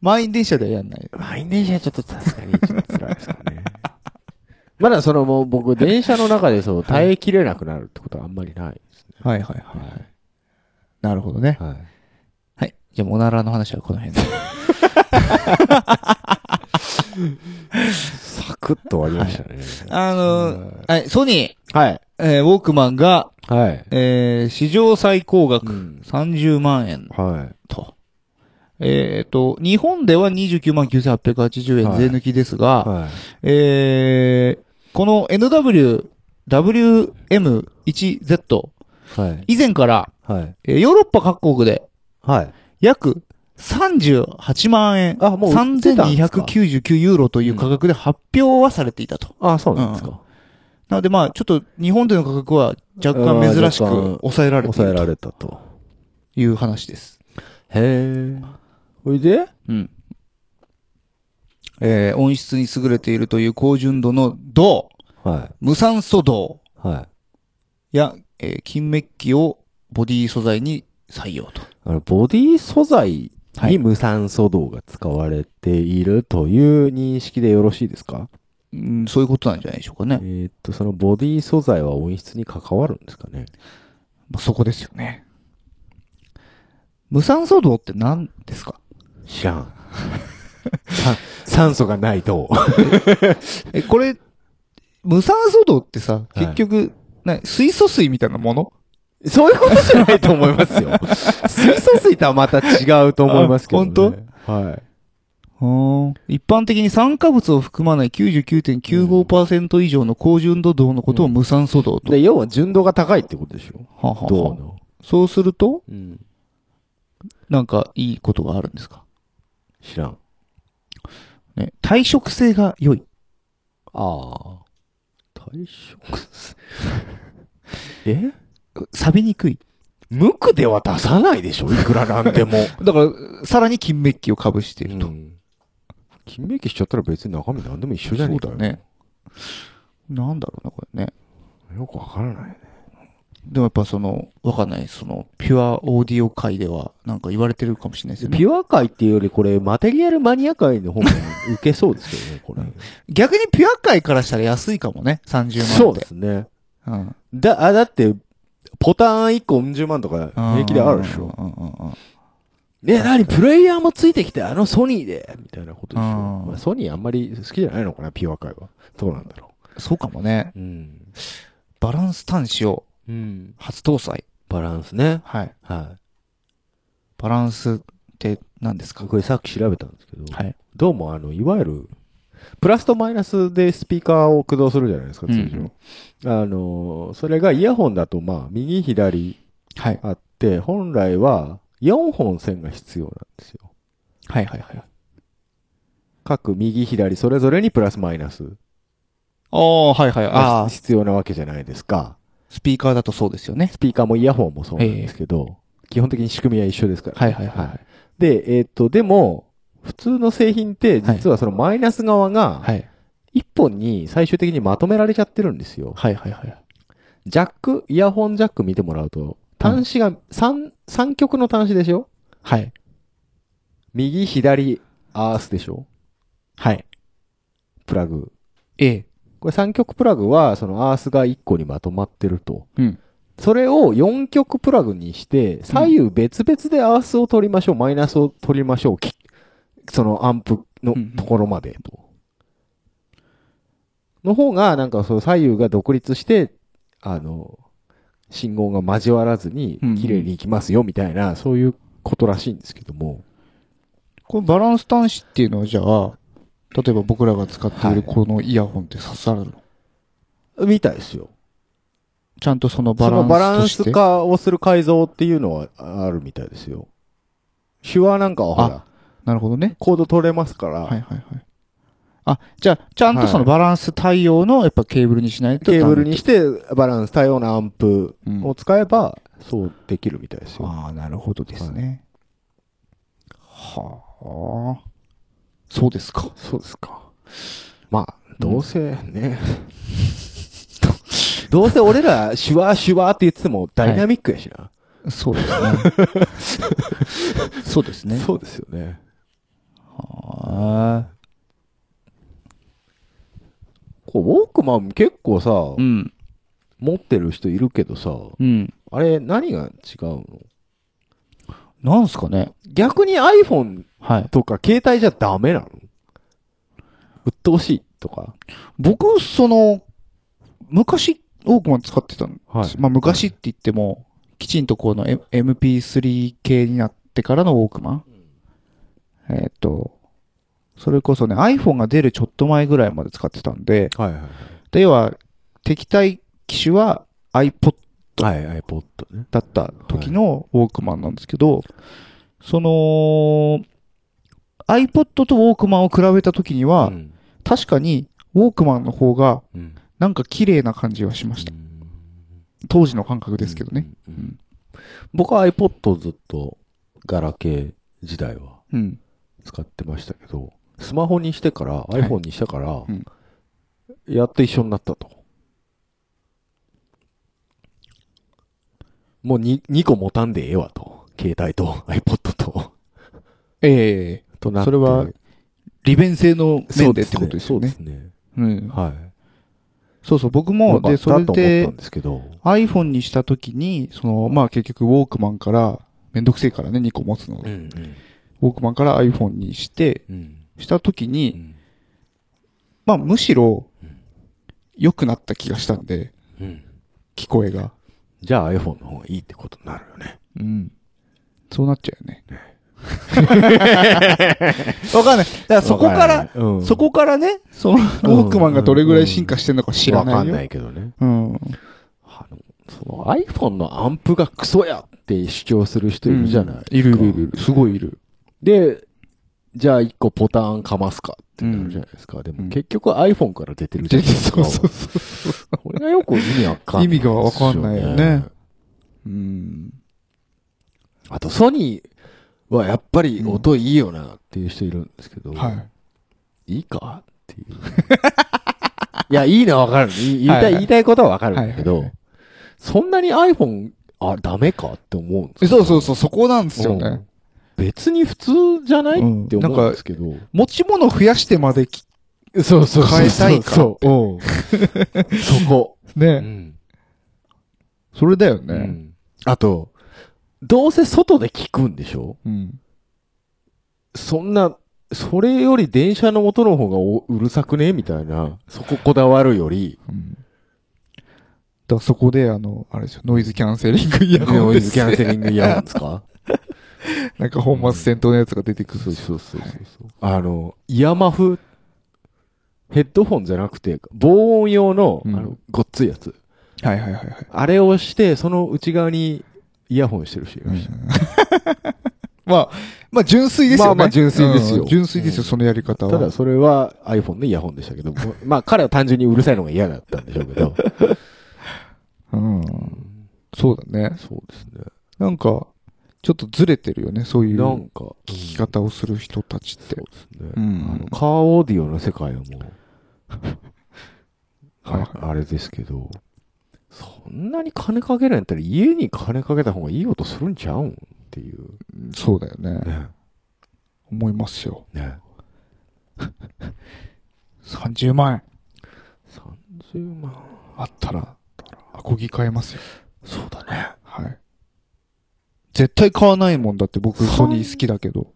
A: 満員電車ではやんない。
B: 満員電車はちょっとさすがにちょっと辛いですからね。 まだそのもう僕、電車の中でそう、耐えきれなくなるってことはあんまりないですね。
A: はいはいはい。なるほどね。
B: はい。
A: はい。じゃあ、おならの話はこの辺で。
B: サクッと終わりましたね。
A: あの、はい、ソニー、
B: はい。
A: えーウォークマンが、
B: はい。
A: えー史上最高額
B: うん
A: 30万円
B: はい。
A: と。えっ、と、日本では29万9880円
B: はい
A: 税抜きですが、
B: はい。
A: えーこの NW-WM1Z、
B: はい。
A: 以前から、
B: はい。
A: えーヨーロッパ各国で
B: はい。
A: 約38万円、
B: あもう売ってたんですか
A: 3299ユーロという価格で発表はされていたと。
B: あ、そうなんですか。
A: なのでまあ、ちょっと日本での価格は若干珍し
B: あー若
A: く
B: 干
A: 抑えられてい
B: 抑え
A: る
B: ら
A: と
B: れたと。
A: いう話です。
B: へえ。おいで
A: うん。えー音質に優れているという高純度の銅、
B: は
A: 無酸素銅
B: い。はい。
A: や、えー金メッキをボディ素材に採用と。
B: あの、ボディ素材
A: は
B: に
A: い
B: 無酸素銅が使われているという認識でよろしいですか
A: うん、そういうことなんじゃないでしょうか
B: え
A: ね。
B: ーっと、そのボディ素材は音質に関わるんですかね
A: まあそこですよね。無酸素銅って何ですか
B: 知らん。 酸素がない銅。
A: え、これ、無酸素銅ってさ、
B: い
A: 結局、な水素水みたいなもの
B: そういうことじゃないと思います よ。水素水とはまた違うと思いますけどね。
A: あ本
B: 当はい。
A: 一般的に酸化物を含まない99.95%以上の高純度銅のことを無酸素銅と。
B: で、要は純度が高いってことでしょ
A: はあはあはあ
B: 銅の。
A: そうすると、
B: うん。
A: なんかいいことがあるんですか、
B: 知らん。
A: ね、耐食性が良い。
B: ああ。退職す え
A: 錆びにくい。
B: 無垢では出さないでしょいくらなんで も。
A: だから、さらに金メッキを被していると。
B: 金明記しちゃったら別に中身何でも一緒じ
A: そ
B: ゃね
A: う
B: えか
A: だ
B: よ。
A: ね。なんだろうな、これね。
B: よくわからないね。
A: でもやっぱその、わかんない、その、ピュアオーディオ界では、なんか言われてるかもしれないですよね。
B: ピュア界っていうより、これ、マテリアルマニア界の方が受け そうですよね、これ。
A: 逆にピュア界からしたら安いかもね、30万
B: そう
A: っ
B: で
A: て。
B: すね。
A: うん。
B: だ、あ、だって、ポターン1個40万とか平気であるでしょ。
A: うんうんうんうん。
B: ね、なに、プレイヤーもついてきて、あのソニーで、みたいなことでしょ。
A: うん
B: まあ、ソニーあんまり好きじゃないのかな、ピュア界は。どうなんだろ
A: そうかもね。
B: う。うん。
A: バランス端子を
B: うん。
A: 初搭載。
B: バランスね。
A: はい。
B: は
A: バランスって何ですか
B: い。これさっき調べたんですけど、
A: はい。
B: どうも、あの、いわゆる、プラスとマイナスでスピーカーを駆動するじゃないですか、通常。
A: うん
B: あの、それがイヤホンだと、まあ、右、左
A: はい。
B: あって、本来は4本線が必要なんですよ。
A: はいはいはい。
B: 各右、左、それぞれにプラス、マイナス。
A: ああー、はいはい。ああ、
B: 必要なわけじゃないですか。
A: スピーカーだとそうですよね。
B: スピーカーもイヤホンもそうなんですけど、基本的に仕組みは一緒ですから。
A: はいはいはい。
B: い。で、えっ、と、でも、普通の製品って、実はそのマイナス側が、
A: はい。
B: 一本に最終的にまとめられちゃってるんですよ。
A: はいはいはい。
B: ジャック、イヤホンジャック見てもらうと、端子が3、三極の端子でしょ
A: はい。
B: 右、左、アースでしょ
A: はい。
B: プラグ。
A: ええ。
B: これ3極プラグは、そのアースが1個にまとまってると。
A: うん。
B: それを4極プラグにして、左右別々でアースを取りましょう、マイナスを取りましょう、きそのアンプの
A: うんうん
B: ところまでと。の方が、なんかその左右が独立して、あの、信号が交わらずに
A: うんうん、
B: 綺麗にいきますよ、みたいな、そういうことらしいんですけども。
A: これバランス端子っていうのはじゃあ、例えば僕らが使っているこのイヤホンって刺さるの、
B: みたいですよ。
A: ちゃんとそのバ
B: そ
A: ラ
B: の
A: ンス
B: バラ
A: と
B: ン
A: して
B: ス化をする改造っていうのはあるみたいですよ。手話なんかはほら、
A: なるほどね。
B: コード取れますから、
A: はいはいはい。あ、じゃあ、ちゃんとそ
B: は
A: の
B: い
A: バランス対応のやっぱケーブルにしないとダメ
B: ケーブルにしてバランス対応なアンプ
A: うん
B: を使えば、そうできるみたいですよ。
A: ああ、なるほどですね。はあ。そうですか。
B: そうですか。まあ、どうせね。 どうせ俺ら、シュワーシュワーって言っててもダイナミックやしな。
A: そうです ね。そうですね。
B: そうですよね。
A: はあ。
B: こう、ウォークマン結構さ、
A: うん。
B: 持ってる人いるけどさ、
A: うん。
B: あれ何が違うの
A: なんすかね。
B: 逆に iPhone
A: はい。
B: とか携帯じゃダメなの鬱陶しいとか。
A: 僕、その、昔、オークマン使ってたんです。
B: はい
A: まあ、昔って言っても、きちんとこの M- MP3 系になってからのウォークマン。えーっ、と、それこそね、iPhone が出るちょっと前ぐらいまで使ってたんで、
B: はいはい
A: で、要は、敵対機種は iPod
B: はい。はい、iPod ね。
A: だった時のウォークマンなんですけど、その、iPod とウォークマンを比べた時には、
B: うん
A: 確かに、ウォークマンの方が、
B: うん
A: なんか綺麗な感じはしました。当時の感覚ですけどね。
B: うん
A: うん
B: 僕は iPod ずっと、ガラケー時代は
A: うん。
B: 使ってましたけど、スマホにしてから、
A: い
B: iPhone にしてから
A: うん、
B: やっと一緒になったと。もう 2, 2個持たんでええわと。携帯と iPod と。
A: ええ
B: となって
A: それは利便性の面でっ
B: す
A: てことですよね。
B: そうですね。
A: うん。
B: はい。
A: そうそう、僕も、で、
B: で、
A: そ
B: そ
A: れ
B: れで。
A: で
B: 思ったん、ですけど。
A: iPhone にした時に、その、まあ結局ウォークマンから、めんどくせえからね、2個持つの。ウ
B: ん
A: ォークマンから iPhone にして、
B: うん。
A: した時
B: う
A: に、
B: ん。
A: まあむしろ、良くなった気がしたんで、
B: うん。
A: 聞こえが。
B: じゃあ iPhone の方がいいってことになるよね。
A: うん。そうなっちゃう よね。わかんない。だからそこから、
B: うん、
A: そこからね、その、ウォークマンがどれぐらい進化してんのか知らないよ。
B: わかんないけどね。
A: うん。
B: あの、その iPhone のアンプがクソやって主張する人いるじゃない、
A: うんいるいるいるいる。すごいいる。
B: で、じゃあ一個ポターンかますかってなるじゃないですか。で
A: う
B: も
A: ん
B: 結局 iPhone から出てるじゃ
A: で
B: ないです
A: そ
B: か。
A: うそうそ
B: これがよく意味わかんない、
A: 意味がわかんないよね。う。うん。
B: あとソニーはやっぱり音いいよなっていう人いるんですけど。
A: はい。
B: いいかって いう。いや、いいのはわかる。い言いたい、
A: はいはい
B: 言いたいことはわかるんだけど、
A: はいはいは
B: そんなに iPhone、あ、ダメかって思うんですよ
A: そうそうそう、そこなんですよね。
B: 別に普通じゃない、
A: うん
B: って思うんですけど。
A: 持ち物増やしてまでき、
B: そうそう
A: そう
B: 変えたいか。。
A: そう
B: うん、そ こ。う
A: ね。
B: ん。
A: それだよ
B: う
A: ね。
B: んあと、どうせ外で聞くんでしょ
A: うん。
B: そんな、それより電車の音の方がおうるさくねみたいな。そここだわるより、
A: うん。だからそこで、あの、あれですよ、ノイズキャンセリングイヤホ
B: ノ
A: ン
B: イ
A: で
B: ズ
A: す
B: キャンセリングイヤホンですか
A: なんか本末転倒のやつが出てくる
B: そう。そうそうそうそう。あの、イヤマフ、ヘッドホンじゃなくて、防音用の、
A: うん
B: あの、ごっついやつ。
A: はいはいはいはい。
B: あれをして、その内側にイヤホンしてる人いました。
A: まあ、まあ純粋ですよね。
B: まあまあ純粋ですよ
A: うん純粋です
B: う
A: よ、
B: ん
A: そのやり方は。
B: ただそれは iPhone のイヤホンでしたけども、まあ彼は単純にうるさいのが嫌だったんでしょうけど。
A: うん。そうだね。
B: そうですね。
A: なんか、ちょっとずれてるよね、そういう
B: な
A: 聞
B: んか、聞
A: き方をする人たちって
B: そう。ですね。
A: うん
B: あのカーオーディオの世界はもう、
A: はい
B: ああれですけど、そんなに金かけないんだったら家に金かけた方がいい音するんちゃうんっていう。
A: そうだよね。
B: ね。
A: 思いますよ。
B: ね。
A: 30万円
B: 30万。
A: あったら、アコギ買えますよ。
B: そうだね。
A: はい。絶対買わないもんだって僕
B: さん
A: ソニー好きだけど。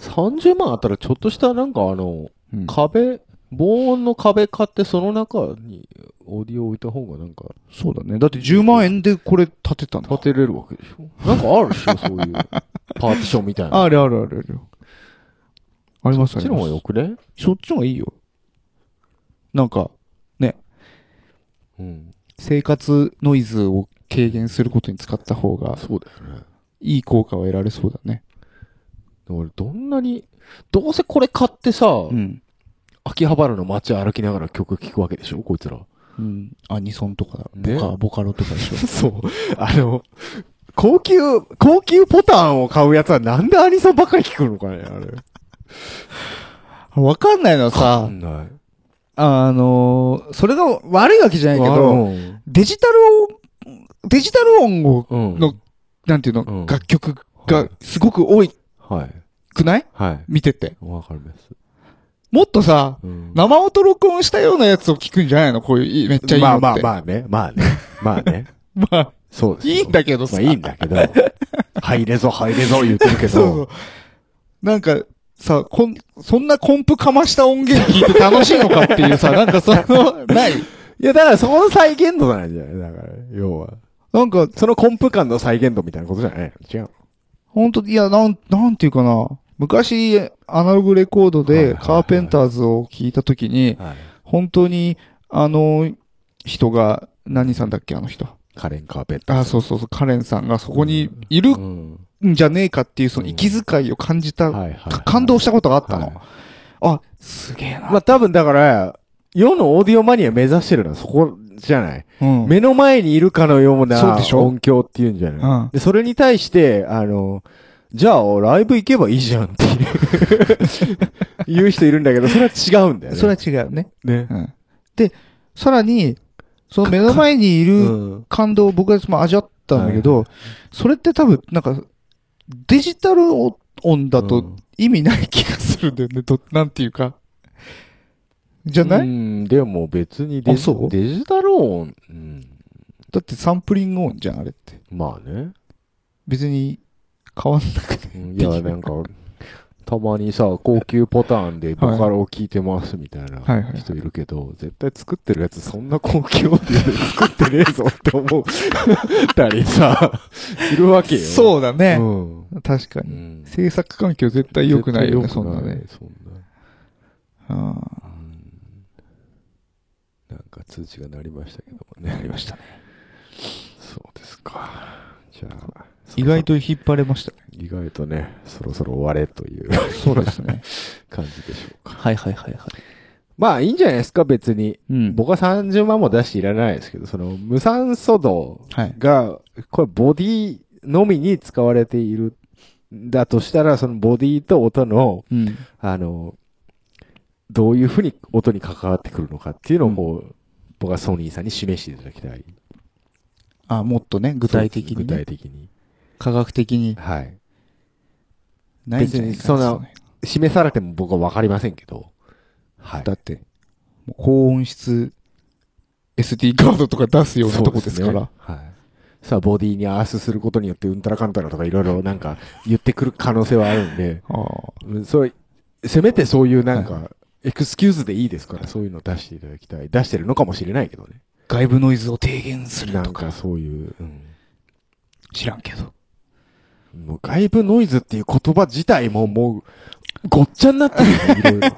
B: 30万あったらちょっとしたなんかあの、
A: うん
B: 壁、防音の壁買ってその中にオーディオ置いた方がなんか
A: そうだね。だって10万円でこれ建てたんだ。
B: 建てれるわけでしょなんかあるで しょそういうパーティションみたいな。
A: あるあるあるある。あります
B: そ
A: あ
B: っち
A: り
B: の
A: ま
B: 方が
A: す
B: よ。くね
A: そっちの方がいいよ。なんか、
B: うん。
A: 生活ノイズを軽減することに使った方が、
B: そうだよね。
A: いい効果は得られそうだね。
B: 俺どんなに、どうせこれ買ってさ、
A: ん。
B: 秋葉原の街歩きながら曲聴くわけでしょこいつら。
A: うん。アニソンとか、
B: ね
A: ボカ、ボカロとかでしょ。
B: そう。あの、高級、高級ポタンを買うやつはなんでアニソンばっかり聴くのかねあれ。
A: わかんないのは
B: あ
A: さ、
B: んない。
A: あのー、それが悪いわけじゃないけど、デジタル音、デジタル音を、
B: うん。
A: のなんていうの、
B: うん
A: 楽曲が
B: はい
A: すごく多い
B: はい。
A: くない
B: はい。
A: 見てて。
B: わかります。
A: もっとさ、
B: うん
A: 生音録音したようなやつを聞くんじゃないのこういういい、めっちゃいい
B: ま
A: の
B: あ
A: って。
B: まあまあね。まあね。 まあね。
A: まあ。
B: そうですよ。
A: いいんだけどさ
B: まあいいんだけど。入れぞ入れぞ言って るけ
A: そうそ
B: ど
A: う。。なんか、さ、こん、そんなコンプかました音源聞いて楽しいのかっていうさ、なんかそ の、ない。
B: いや、だからそこの再現度なんじゃないだから、要は。
A: なんか、
B: そのコンプ感の再現度みたいなことじゃない違う。
A: ほんと、いや、なん、なんていうかな。昔、アナログレコード
B: はいはい
A: で
B: はい
A: カーペンターズを聞いたときに、
B: はい。
A: 本当に、あの、人が、何さんだっけ、あの人。
B: カレンカーペット。
A: あ、そうそうそう、カレンさんがそこにいる
B: うん。
A: んじゃねえかっていう、その息遣いを感じた、
B: はいはい。
A: 感動したことがあった
B: はい
A: の。あ、すげえな。
B: まあ多分だから、世のオーディオマニア目指してるのはそこじゃない。
A: うん。
B: 目の前にいるかのよう
A: そう
B: な
A: でしょ
B: 音響っていうんじゃ
A: う
B: ない。
A: ん。
B: で、それに対して、あの、じゃあ、ライブ行けばいいじゃんっていう言う人いるんだけど、それは違うんだよね。
A: それは違うね。
B: ね。
A: うんで、さらに、その目の前にいうる
B: ん。
A: 感動を僕はまあ味わったんだけど、それって多分、なんか、デジタル音だ
B: う
A: と
B: ん
A: 意味ない気がするんだよね。どなんていうか。じゃない、
B: うん、でも別にデ
A: あ
B: ジ
A: そう
B: デジタル音、うん、
A: だってサンプリング音じゃん、あれって。
B: まあね。
A: 別に変わんない。
B: うんいや、なんか、たまにさ、高級ポターンでボカロを聴いてますみたいな
A: はいはい
B: 人いるけど、絶対作ってるやつそんな高級オーディオで作ってねえぞっ て思うたりさ、するわけよ。う
A: そうだね、
B: ん。
A: 確か
B: う
A: に。
B: ん。
A: 制作環境絶対良くないよね、
B: 絶対
A: そ
B: 良
A: ん
B: く
A: なね。。
B: そんな。
A: ああ
B: うんなんか通知が鳴りましたけどもね。
A: ありましたね。
B: そうですか。じゃあ、
A: 意外と引っ張れましたね。
B: 意外とね、そろそろ終われという
A: そうですね。
B: 感じでしょう か。
A: はいはいはいはい。
B: まあいいんじゃないですか、別に。
A: うん。
B: 僕は30万も出していらないですけど、その無酸素度
A: はい。
B: が、これボディのみに使われているんだとしたら、そのボディと音の、
A: うん。
B: あの、どういうふうに音に関わってくるのかっていうのをこう、僕はソニーさんに示していただきたい。
A: あ、もっとね、具体的
B: 具
A: に、ね
B: 体。的に。
A: 科学的に。
B: はい。
A: ないんじゃない
B: 別にそんな
A: の
B: 示されても僕はわかりませんけど。はい。
A: だって、もう高音質 SD カードとか出すようなとこですから。
B: そうねはい。さあ、ボディにアースすることによってうんたらかんたらとかいろいろなんか言ってくる可能性はあるんで、
A: ああ
B: うんそれ、せめてそういうなんか、エクスキューズでいいですから、そういうの出していただきたい。出してるのかもしれないけどね。
A: 外部ノイズを低減する
B: な
A: と
B: ん
A: か、
B: かそういう、うん
A: 知らんけど。
B: もう外部ノイズっていう言葉自体ももう、ごっちゃになって るよねいろいろ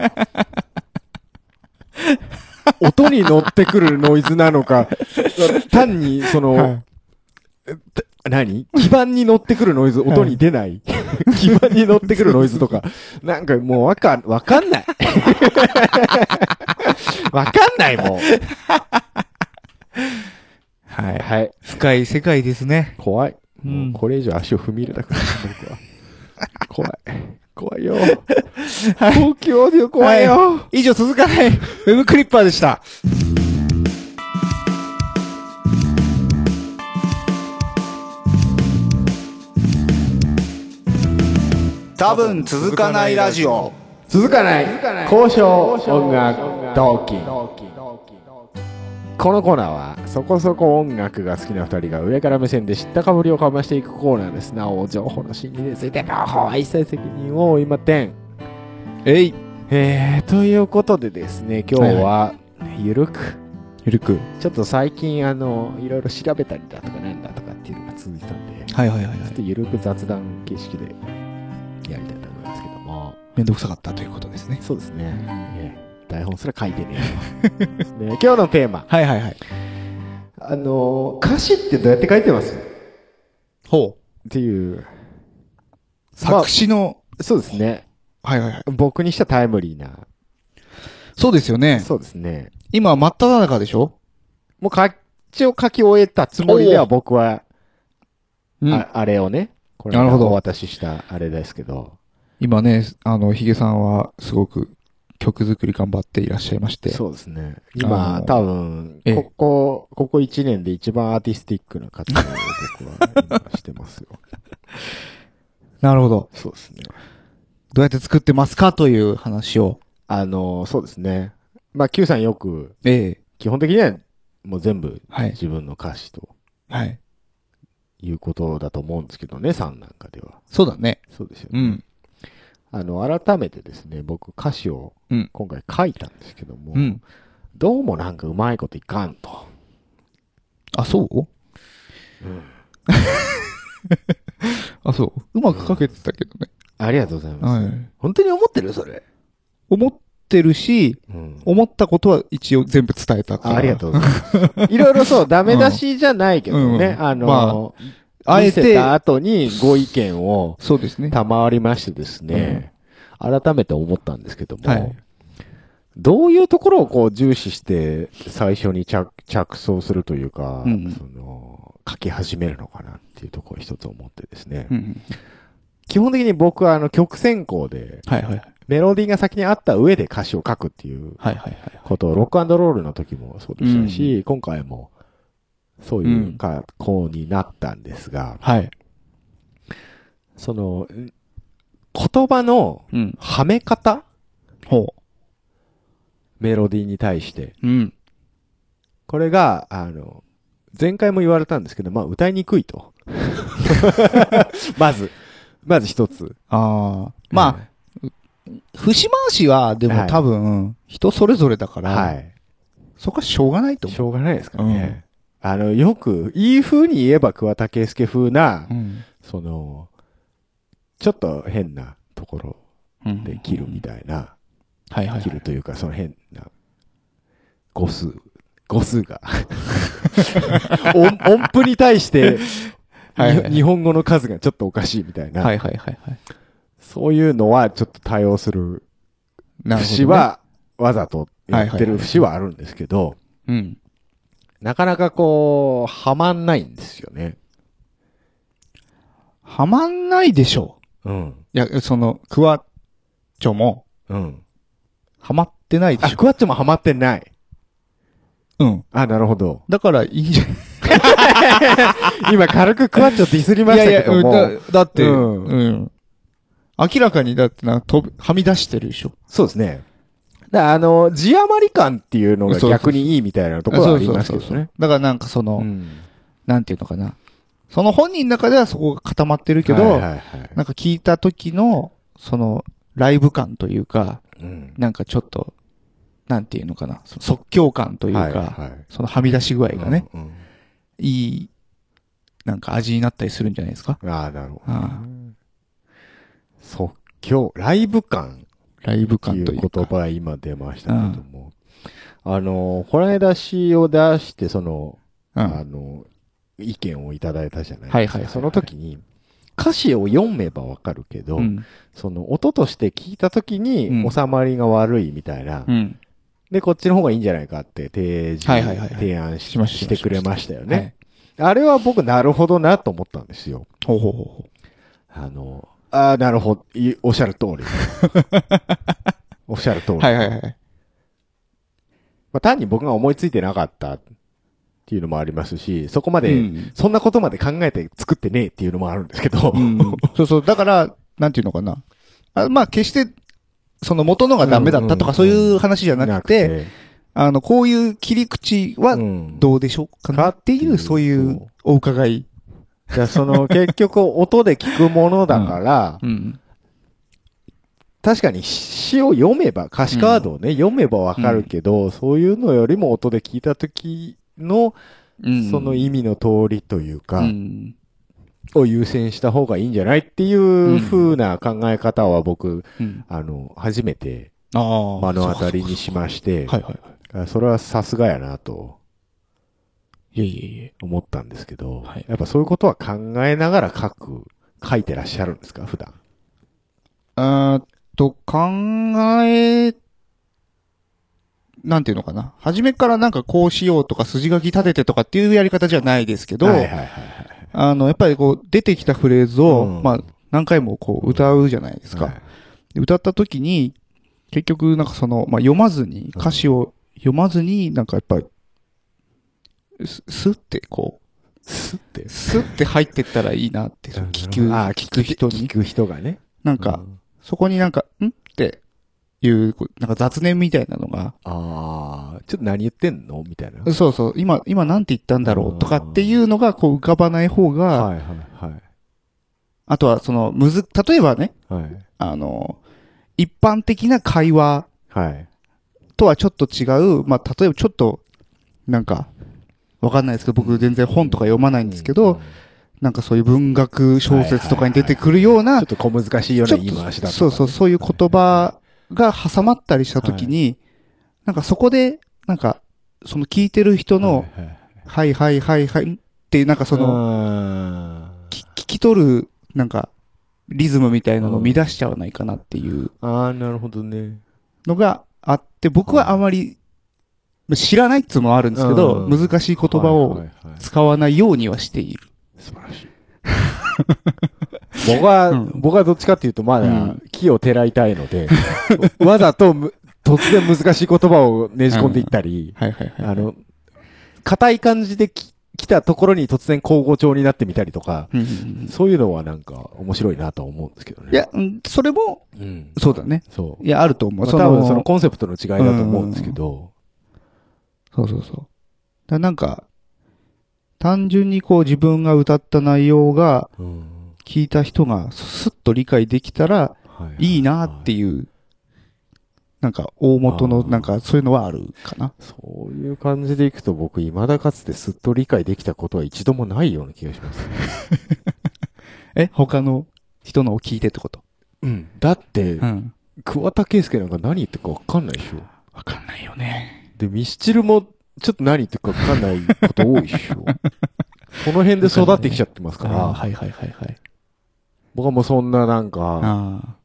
B: 音に乗ってくるノイズなのか、単にその、
A: はい
B: 何基盤に乗ってくるノイズ、
A: い
B: 音に出 ない、基盤に乗ってくるノイズとか。なんかもうわか、わか んない。わかんないもん。
A: はい。
B: はい。
A: 深い世界ですね。
B: 怖い。
A: うん
B: もうこれ以上足を踏み入れたくない、僕は。怖い。怖いよ。東京で怖いよ。
A: 以上、続かない。ウェブクリッパーでした。
D: 多分続かないラジオ
B: 続かない交渉音楽同期このコーナーはそこそこ音楽が好きな2人が上から目線で知ったかぶりをかましていくコーナーですなお情報の真理についての法は一切責任を負いません
A: えい。
B: えー、ということでですね今日はゆるく
A: ゆるく。
B: ちょっと最近あのいろいろ調べたりだとかなんだとかっていうのが続いてたんでち
A: はいはいはいは
B: ょっ
A: い。
B: とゆるく雑談形式でやりたいと思いますけども
A: めんどくさかったということですね。
B: そうですね。ええ台本すら書いてねえよ ね今日のテーマ。
A: はいはいはい。
B: あのー歌詞ってどうやって書いてますっ
A: ほう。
B: ていう。
A: 作詞の、
B: そうですね。
A: はいはいはい。
B: 僕にしたタイムリーな。
A: そうですよね。
B: そうですね。
A: 今、真っ只中でしょ
B: もうか、一応書き終えたつもりで
A: お
B: は
A: う
B: 僕は、
A: う
B: ああれをね、これ
A: なるほど
B: お渡ししたあれですけど。
A: 今ね、あの、ヒゲさんは、すごく、曲作り頑張っていらっしゃいまして。
B: そうですね。
A: あ
B: 今、
A: の
B: 多分、
A: ええ
B: ここ、ここ1年で一番アーティスティックな活動を僕は今してます よ。
A: なるほど。
B: そうですね。
A: どうやって作ってますかという話を。
B: あのー、そうですね。まあ、Q さんよく、
A: ええ。
B: 基本的にはもう全部
A: はい。
B: 自分の歌詞と
A: はい。
B: いうことだと思うんですけどね、さんなんかでは。
A: そうだね。
B: そうですよ
A: う
B: ね。
A: ん。
B: あの、改めてですね、僕歌詞を
A: うん
B: 今回書いたんですけども、
A: うん。
B: どうもなんかうまいこといかんと。
A: あ、そう あ、そう。うまく書けてたけどね。
B: ありがとうございます。
A: はい。
B: 本当に思ってるそれ。
A: 思ってるし、
B: うん。
A: 思ったことは一応全部伝えたから。
B: ありがとうござい ます。いろいろそう、ダメ出しじゃないけどね、
A: うんうん
B: あの、
A: まあ
B: あ
A: え
B: え
A: て
B: て、た後にご意見を
A: そうですね。
B: 賜りましてですね、改めて思ったんですけども、
A: はい
B: どういうところをこう重視して最初に着着想するというか、
A: うんうん
B: その、書き始めるのかなっていうところを一つ思ってですね。
A: うん。
B: 基本的に僕はあの曲選考で
A: はいはいはい。
B: メロディーが先にあった上で歌詞を書くっていう
A: はいはいはい。
B: ことをロックロールの時もそうでしたし、今回もそういう格好になったんですが、
A: はい。
B: その、言葉の
A: うん。
B: はめ方
A: ほ
B: メロディーに対して。
A: う。うん。
B: これが、あの、前回も言われたんですけど、まあ、歌いにくい と。まず、まず一つ。
A: ああ。まあ、節回しは、で
B: は
A: も
B: い
A: 多分、人それぞれだか
B: あ
A: ら、
B: はい。
A: そこはしょうがないと思
B: しょうがないですかね。あの、よく、いい風に言えば桑田佳祐風な
A: う。、うん。
B: その、ちょっと変なところ
A: うん
B: で切るみたいな、
A: はいはいはい。
B: 切るというか、その変な、語数、語 数が。音音符に対して、
A: はいはい
B: に日本語の数がちょっとおかしいみたいな。
A: はいはいはいはい。
B: そういうのはちょっと対応する
A: なるほどね
B: 節、は、わざとやってる節はあるんですけど、
A: うん。
B: なかなかこう、はまんないんですよね。
A: はまんないでしょ
B: うん。
A: う。いや、その、クワチョも、
B: うん。
A: はまってないで
B: あ、
A: しょ。
B: クワッチョもはまってない。
A: うん。
B: あ、なるほど。
A: だから、いいんじゃない
B: 今軽くクワッチョディスり
A: い
B: まし
A: や
B: た
A: い
B: け
A: や、
B: ど
A: うん
B: も。
A: だだって、う
B: うん
A: ん、明らかにだってな、飛び、はみ出してるでしょ。
B: そうですね。だからあの、字余り感っていうのが逆にいいみたいなところはありますけどね。
A: だからなんかその、
B: うん
A: なんていうのかな。その本人の中ではそこが固まってるけど、
B: はいはいはい
A: なんか聞いた時の、その、ライブ感というか、
B: うん
A: なんかちょっと、なんていうのかな、その即興感というか、
B: はいはい
A: そのはみ出し具合がね、
B: うんうん
A: いい、なんか味になったりするんじゃないですか。
B: ああ、なるほど。
A: ああ
B: 即興、ライブ感
A: ライブ
B: ってい
A: 感といううか。
B: 言葉が今出ましたけども。あの、この出しを出して、その、
A: うん
B: あの、意見をいただいたじゃないですか。
A: はいはいはいはい
B: その時に、歌詞を読めばわかるけど、
A: うん。
B: その音として聞いた時
A: う
B: に
A: ん
B: 収まりが悪いみたいな、
A: うん。
B: で、こっちの方がいいんじゃないかって提示、
A: はいはいはいはい
B: 提案し
A: しました
B: してくれましたよね、
A: はい
B: あれは僕、なるほどなと思ったんですよ。
A: ほうほうほうほ
B: あの、ああ、なるほど。いおっしゃる通 り。おっしゃる通り。
A: う。はいはいはい。
B: まあ、単に僕が思いついてなかったっていうのもありますし、そこまで、
A: うん
B: そんなことまで考えて作ってねえっていうのもあるんですけど、
A: うん、そうそう。だから、なんていうのかな。あまあ、決して、その元のがダメだったとか、そういう話じゃなくて、、あの、こういう切り口は
B: ん
A: どうでしょうかなっていう、そういうお伺い。
B: じゃあその結局音で聞くものだから、
A: うん。
B: 確かに詩を読めば、歌詞カードをね、読めばわかるけど、そういうのよりも音で聞いた時の、その意味の通りというか、
A: うん。
B: を優先した方がいいんじゃないっていう風な考え方は僕、
A: うん。
B: あの、初めて
A: ああ。
B: 目の当たりにしまして、
A: はいはいは
B: あそれはさすがやなと
A: い。いえいえいえ。
B: 思ったんですけど、
A: はい
B: やっぱそういうことは考えながら書く、書いてらっしゃるんですか、普段。
A: あーっと、考え、なんていうのかな。初めからなんかこうしようとか筋書き立ててとかっていうやり方じゃないですけど、
B: はいはいはいはい。
A: あの、やっぱりこう、出てきたフレーズを、
B: うん
A: まあ、何回もこう、歌うじゃないですか。
B: はい
A: で歌った時に、結局、なんかその、まあ、読まずに、歌詞を読まずに、なんかやっぱり、す、すってこ
B: スッて
A: う、。すって入ってったらいいなって、その聞く、
B: あー
A: 聞く人
B: 聞
A: に。
B: く人がね。
A: なんか、そこになんか、んっていう、こうなんか雑念みたいなのが、
B: ああ、ちょっと何言ってんのみたいな。はい
A: そうそう、今、今なんて言ったんだろうとかっていうのが、こう浮かばない方が、
B: いはい
A: あとはその、むず、例えばね、
B: はい。はい。
A: あの、一般的な会話
B: はい。
A: とはちょっと違う、まあ、例えばちょっと、なんか、わかんないですけど、僕全然本とか読まないんですけど、なんかそういう文学小説とかに出てくるよう
B: ちょ
A: な
B: っ、と小難しいよう
A: ち
B: な
A: ょっ
B: 言い回しだ
A: と、
B: とか
A: そうそう、そういう言葉が挟まったりしたときに、なんかそこで、なんか、その聞いてる人の、
B: はいは
A: は
B: い
A: いはいはいはいっていう、なんかその、
B: あー
A: き聞き取る、なんか、リズムみたいなのを乱しちゃわないかなっていう
B: あー、なるほどね。
A: のがあって、僕はあまり、知らないっつうのもあるんですけど、
B: うん
A: 難しい言葉
B: は
A: を
B: いはいはい
A: 使わないようにはしている。
B: 素晴らしい。 僕は、
A: うん
B: 僕はどっちかっていうとま
A: う
B: だ
A: ん
B: 木をてらいたいので、 わざとむ突然難しい言葉をねじ込んでいったり、
A: はいはいはい。
B: あの、硬い感じでき来たところに突然交互調になってみたりとか、
A: うんうんうん
B: そういうのはなんか面白いなとは思うんですけどね。
A: いや、うんそれも、
B: うん。
A: そうだね。
B: そう。
A: いや、あると思
B: ま
A: う。
B: あ、多分そのコンセプトの違いだと思うんですけど。
A: そうそうそう。だからなんか、単純にこう自分が歌った内容が
B: うん
A: 聞いた人がスッと理解できたら
B: はい
A: いいなっていう、なんか大元の
B: あー
A: なんかそういうのはあるかな。
B: そういう感じでいくと僕、未だかつてすっと理解できたことは一度もないような気がします。
A: え他の人のを聞いてってこと
B: うん。だって、
A: ん。
B: 桑田佳祐なんか何言ってるかわかんないでしょ。
A: わかんないよね。
B: で、ミスチルも、ちょっと何言ってるかわかんないこと多いで しょ。この辺で育ってきちゃってますか
A: ああー、
B: ら、
A: はいはいはいはい。
B: 僕はもうそんななんか、
A: あ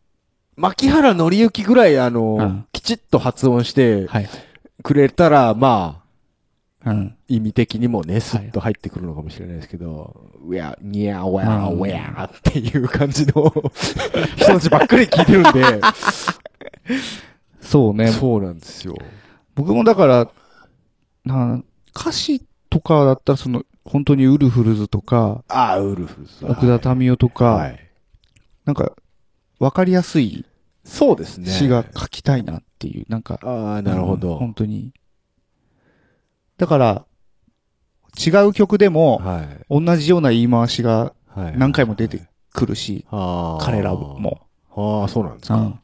B: 牧原紀之ぐらいあ
A: う
B: の
A: ん、
B: きちっと発音して
A: あ、はいはい。
B: くれたら、まあ、
A: うん。
B: 意味的にもね、スッと入ってくるのかもしれないですけど、ウェア、ニャー、ウェア、
A: うん
B: ウェアっていう感じの人たちばっかり聞いてるん で、
A: そうね。
B: そうなんですよ。
A: 僕もだから、な歌詞ととかだったら、その、本当にウルフルズとか、
B: ああ、ウルフさん。
A: 奥田民生とか、
B: はい。
A: なんか、わかりやすい
B: そうですね。
A: 詩が書きたいなっていう、なんか、
B: ああ、なるほ
A: うん
B: ど。
A: 本当に。だから、違う曲でも、
B: はい。
A: 同じような言い回しが
B: はい。
A: 何回も出てくるし、
B: ああ
A: 彼らも。
B: ああ、そうなんです
A: う
B: か。
A: ん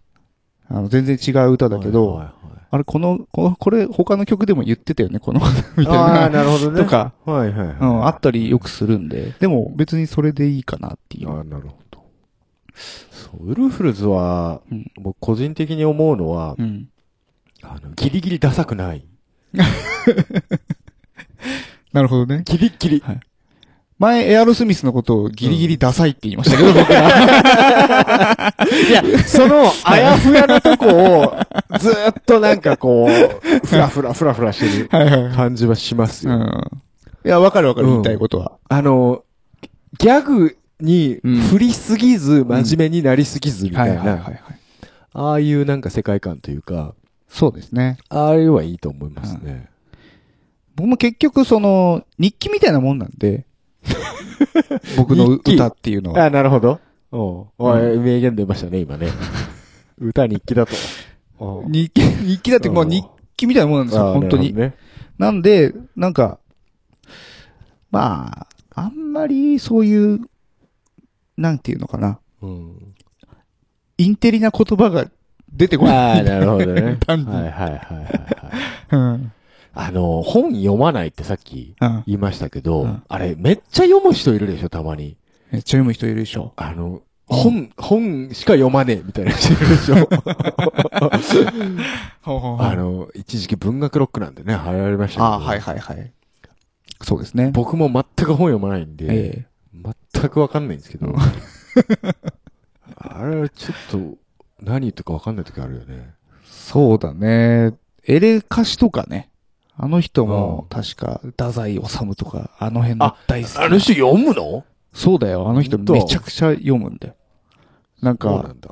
A: あの全然違う歌だけど、
B: はいはいはい
A: あれ、この、このこれ、他の曲でも言ってたよね、この、 みたい
B: あ
A: な
B: あ、。なるほどね。
A: と。か、
B: はいはいはい。
A: うん、あったりよくするんで、でも別にそれでいいかなっていう。
B: ああ、なるほど。そう、ウルフルズは
A: うん、
B: 僕個人的に思うのは
A: う、ん。
B: あの、ギリギリダサくない。
A: なるほどね。
B: ギリ ギリ。
A: 前、エアロスミスのことをギリギリダサいって言いましたけど、僕ら。
B: いや、その、あやふやなとこを、 ずーっとなんかこう、ふらふらふらふらしてる
A: はいはいはい。
B: 感じはします
A: う
B: よ。
A: ん。いや、わかるわかる、
B: うん
A: 言いたいことは。
B: あの、ギャグに
A: うん
B: 振りすぎず、真面目になりすぎずみたいな、
A: い。
B: ああいうなんか世界観というか、
A: そうですね。
B: ああいうのはいいと思いますね。
A: 僕も結局、その、日記みたいなもんなんで、 僕の
B: 日記
A: 歌っていうの
B: あ
A: は。
B: あ、なるほど。おうおい、名言出ましたね、今ね。歌日記だと。おう
A: 日記、日記だってもう日記みたいなもんなんです
B: あ
A: よ、
B: あ
A: 本当に。
B: なるほ
A: なんで、なんか、まあ、あんまりそういう、なんていうのかな。
B: どねうん
A: インテリな言葉が出てこない。。
B: ああ、なるほどね
A: 単に
B: はいはいはいはいはい。
A: うん。
B: あの、本読まないってさっき
A: うん。
B: 言いましたけ
A: う
B: ど
A: ん、
B: あれ、めっちゃ読む人いるでしょ、たまに。
A: めっちゃ読む人いるでしょ。
B: あの、本、本しか読まねえみたいな人いるでしょ。
A: ほうほう
B: あの、一時期文学ロックなんでね、流行りましたけど。
A: ああ、はいはいはい。そうですね。
B: 僕も全く本読まないんで、
A: え
B: 全くわかんないんですけ
A: う
B: ど
A: ん。
B: あれ、ちょっと、何言ってるかわかんない時あるよね。
A: そうだね。エレカシとかね。あの人も、
B: う
A: 確か、太宰治とか、あの辺の
B: あ
A: 大好き。
B: あの人読むの
A: そうだよ。あの人
B: 本当
A: めちゃくちゃ読むんだよ。なん
B: そうな
A: か、
B: んだ。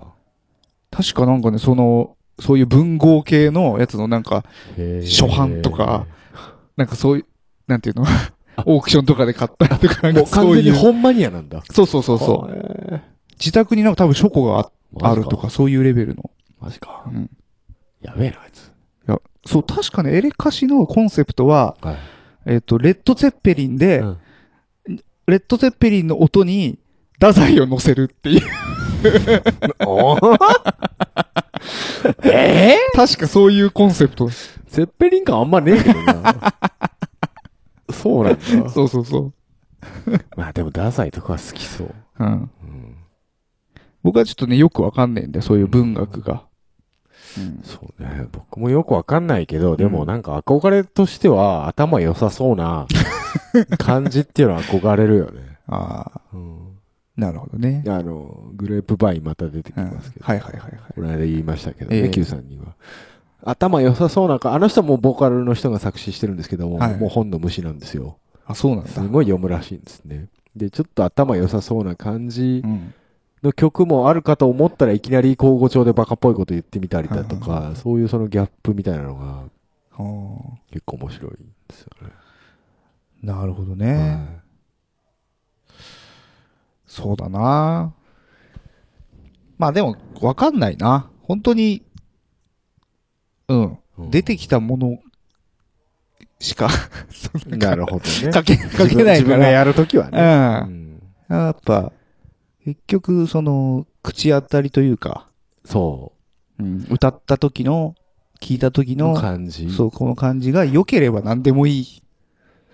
A: 確かなんかね、その、そういう文豪系のやつのなんか、
B: 初
A: 初版とか、なんかそういう、なんていうの オークションとかで買ったりとか、な
B: も
A: ん
B: う
A: かそ
B: 完
A: う
B: 全
A: い
B: に
A: う。
B: 本マニアなんだ。
A: そうそうそうそ
B: へ
A: う。
B: ー
A: 自宅になんか多分書庫がああると。
B: マジ
A: か、そういうレベルの。
B: マジか
A: う。ん。
B: やべえな、あいつ。
A: いや、そう、確かね、エレカシのコンセプトは、
B: はい。
A: えっ、と、レッド・ツェッペリンで、
B: うん
A: レッド・ツェッペリンの音に、太宰を乗せるっていう。
B: おえ
A: 確かそういうコンセプトです。
B: ぇ ゼッペリン感あんまねえけ どな。そうなんだ。
A: そうそうそう。
B: まあでも、ダサいとかは好きそう。
A: うん。
B: うん。
A: 僕はちょっとね、よくわかんないんだよ、そういう文学が。うん。
B: そうね。僕もよくわかんないけど、でもなんか憧れとしては頭良さそう な感じっていうのは憧れるよね。
A: ああ、
B: うん。
A: なるほどね。
B: あの、グレープバインまた出てき
A: うん、はい
B: ますけど。
A: はいはいはい。
B: この間言いましたけど
A: ええ
B: ね、Q さんには。頭良さそうなか、あの人はもうボーカルの人が作詞してるんですけども、
A: はい
B: もう本の虫なんですよ。
A: あ、そうなん
B: す
A: だ。
B: ごい読むらしいんですね。で、ちょっと頭良さそうな感じ
A: うん。
B: の曲もあるかと思ったらいきなり口語調でバカっぽいこと言ってみたりだとか、そういうそのギャップみたいなのが
A: は
B: 結構面白いんですよね。
A: あなるほどね。そうだな。まあでも、わかんないな。本当に、うん。出てきたものしか、
B: きなるほどね。
A: かけ、かけない
B: 自
A: か
B: 分が
A: ら。
B: やるときは
A: う
B: ね。
A: ん。
B: うん
A: やっぱ、結局、その、口当たりというか、
B: そ
A: うん、歌った時の、聞いた時
B: う。の
A: の、
B: 感じ。
A: そう、この感じが良ければ何でもいい。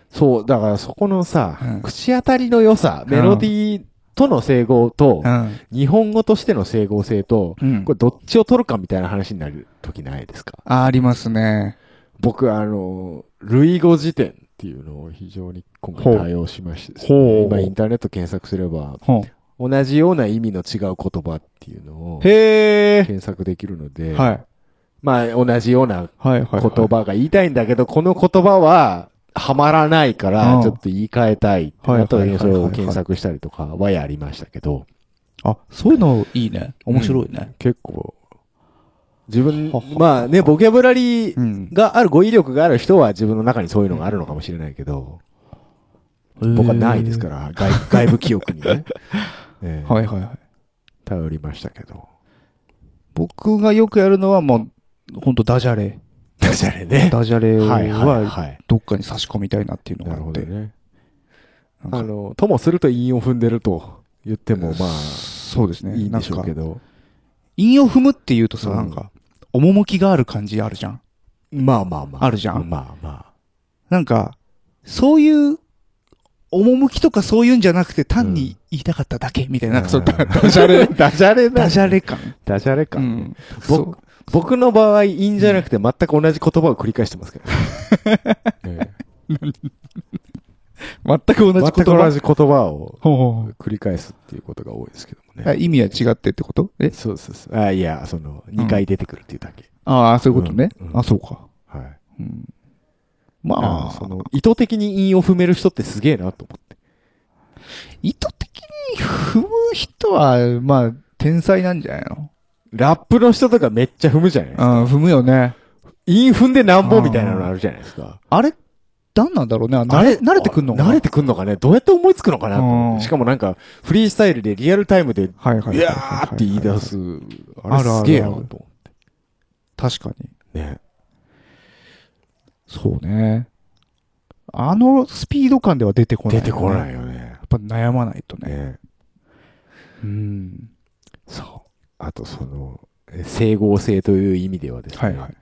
B: そう、だからそこのさ、
A: うん
B: 口当たりの良さ、
A: ん
B: メロディーとの整合と、
A: ん。
B: 日本語としての整合性と、
A: うん
B: こ。れどっちを取るかみたいな話になる時ないですか
A: あ、ありますね。
B: 僕、あの、類語辞典っていうのを非常に今
A: ほう
B: 回対応しましてです
A: ほ
B: ね、
A: う
B: 今インターネット検索すれば、
A: ほ
B: 同じような意味の違う言葉っていうのを
A: へえ。
B: 検索できるので、
A: はい。
B: まあ同じような
A: はい、はい。
B: 言。葉が言いたいんだけど、この言葉は、はまらないか
A: う
B: ら
A: ん、
B: ちょっと言い換えたい。
A: はい
B: あと
A: はいはいはいはい
B: それを検索したりとかはやりましたけど、
A: あ、そういうのいいね。面白いね。
B: 結構、自分
A: はは、
B: まあね、ボキャブラリー
A: ん。
B: がある、語彙力がある人は自分の中にそういうのがあるのかもしれないけど、僕はないですか ら、外外部記憶にね、ええ
A: はいはいはい。
B: 頼りましたけど。
A: 僕がよくやるのはもう、ほんとダジャレ。
B: ダジャレね。
A: ダジャレ
B: はいはい
A: は
B: はい。
A: どっかに差し込みたいなっていうのが
B: なる
A: あ
B: ほ
A: っ
B: ど
A: て。
B: ね。
A: なんか
B: あの、ともすると韻を踏んでると言っても、ま
A: そうです
B: あ、
A: ね。
B: いいんでしょうけ
A: ど。
B: ど。
A: 韻を踏むっていうとさ、
B: うん
A: なんか、趣がある感じあるじゃん。
B: まあまあまあ。
A: あるじゃん
B: まあま
A: なんか、そういう、趣とかそういうんじゃなくて、単に言いたかっただけみたいな、なんかそう、ダダジャレ
B: あ。、ダジャレだ
A: ダ。ジャレ感。
B: ダジャレか
A: う。ん。そう
B: 僕、僕の場合、韻じゃなくて全く同じ言葉を繰り返してま すけど。ええ
A: 全く同じ
B: 全く
A: 言
B: 同
A: 葉。
B: じ言葉を
A: ほうほうほう
B: 繰り返すっていうことが多いですけども
A: あ
B: ね。
A: 意味は違ってってことえ
B: そうそうそう。あいや、その、2回出てくるっていうだけ。
A: ああ、そういうことね。
B: うんうん
A: あ、そうか。
B: はい。
A: うん、ま
B: あ
A: あ、
B: あ、その、意図的に韻を踏める人ってすげえなと思って。
A: 意図的に踏む人は、まあ、天才なんじゃないの
B: ラップの人とかめっちゃ踏むじゃないですか。
A: ああ踏むよね。
B: 韻踏んでなんぼみたいなのあるじゃないですか。
A: あれ、何なんだろうね。あ慣れ、慣れてくんのかな
B: 慣れてくんのかねどうやって思いつくのかなと思っ
A: うん
B: てしかもなんか、フリースタイルでリアルタイムで、
A: はいはいはいはいはいい。
B: やーって言い出す。あ
A: あ
B: れ
A: るある
B: すげえなと思って。
A: 確かに。
B: ね。
A: そうね。あのスピード感では出てこない、
B: 出てこ
A: い。
B: な
A: や
B: いよね。
A: っぱ悩まないとね。
B: ね。
A: うん。
B: そう。あとその、え整合性という意味ではですね、
A: はいはい。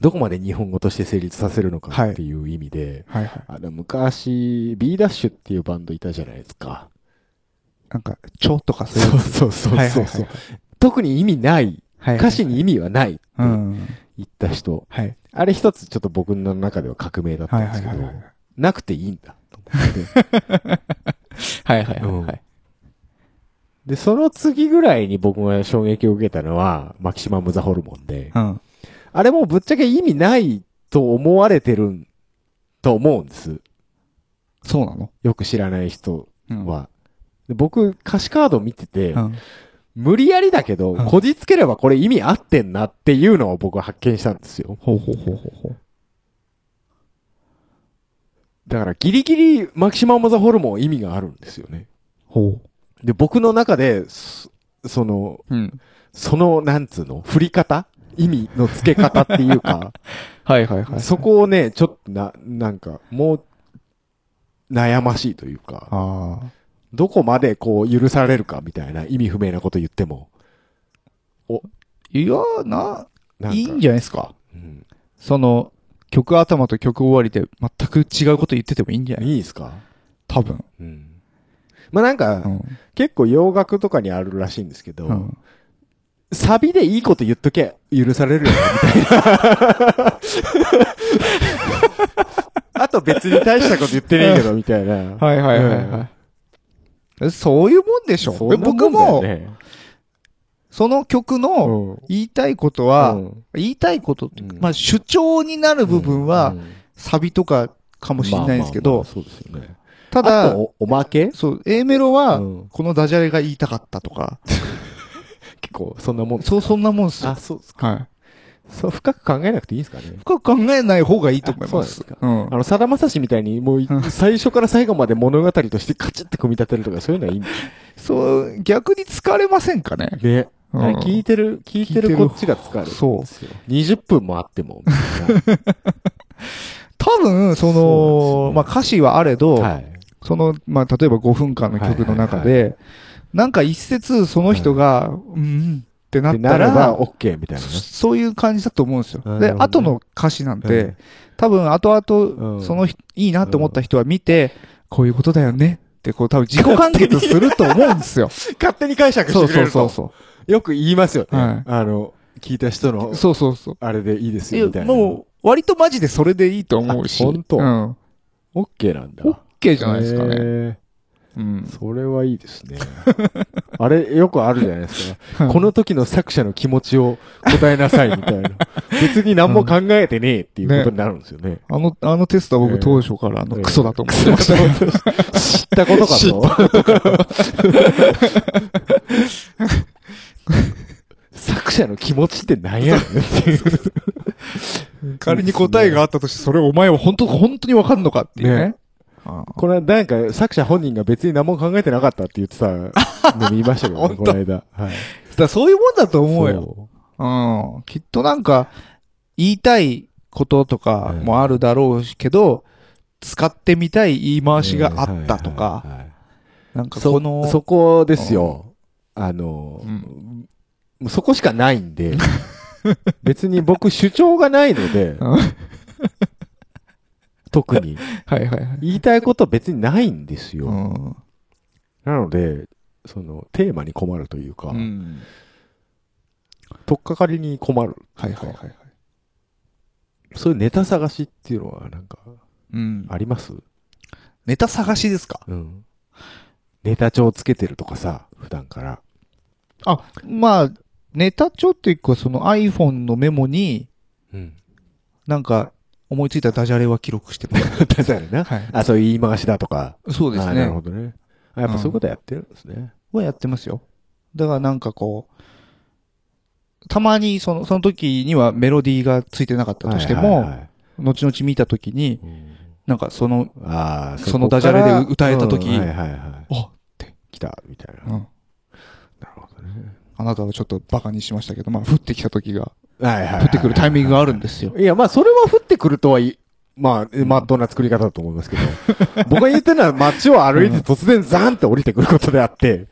B: どこまで日本語として成立させるのかっていう意味で、
A: はいはい。
B: あの昔、B ダッシュっていうバンドいたじゃないですか。
A: なんか、ちょとかそういうや
B: そうそう
A: つ。
B: そうそうそう。特に意味ない、
A: はいはいはい。
B: 歌詞に意味はないっ
A: う
B: て言
A: ん。
B: った人。
A: はい。
B: あれ一つちょっと僕の中では革命だった
A: はい
B: んで
A: は
B: す
A: い
B: け
A: は
B: ど
A: い、はい。
B: なくていいんだと思って。
A: はいはい
B: はいはい。で、その次ぐらいに僕が衝撃を受けたのは、マキシマム・ザ・ホルモンで、
A: うん。
B: あれもぶっちゃけ意味ないと思われてるんと思うんです。
A: そうなの
B: よく知らない人
A: うん。
B: は。で僕、歌詞カード見てて、
A: うん。
B: 無理やりだけど、
A: うん
B: こじつければこれ意味合ってんなっていうのを僕は発見したんですよ。
A: ほうほうほうほうほう。
B: だからギリギリマキシマム・ザ・ホルモン意味があるんですよね。
A: ほ
B: で、僕の中で、そその、
A: う。うん。
B: その、なんつうの、振り方意味の付け方っていうか、
A: はいはいはい。
B: そこをね、ちょっとな、なんか、もう、悩ましいというか。
A: ああ。
B: どこまでこう許されるかみたいな意味不明なこと言っても。
A: いや、な、
B: なんか
A: いいんじゃないですか。
B: うん
A: その、曲頭と曲終わりで全く違うこと言っててもいいんじゃない
B: いいですか
A: 多分。
B: うん。まあなんか、
A: うん。
B: 結構洋楽とかにあるらしいんですけど、
A: うん
B: サビでいいこと言っときゃ許されるよね、みたい な。あと別に大したこと言ってねえけど、みたいな。
A: はいはいはいはい。えそういうもんでしょ。
B: そんなもんだ
A: 僕
B: よ
A: も、
B: ね
A: その曲の
B: うん
A: 言いたいことは、
B: うん
A: 言いたいこと、
B: うん
A: まあ主張になる部分は、サビとかかもしれないですけ
B: ま
A: ど
B: あまあまあ、そうですよね。
A: た
B: あ
A: だ
B: と、おおまけ
A: そう、A メロは
B: うん、
A: このダジャレが言いたかったとか、
B: 結構、そんなもん。
A: そう、そんなもんっすよ
B: あ、。そうですか。
A: はい。
B: そう、深く考えなくていいですかね。
A: 深く考えない方がいいと思いま
B: あ
A: す。
B: そうです
A: ん
B: あの、さだまさしみたいに、もうい、最初から最後まで物語としてカチッて組み立てるとか、そういうのはいいんだよ
A: そう、逆に疲れませんかね。
B: ね。
A: うん
B: あれ聞いてる、聞いてるこっちが疲れるんですよ。
A: そ
B: 20分もあっても、みたい
A: 多分、そ
B: そうなんです
A: の、
B: よ
A: まあ歌詞はあれど、
B: なはい。
A: その、まあ例えば5分間の曲の中
B: は
A: で、なんか一節その人が、うん、ってな
B: で、
A: っ
B: な
A: た
B: らば、
A: ら、
B: OK みたいなね
A: そ。そういう感じだと思うんです
B: あー
A: よ。
B: なる
A: で
B: ほど、ね
A: 後の歌詞なん
B: うん
A: て、多分後
B: う
A: 々、
B: ん
A: その人、いいなって思った人は見て、こういうことだよねって、こう多分自己完結すると思うんです よ。
B: 勝手に解釈
A: そうそうそうそ
B: よく言いますよね。
A: はい
B: あの、聞いた人の
A: う。、そうそうそう。
B: あれでいいです
A: い
B: よ、みた
A: や
B: いな。
A: もう、割とマジでそれでいいと思うし。
B: あほんと
A: うん。
B: う、OK なんだ。
A: OK じゃないですかね。
B: ね。
A: うん。
B: それはいいですね。 あれ、よくあるじゃないですか。
A: はい
B: この時の作者の気持ちを答えなさいみたいな。別に何も考えてねえっていうことになるんですよね。
A: あの、あのテストは
B: ええ
A: 僕当初からあの
B: ええ
A: クソだと思ってました。
B: 知ったことか
A: 知
B: と。作者の気持ちって何やねんっ ていう。
A: 仮に答えがあったとして、それお前は本当、本当にわかんのかっていうね。ああ
B: これなんか作者本人が別に何も考えてなかったって言ってたの見ましたけどね、
A: 本当
B: この間。はい。
A: だからそういうもんだと思うよ。
B: よ。
A: うん。きっとなんか、言いたいこととかもあるだろうけど、使ってみたい言い回しがあったと
B: え
A: か、
B: ー。はいはいはい
A: なんか
B: そ
A: この、
B: そこですよ。あの
A: う、ん
B: もうそこしかないんで、 別に僕主張がないので
A: うん、
B: 特に。
A: はいはいはい。
B: 言いたいこと別にないんですよ。
A: うん
B: なので、その、テーマに困るというか、
A: うん。
B: とっかかりに困る。
A: はいはいはいはい。
B: そういうネタ探しっていうのは、なんか、
A: うん。
B: あります
A: ネタ探しですか
B: うん。ネタ帳つけてるとかさ、普段から。
A: あ、まあ、ネタ帳っていうか、その iPhone のメモに、
B: うん。
A: なんか、思いついたダジャレは記録してる。
B: だからな。
A: はい。
B: あ、そういう言い回しだとか。
A: そうです
B: あ
A: ね。
B: なるほどね。あやっぱそういうことやってるんですね。
A: はやってますよ。だからなんかこう、たまにその、その時にはメロディーがついてなかったとしても、
B: はいはいはい
A: 後々見た時に、
B: うん
A: なんかその、
B: ああ、
A: そのダジャレで歌えた時
B: うんはいはいはい。
A: あっ
B: 来た、みたいな。
A: うん
B: なるほどね。
A: あなたはちょっとバカにしましたけど、まあ降ってきた時が、
B: はいはいはい。
A: 降ってくるタイミングがあるんですよ。
B: いや、まあ、それは降ってくるとはいい。まあ、まっとうな作り方だと思 いますけど。僕が言ってるのは街を歩いて突然ザーンって降りてくることであって、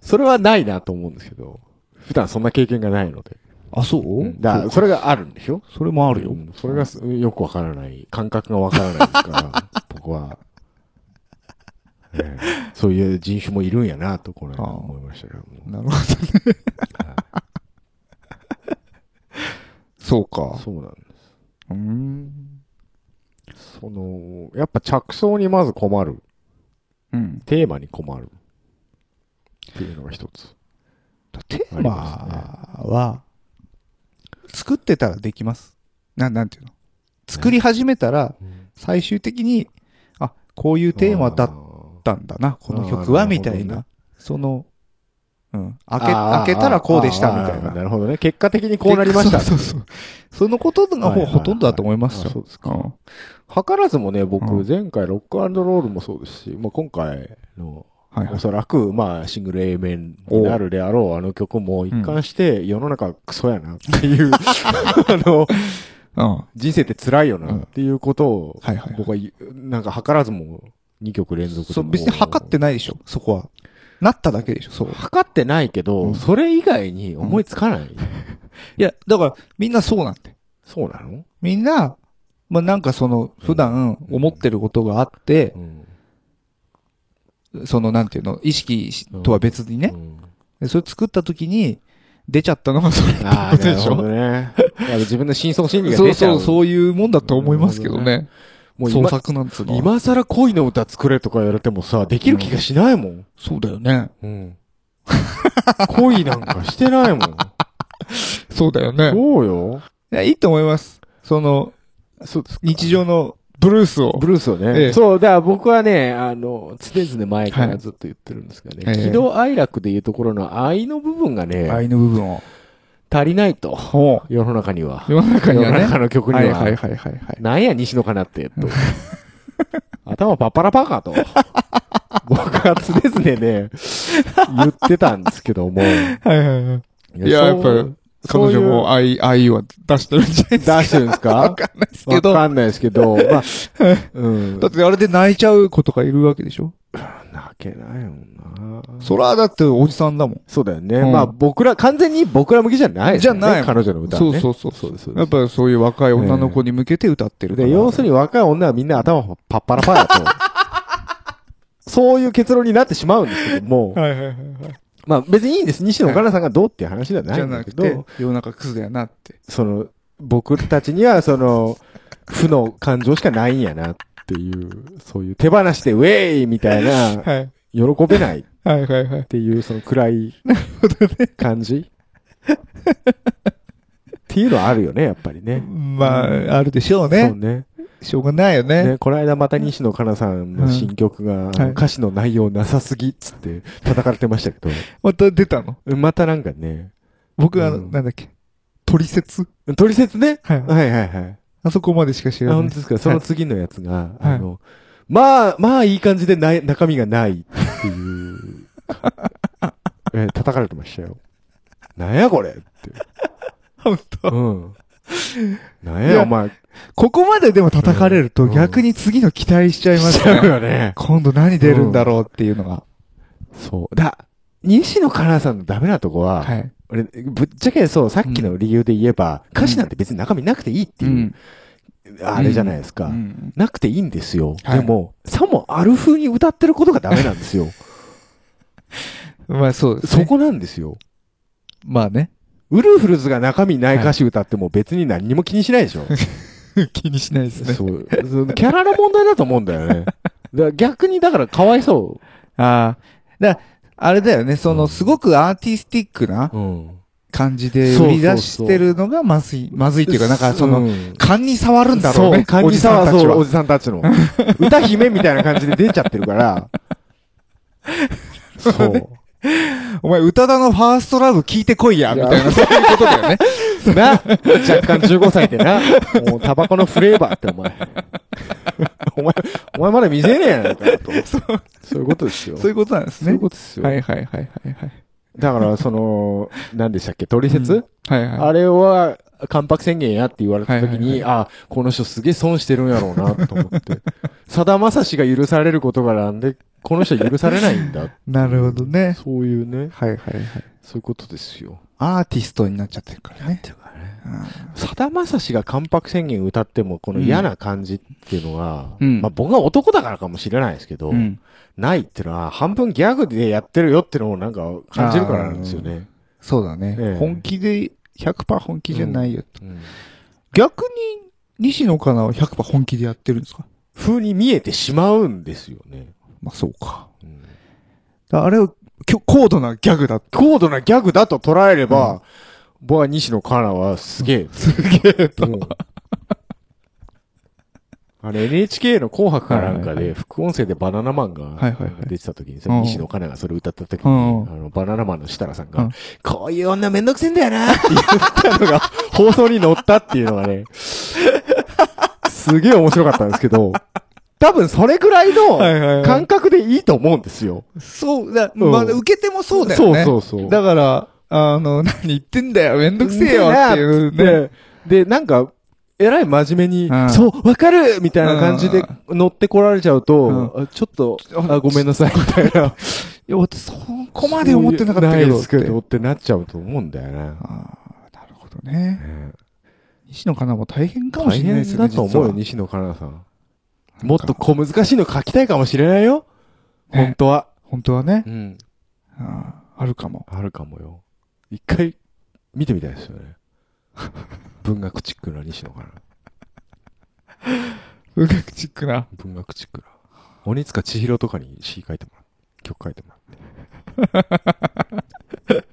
B: それはないなと思うんですけど、普段そんな経験がないので。
A: あ、そう
B: だから、それがあるんでしょ
A: それもあるよ
B: う。んそれがすよくわからない、感覚がわからないで すから、僕は。ええそういう人種もいるんやなと、この間思いましたけども。
A: なるほどね。 そうか。
B: そうなんで
A: うーん。
B: す。その、やっぱ着想にまず困る。
A: うん。
B: テーマに困る。っていうのが一つ。
A: テー
B: あ
A: マは、作ってたらできます。なん、なんていうの作り始めたら、最終的に、あ、こういうテーマだったんだな、この曲
B: あ
A: は、
B: ーなる
A: み
B: ほど
A: た
B: ね
A: いな。その、うん。
B: あ
A: 開
B: ー。
A: け、開けたらこうでした、みたい
B: あー
A: な。
B: なるほどね。結果的にこうなりました。
A: そうそうそう。そのことの
B: はい
A: 方
B: はいはい
A: ほとんどだと思います
B: あ
A: よ。
B: そうですか
A: ん
B: 図らずもね、僕
A: う、
B: 前回ロックアンドロールもそうですし、まあ今回の、
A: はいは
B: お
A: い。
B: そらく、まあ、シングル A 面になるであろう、あの曲も一貫して、世の中クソやなって いう、あの、
A: うん。は
B: 人生って辛いよなっていうことを
A: い、はいはい。
B: 僕は言う、なんか図らずも2曲連続で
A: そう、
B: こ
A: 別に測ってないでしょ、そこは。なっただけでしょ、そう。
B: 測ってないけど、
A: うん
B: それ以外に思いつかない。
A: いや、だから、みんなそうなんて。
B: そうなの
A: みんな、まあ、なんかその、普段思ってることがあって、その、なんていうの、意識しとは別にね
B: う、ん
A: でそれ作った時に、出ちゃったのがそれって
B: あ
A: こ
B: あ、
A: と
B: な
A: で
B: る
A: しょ
B: ほどね。だから自分の真相心理が
A: そう
B: 出ちゃ。
A: そうう、そういうもんだと思いますけどね。
B: もう
A: 創
B: 今、
A: 作なんつうのは。
B: 今更恋の歌作れとか言われてもさ、できる気がしないもん。
A: そうだよね。
B: うん。恋なんかしてないもん。
A: そうだよね。
B: そうよ。
A: いや、いいと思います。その、
B: そうです
A: 日常のブルースを
B: ブ。ルースをね。
A: ええ
B: そう、だから僕はね、あの、常々前か
A: は
B: ら
A: い
B: ずっと言ってるんですがね、
A: ええ
B: 喜怒哀楽でいうところの愛の部分がね、
A: 愛の部分を。
B: 足りないと。世の中には。
A: 世の中
B: 世
A: に
B: の
A: はね。
B: 中の曲に
A: はい
B: は。
A: はいはいはいはい。
B: なんや、西野かなって、と。 頭パッパラパ ーかと。僕は常々ね、言ってたんですけども。い
A: はいはいはい。いや、やっぱ、彼
B: そういう
A: 女も愛、愛は出してるんじゃないで
B: 出
A: すか。
B: してるんですか
A: わかんないですけど。
B: わ
A: だ
B: かんないです けど、まあ、うん。
A: ってあれで泣いちゃう子とかいるわけでしょ
B: 泣けないよな。
A: そらだっておじさんだもん。
B: そうだよね。
A: うん
B: まあ僕ら、完全に僕ら向きじゃないですよね
A: じゃない
B: 彼女の歌は
A: そ
B: ね。
A: うそうそう。
B: そうですそうです
A: やっぱそういう若い女の子に向けて歌ってるから。
B: で、要するに若い女はみんな頭パッパラパー だと。そういう結論になってしまうんですけど も。
A: はいはいはいはい。
B: まあ別にいいんです。西野岡田さんがどうっていう話ではな
A: じ
B: い
A: ゃ
B: んだ
A: な
B: け
A: く
B: ど、
A: て、世の中クズだよなって。
B: その、僕たちにはその、負の感情しかないんやなっていう、そういう手放してウェイみたいな、
A: はい。
B: 喜べないっ
A: はいはいはい。
B: ていうその暗い感じっていうのはあるよね、やっぱりね。
A: まあ、あるでしょう
B: そう
A: ね。
B: ね。
A: しょうがないよね。
B: ね、この間また西野カナさんの新曲が、あの
A: はい
B: 歌詞の内容なさすぎっつって叩かれてましたけど、
A: また出たの。
B: またなんかね、
A: 僕、あの、
B: うん
A: なんだっけ。取説
B: 取説ね。
A: はい
B: はいはいはい。
A: あそこまでしか知
B: あ
A: らない
B: 本当。ですか。その次のやつが、
A: はい
B: あの、まあ、まあいい感じでない、中身がないっていう。 えー、叩かれてましたよ。なんやこれって。
A: 本当
B: うん。なん
A: いや
B: やお前、
A: ここまででも叩かれると逆に次の期待しちゃいま
B: し
A: す
B: ちゃう
A: ね。
B: よね。
A: 今度何出るんだろうっていうのが。
B: そう。だ、西野カナさんのダメなとこは、
A: はい。
B: 俺、ぶっちゃけそう、さっきの理由で言えば、歌詞なんて別に中身なくていいっていう、あれじゃないですか。
A: うん
B: なくていいんですよ。
A: はい
B: でも、さもある風に歌ってることがダメなん ですよ。
A: まあそうです
B: そ
A: ね。
B: こなんですよ。
A: まあね。
B: ウルフルズが中身ない歌詞歌っても別に何にも気にしな いでしょ。
A: 気にしないですね。
B: そう。そのキャラの問題だと思うんだよ ね。だから逆にだからかわいそ
A: ああ。だからあれだよね、そうの、
B: ん
A: すごくアーティスティックな
B: う。うん。
A: 感じで
B: そうそう
A: 売
B: そう
A: り出してるのがまずい、まずいっていうか、なんかその、
B: ん
A: 勘に触るんだろう
B: そう、
A: ね。
B: 感じさは
A: おじさんたち
B: そう、おじさんたちの。歌姫みたいな感じで出ちゃってるから。そう。
A: お前、宇多田のファーストラブ聞いてこいや、みたい
B: い
A: な、 そういうことだよね。
B: な、若干15歳でな、もうタバコのフレーバーって お前。お前、お前まだ見せねえやないかと。そう。いうことですよ。
A: そういうことなんです
B: そうい
A: ね
B: う。ことですよ。
A: はいはいはいはいはい。
B: だから、その、 何でしたっけ、トリセツ、
A: はいはい。
B: あれは、関白宣言やって言われた時
A: はいはい
B: に、あ、この人すげえ損してるんやろうな、と思って。 さだまさしが許されることがなんで、この人は許されない んだ。
A: なるほどね。
B: そういうね、
A: はいはいはい。
B: そういうことですよ。
A: アーティストになっちゃってるからね。
B: さだまさしが関白宣言歌っても、この嫌な感じっていうのは、
A: うん
B: まあ僕は男だからかもしれないですけど、
A: うん。
B: ないっていうのは、半分ギャグでやってるよっていうのをなんか感じるからなんですよね。
A: そうだね。
B: ええ
A: 本気で、100%本気じゃないよ。
B: うん
A: 逆に、西野カナは100%本気でやってるんですか
B: 風に見えてしまうんですよね。
A: まあそうか。
B: うん
A: だあれは、きょ高度なギャグだって。
B: 高度なギャグだと捉えれば、僕は西野カナはすげえ。
A: すげえと。
B: うんあれ NHK の紅白かなんか
A: はいはいは
B: で、副音声でバナナマン
A: はい
B: が
A: はいはい
B: 出てた時にさ、
A: うん
B: 西野カナがそれ歌った時に、あ
A: うんうん
B: の、バナナマンの設楽さん
A: う
B: が
A: ん、
B: こういう女めんどくせえんだよなって言ったのが、 放送に乗ったっていうのがね、すげえ面白かったんですけど、多分それぐらい
A: はいはいは
B: の
A: い
B: 感覚でいいと思うんですよ。
A: そう、だ、
B: うん
A: まあ、受けてもそうだよね。
B: そうそうそう。
A: だから、あの、何言ってんだよ、めんどくせえよっていうね。
B: で、でなんか、えらい真面目に、
A: うん
B: そう、わかるみたいな感じで乗ってこられちゃうと、あちょっと、あ、ごめん なさい、みたいな。
A: いや、私、そこまで思ってなかったけ
B: ない
A: ど
B: で
A: っ
B: す
A: て。
B: けどってなっちゃうと思うんだよね。
A: ああ、なるほどね。
B: ね
A: 西野カナも大変かも
B: 大
A: しれないです
B: 変
A: よね。
B: だと思うよ、
A: 実
B: 西野カナさん。もっと小難しいの書きたいかもしれないよ。
A: ね
B: 本当は。
A: は本当はね。
B: うん。
A: あああるかも。
B: あるかもよ。一回、見てみたいですよね。 文学チックな西野カナ。
A: うがくチックな。
B: 文学チックな。鬼塚千尋とかに詩書いてもらう。曲書いても らって。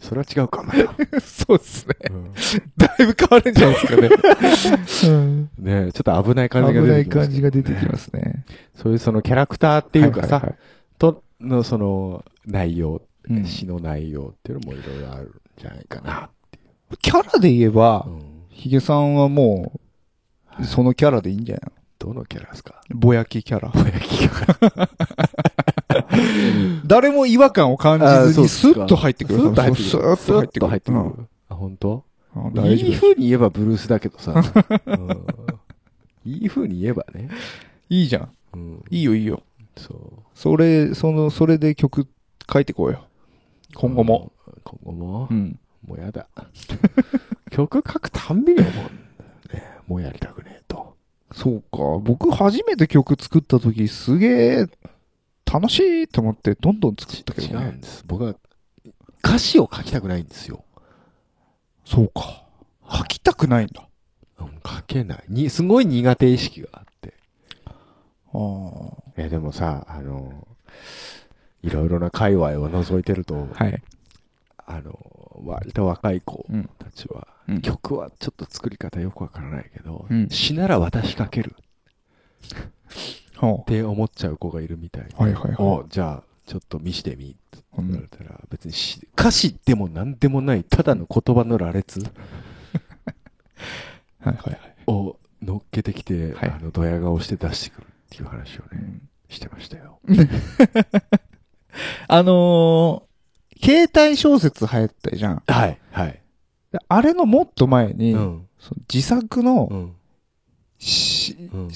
B: それは違うか、まだ。
A: そうですね。
B: うん
A: だいぶ変わるんじゃないですかね。うん
B: ねえちょっと危ない感じが
A: 危ない
B: 出てきます
A: 感じが出てきますね。
B: そういうそのキャラクターっていうかさ、
A: はは
B: とのその内容、
A: いはいうん
B: 詩の内容っていうのもいろいろあるんじゃないかな。
A: キャラで言えば
B: う、ん
A: ヒゲさんはもう、そのキャラでいいんじゃない
B: どのキャラですか
A: のぼやきキャラ。 誰も違和感を感じずに、スッと入ってくる。
B: スッと入ってくる。
A: スッと入ってくる。
B: スッと入って
A: うん
B: くるあ、本当？
A: うん大丈
B: い
A: 夫
B: い風に言えばブルースだけどさ。うんいい風に言えばね。
A: いいじゃん。
B: うん
A: いいよいいよ。
B: そう。
A: それ、その、それで曲書いてこうよ。今後も。
B: うん。今後も
A: う。ん。
B: もうやだ。 曲書くたんびに思うんだよね。もうやりたくねえと。
A: そうか。僕初めて曲作った時、すげえ、楽しいと思って、どんどん作ったけ
B: 違
A: ど
B: う
A: ね。
B: んです。僕は歌詞を書きたくないんですよ。
A: そうか。吐きたくないんだ。
B: うん書けない。に、すごい苦手意識があって。
A: ああ。
B: え、でもさ、あの、いろいろな界隈を覗いてると、
A: はい。
B: あの、割と若い子
A: うん
B: たちは、
A: うん
B: 曲はちょっと作り方よくわからないけど、
A: うん
B: 詩なら私書けるっ
A: は
B: て思っちゃう子がいるみたいで
A: あはいはいはい。
B: おじゃあ、ちょっと見してみ、って
A: う
B: 言わ
A: ん
B: れたら、別に詩歌詞でも何でもない、ただの言葉の 羅列
A: はいはいはい。
B: を乗っけてきて、
A: はい
B: あの、ドヤ顔して出してくるっっていう話をね、してましたよ。
A: あのー携帯小説流行ったじゃん。
B: はい。はい。
A: であれのもっと前に、
B: うん。
A: その自作の
B: うん。
A: 詩、
B: うん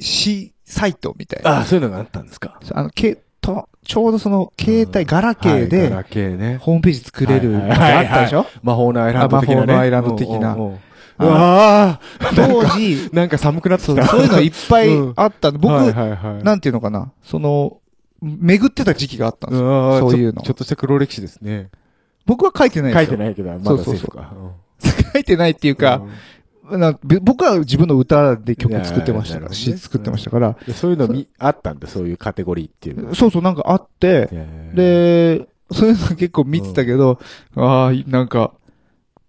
A: 詩サイトみたいな。
B: ああ、そういうのがあったんですか。
A: あの、けと、ちょうどその携
B: う
A: 帯、
B: ん
A: ガラケー
B: はいガ
A: で
B: ラケーね。
A: ホームページ作れるのがあったでしょ
B: 魔法のアイランド的な、ね。
A: あ魔法のアイランド的な
B: うんうんうん
A: あ
B: うわあ
A: 当時、
B: なんか寒くなってきた。
A: そういう のいっぱいあったの。僕、
B: はいはいはい、
A: なんていうのかな、その、巡ってた時期があったんですよ。
B: ん
A: そういうの
B: ちょっとした黒歴史ですね。
A: 僕は書いてないで
B: 書
A: すよ。
B: いてないけど、まだ
A: そうそうそう
B: セーフか。
A: 書いてないっていうか、なんび僕は自分の歌で曲作ってました
B: いやいやなる
A: か
B: ほど
A: ら、
B: ね
A: 詩作ってましたから、
B: でそういうのみあったんだ、そういうカテゴリーっていうのが。
A: そうそうなんかあって、で、そういうの結構見てたけど、ああ、なんか、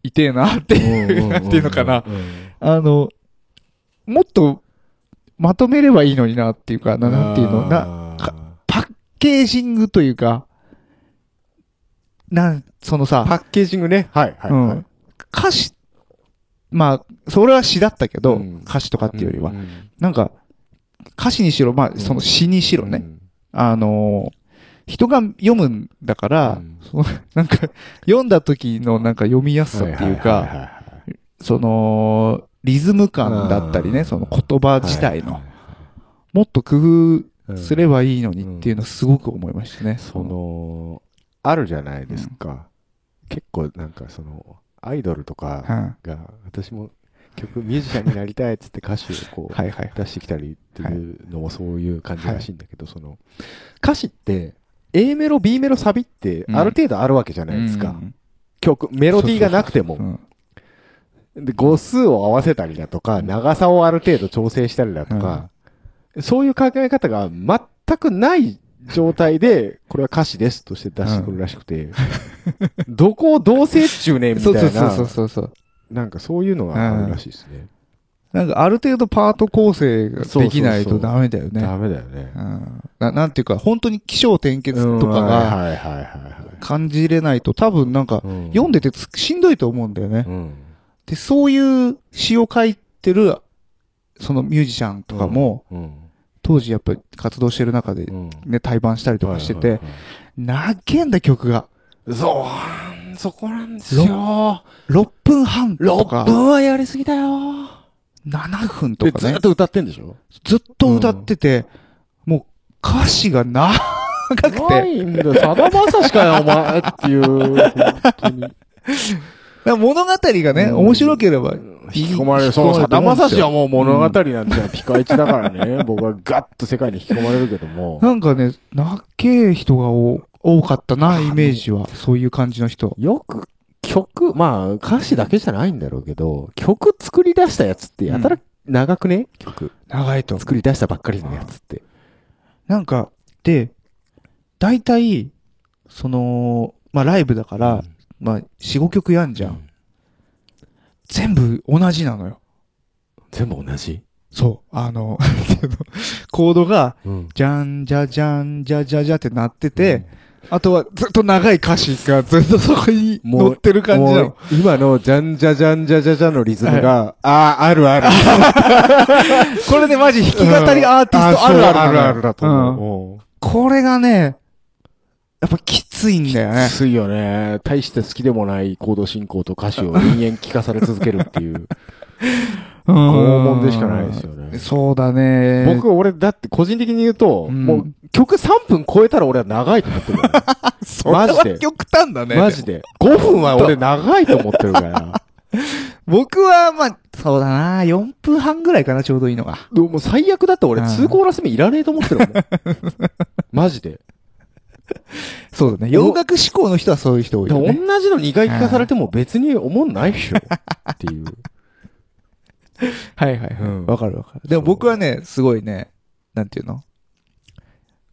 A: 痛えなっていう、なんていうのかな。
B: んうん
A: あの、もっと、まとめればいいのになっていうか、ななんていうの、な、
B: あー
A: かパッケージングというか、なん、そのさ、
B: パッケージングね。はい、はい。
A: うん
B: はい
A: 歌詞、まあ、それは詩だったけど、
B: うん
A: 歌詞とかっていうよりは。
B: ん
A: なんか、歌詞にしろ、まあ、その詩にしろね、あのー人が読むんだから、
B: うん
A: そのなんか、読んだ時のなんか読みやすさっていう
B: はいはいはい
A: か、
B: はい
A: その、リズム感だったり
B: うん
A: ね、その言葉自体の、
B: はい
A: もっと工
B: うん
A: 夫すればいいのにっていうのはすごく思いましたね。
B: その、あるじゃないですか。結構なんかその、アイドル
A: う
B: と
A: ん、
B: か
A: は
B: が、私も曲、ミュージシャンになりたいっつって歌詞をこう
A: い、はいはい。
B: 出してきたりっていうのもそういう感じらしいんだけど、その、歌詞って、A メロ、B メロ、サビって
A: うん
B: ある程度あるわけじゃないですか。
A: うん
B: 曲、メロディーがなくても。
A: うん
B: で、語数を合わせたりだとか、長さをある程度調整したりだとか、そういう考え方が全くない状態で、これは歌詞ですとして出してくるらしくて、どこをどうせっちゅうねんみた
A: そ
B: いうな、
A: そうそうそうそう。
B: なんかそういうのがあるらしいですね。
A: なんかある程度パート構成ができないとダメだよね。
B: ダメだよね。
A: うんななんていうか、本当に気象転結
B: うん
A: とかが
B: はいはいはいはい。
A: 感じれないと多分なんか、
B: うん
A: 読んでてつしんどいと思うんだよね。
B: うん
A: で、そういう詩を書いてる、そのミュージシャンとかも、
B: うん
A: 当時やっぱり活動してる中で
B: うん
A: ね、対バンしたりとかして
B: はい
A: て
B: は、
A: なげんだ曲が。
B: いはいそう、そこなんですよ。
A: 6分半と
B: 6
A: か、
B: 分はやりすぎだよ。
A: 7分
B: で
A: と
B: ず
A: かね
B: っ。と歌ってんでしょ
A: ずっと歌ってて、もう歌詞が長く
B: な
A: て、
B: いんだよ。さだまさしかよ、お前っていう。本当に。
A: だから物語がね、
B: うん
A: 面白ければいい、
B: 引き込まれる。そう、
A: 引き
B: さ
A: 込
B: だ
A: まれると思
B: ま
A: うん
B: さ
A: です
B: し
A: よ
B: はもう物語なんてピカイチだからね。僕はガッと世界に引き込まれるけども。
A: なんかね、長え人がお多かったな、イメージは。そういう感じの人。
B: よく曲、まあ歌詞だけじゃないんだろうけど、曲作り出したやつってやたら長くね曲。
A: 長いと思う。
B: 作り出したばっかりのやつって。
A: なんか、で、大体、その、まあライブだから、まあ4、5曲やんじゃん。全部同じなのよ。
B: 全部同じ。
A: そう。あの、 っていうのコードが、
B: うん。
A: じゃんじゃじゃんじゃじゃじゃってなってて、あとはずっと長い歌詞がずっとそこに乗ってる感じな
B: も
A: の
B: う。今のじゃんじゃじゃんじゃじゃじゃのリズムが、ああ、あるある。
A: これでマジ弾き語りアーティストあるあるなのよ
B: あるだと思う。
A: これがね、やっぱきついんだよね
B: き。ついよね。大して好きでもない行動進行と歌詞を延々聞かされ続けるって いう、
A: 拷
B: 拷問でしかないですよね。
A: そうだね。
B: 僕、俺、だって個人的に言うと、
A: うん
B: もう曲3分超えたら俺は長いと思ってるから
A: それは
B: マジで
A: 極端だね。
B: マジで。5分は俺長いと思ってる から。
A: 僕は、まあ、そうだな、4分半ぐらいかな、ちょうどいいのが。
B: でももう最悪だって俺
A: うん
B: 通行ラス目いらねえと思ってるもん。 マジで。
A: そうだね。洋楽志向の人はそういう人多い
B: で
A: よ
B: も同
A: ね。
B: じの2回聞かされても別に思んないっしょ。っていう。
A: はいはい
B: うん
A: わかるわかる。でも僕はね、すごいね、なんていうの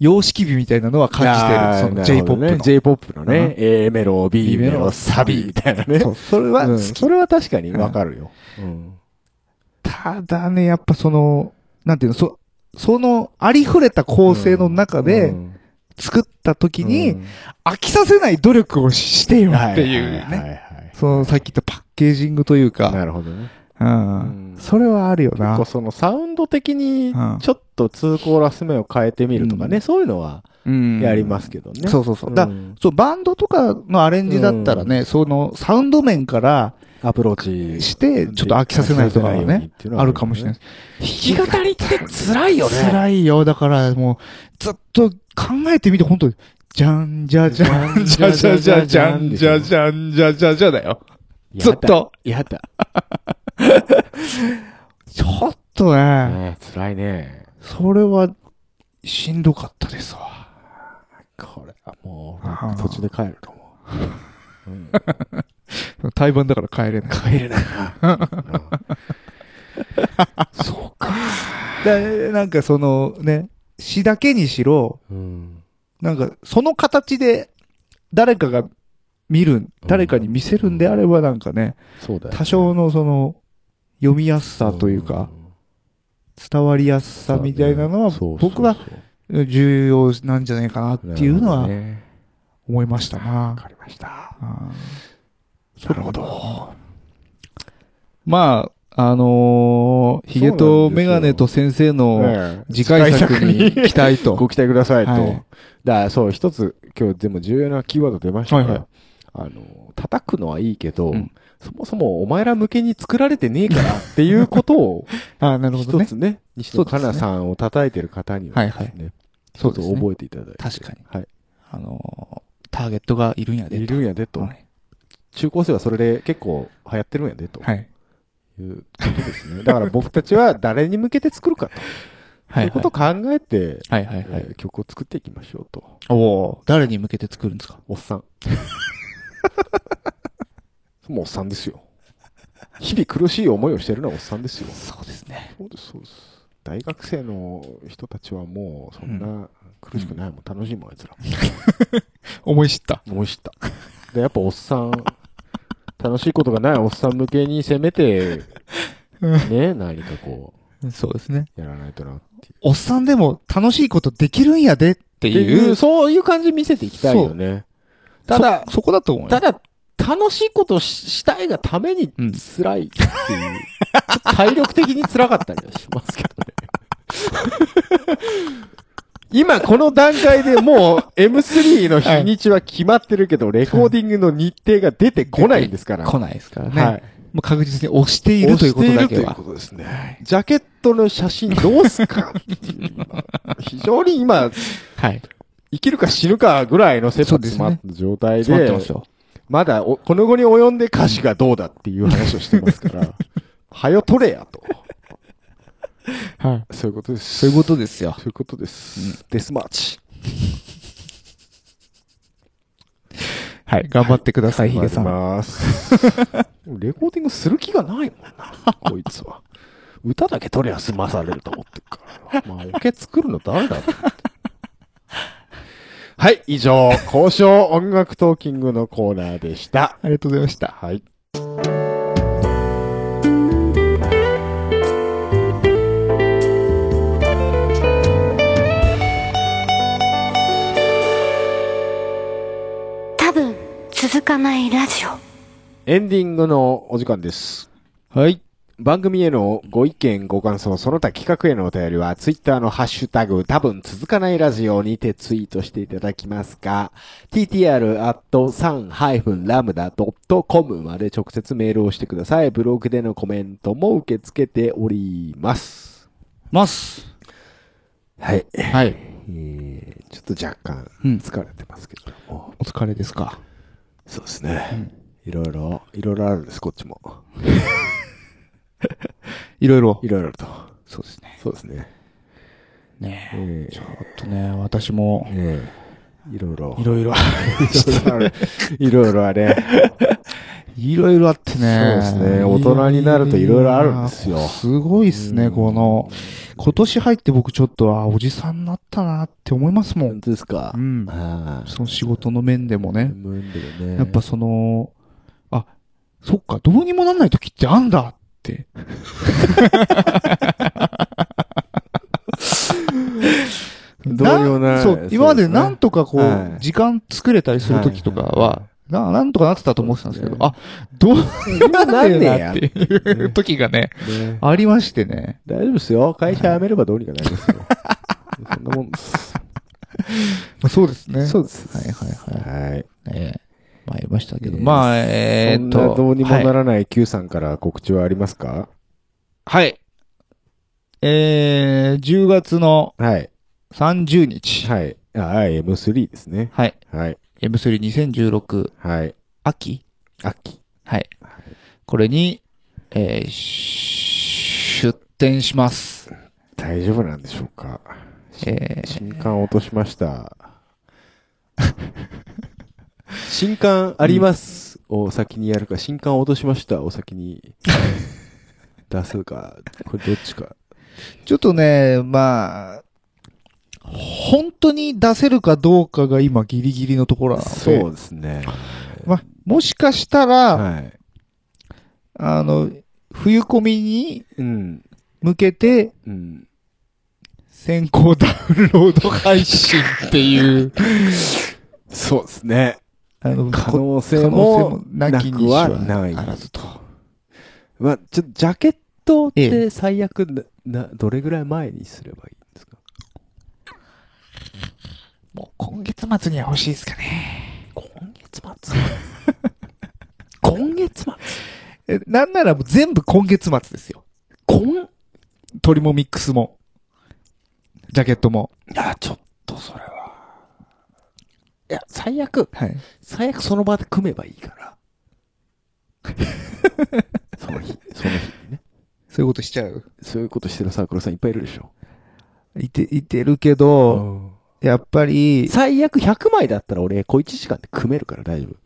A: 様式美みたいなの は感じてる。その J-POP の。
B: J-POP の
A: う
B: ね
A: ん。
B: A メロ、B メ
A: メ
B: ロ、
A: ロ
B: サビみたいなね。
A: そうそれは
B: う
A: 好
B: ん
A: き、
B: それは確かにわかるよ。うん。
A: ただね、やっぱその、なんていうの、そ、そのありふれた構成の中で作った時に、飽きさせない努力をししてよっていうね。
B: ね。
A: そのさっき言ったパッケージングというか、
B: なるほどね。
A: うん。
B: うん
A: それはあるよ
B: 結
A: な
B: 構。そのサウンド的に
A: うん
B: ちょっと通行ラス目を変えてみるとかね、そういうのは
A: うん
B: やりますけどね。
A: そうそうそう。だ
B: ん
A: そう、バンドとかのアレンジだったらね、そのサウンド面から
B: アプローチ
A: して、ちょっと飽きさせないとかはね、あるかもしれない。弾き
B: 弾き語りって辛いよね。
A: 辛いよ。だからもう、ずっと考えてみて、本当にじゃんじゃじゃんじゃじゃじゃじゃんじゃじゃんじゃじゃじゃだよ。
B: やだ
A: ずっと。
B: やだ。
A: ちょっとね、
B: ねえ辛いね。
A: それは、しんどかったですわ。
B: これはも
A: あー
B: う、途中で帰ると思う。うん、
A: 対バンだから帰れない。
B: 帰れないな。
A: そうか。で、なんかそのね、詩だけにしろ、
B: うん。
A: なんかその形で誰かが見る、誰かに見せるんであればなんかね、
B: そうだよね。
A: 多少のその読みやすさというか、伝わりやす
B: う
A: さ
B: ん、
A: みたいなのは、
B: そうそうそう
A: 僕は重要なんじゃないかなっていうの
B: な
A: は
B: るほどね
A: 思いました
B: わ
A: な。
B: かりました。
A: あー
B: なるほど。
A: まあ、あのー、ヒゲとメガネと先生の
B: ねえ
A: 次回作に
B: 次回
A: 期待と。
B: ご期待くださいと。
A: はい
B: だからそう、一つ、今日でも重要なキーワード出ましたね。
A: はいはい
B: あの、叩くのはいいけど、
A: うん
B: そもそもお前ら向けに作られてねえからっていうことを、
A: あーなるほど
B: 一
A: ね。
B: つね、西野カナさんを叩いてる方にはですね、
A: そう
B: ち
A: で
B: ょっ
A: すね。
B: と覚えていただいて。
A: 確かに
B: はい。
A: あのー、ターゲットがいるんやで。
B: いるんやでと。
A: はい
B: 中高生はそれで結構流行ってるんやでと。。
A: はいい。
B: うことですね。だから僕たちは誰に向けて作るかと。
A: はいい。
B: うことを考えて、
A: はいはいは
B: え
A: い
B: ー。曲を作っていきましょうと。
A: おお誰に向けて作るんですか
B: おっ さん。もうおっさんですよ。日々苦しい思いをしてるのはおっさんですよ。
A: そうですね。
B: そうです、そうです。大学生の人たちはもう、そんな苦しくないもん、楽しいもん、あいつら。
A: 思い知った。
B: 思い知った。で、やっぱおっさん、楽しいことがないおっさん向けにせめて、ね、何かこ
A: そうですね。
B: う、やらないとなっ
A: おっさんでも楽しいことできるんやでって
B: て
A: い、
B: いうう、そういう感じ見せていきたいよね。ただ、
A: そ、そこだと思うよ
B: ただ、楽しいことししたいがために
A: うん
B: 辛いっていう、ちょっと体力的に辛かったりはしますけどね。今この段階でもう M3 の日にちは決まってるけど、レコーディングの日程が出てこないんですから。
A: 来ないですからね。
B: はい。
A: もう確実に押してい
B: 押
A: ると
B: し
A: い
B: て
A: うことだけ
B: いるという
A: は
B: こ。とですね。ジャケットの写真どうすかっていう今非常に今、
A: はい。
B: 生きるか死ぬかぐらいの切羽詰まった状態で、
A: そうってますよ。
B: まだお、この後に及んで歌詞がどうだっていう話をしてま すから、はよ取れやと。
A: はい。
B: そういうことです。
A: そういうことですよ
B: そ。ういうことです。デスマーチ。
A: はい。頑張ってください、ヒゲさ
B: 参り
A: ん。
B: ます。レコーディングする気がないもんな、こいつは。歌だけ取りゃ済まされると思ってるから。まあ、オケ作るの誰だろうはい、以上、交渉音楽トーキングのコーナーでした。
A: ありがとうございました。
B: はい。
C: 多分続かないラジオ
B: エンディングのお時間です。
A: はい。
B: 番組へのご意見、ご感想、その他企画へのお便りは、ツイッターのハッシュタグ、多分続かないラジオにてツイートしていただきますか、ttr.san-lambda.com まで直接メールをしてください。ブログでのコメントも受け付けております。
A: ます。
B: はい。
A: はい。
B: えー、ちょっと若干、
A: うん
B: 疲れてますけども。
A: お疲れですか。
B: そうですね。いろいろ、いろいろあるんです、こっちも。
A: いろいろ
B: い。ろいろと。
A: そうですね。
B: そうですね。
A: ねえ。
B: え
A: ちょっとね、私も
B: ー、、えー、いろいろ。
A: いろいろ、
B: いろいろあれ。
A: いろいろあってね。
B: そうですね大人になるといろいろあるんですよ
A: すごいですね、この、今年入って僕ちょっと、あ、おじさんになったなって思いますもん
B: 本。当ですか。
A: うん。
B: ああ。
A: その仕事の面でもね。
B: うんだよね。
A: やっぱその、あ、そっか、どうにもなんない時ってあんだ って。
B: どうにもならない
A: そう、今までなんとかこう、
B: はい
A: 時間作れたりする時とかは、な、なんとかなってたと思ってたんですけど、あ、どうなってるなっていう時がね、
B: ね
A: ありましてね。
B: 大丈夫ですよ。会社辞めればどうにかなりますよ。そんなもん。
A: まあそうですね。
B: そうです。
A: はいはいは
B: はい。
A: い。ねえ参りましたけど。
B: えー
A: まあ、え
B: そ
A: ー
B: ん
A: っ
B: な
A: と。
B: どうにも
A: はい
B: ならない Q さんから告知はありますか
A: はい。えー、10月の
B: はい。
A: 30日。
B: はい。あ、はい、M3 ですね。
A: はい。
B: はい。
A: M32016
B: はい。
A: 秋
B: 秋。
A: はい。これに、えーし出展します。
B: 大丈夫なんでしょうか
A: えー
B: 新刊落としました。 新刊ありますを先にやるか、新刊落としましたを先に出すか、これどっちか。
A: ちょっとね、まあ、本当に出せるかどうかが今ギリギリのところなので、
B: そうですね。
A: まあ、もしかしたら、
B: はい。
A: あの、冬込みに
B: うん。
A: 向けて、
B: うん。
A: 先行ダウンロード配信っていう、
B: そうですね。
A: あの、
B: 可
A: こ
B: 能性
A: 可能性
B: も
A: も
B: な
A: なきに
B: く
A: し
B: は
A: は
B: ない。
A: あらずと。
B: まあ、ちょっとジャケットっ
A: え
B: て最悪な、などれぐらい前にすればいいんですか
A: もう今月末には欲しいですかね。
B: 今月末今月末
A: えなんならもう全部今月末ですよ。
B: 今
A: 鳥もミックスも、ジャケットも。
B: いや、ちょっとそれは。いや、最悪、
A: はい。
B: 最悪その場で組めばいいから。その日、その日にね。
A: そういうことしちゃう。
B: そういうことしてるサークルさんいっぱいいるでしょ。
A: いて、いてるけど、やっぱり、
B: 最悪100枚だったら俺、小1時間で組めるから大丈夫。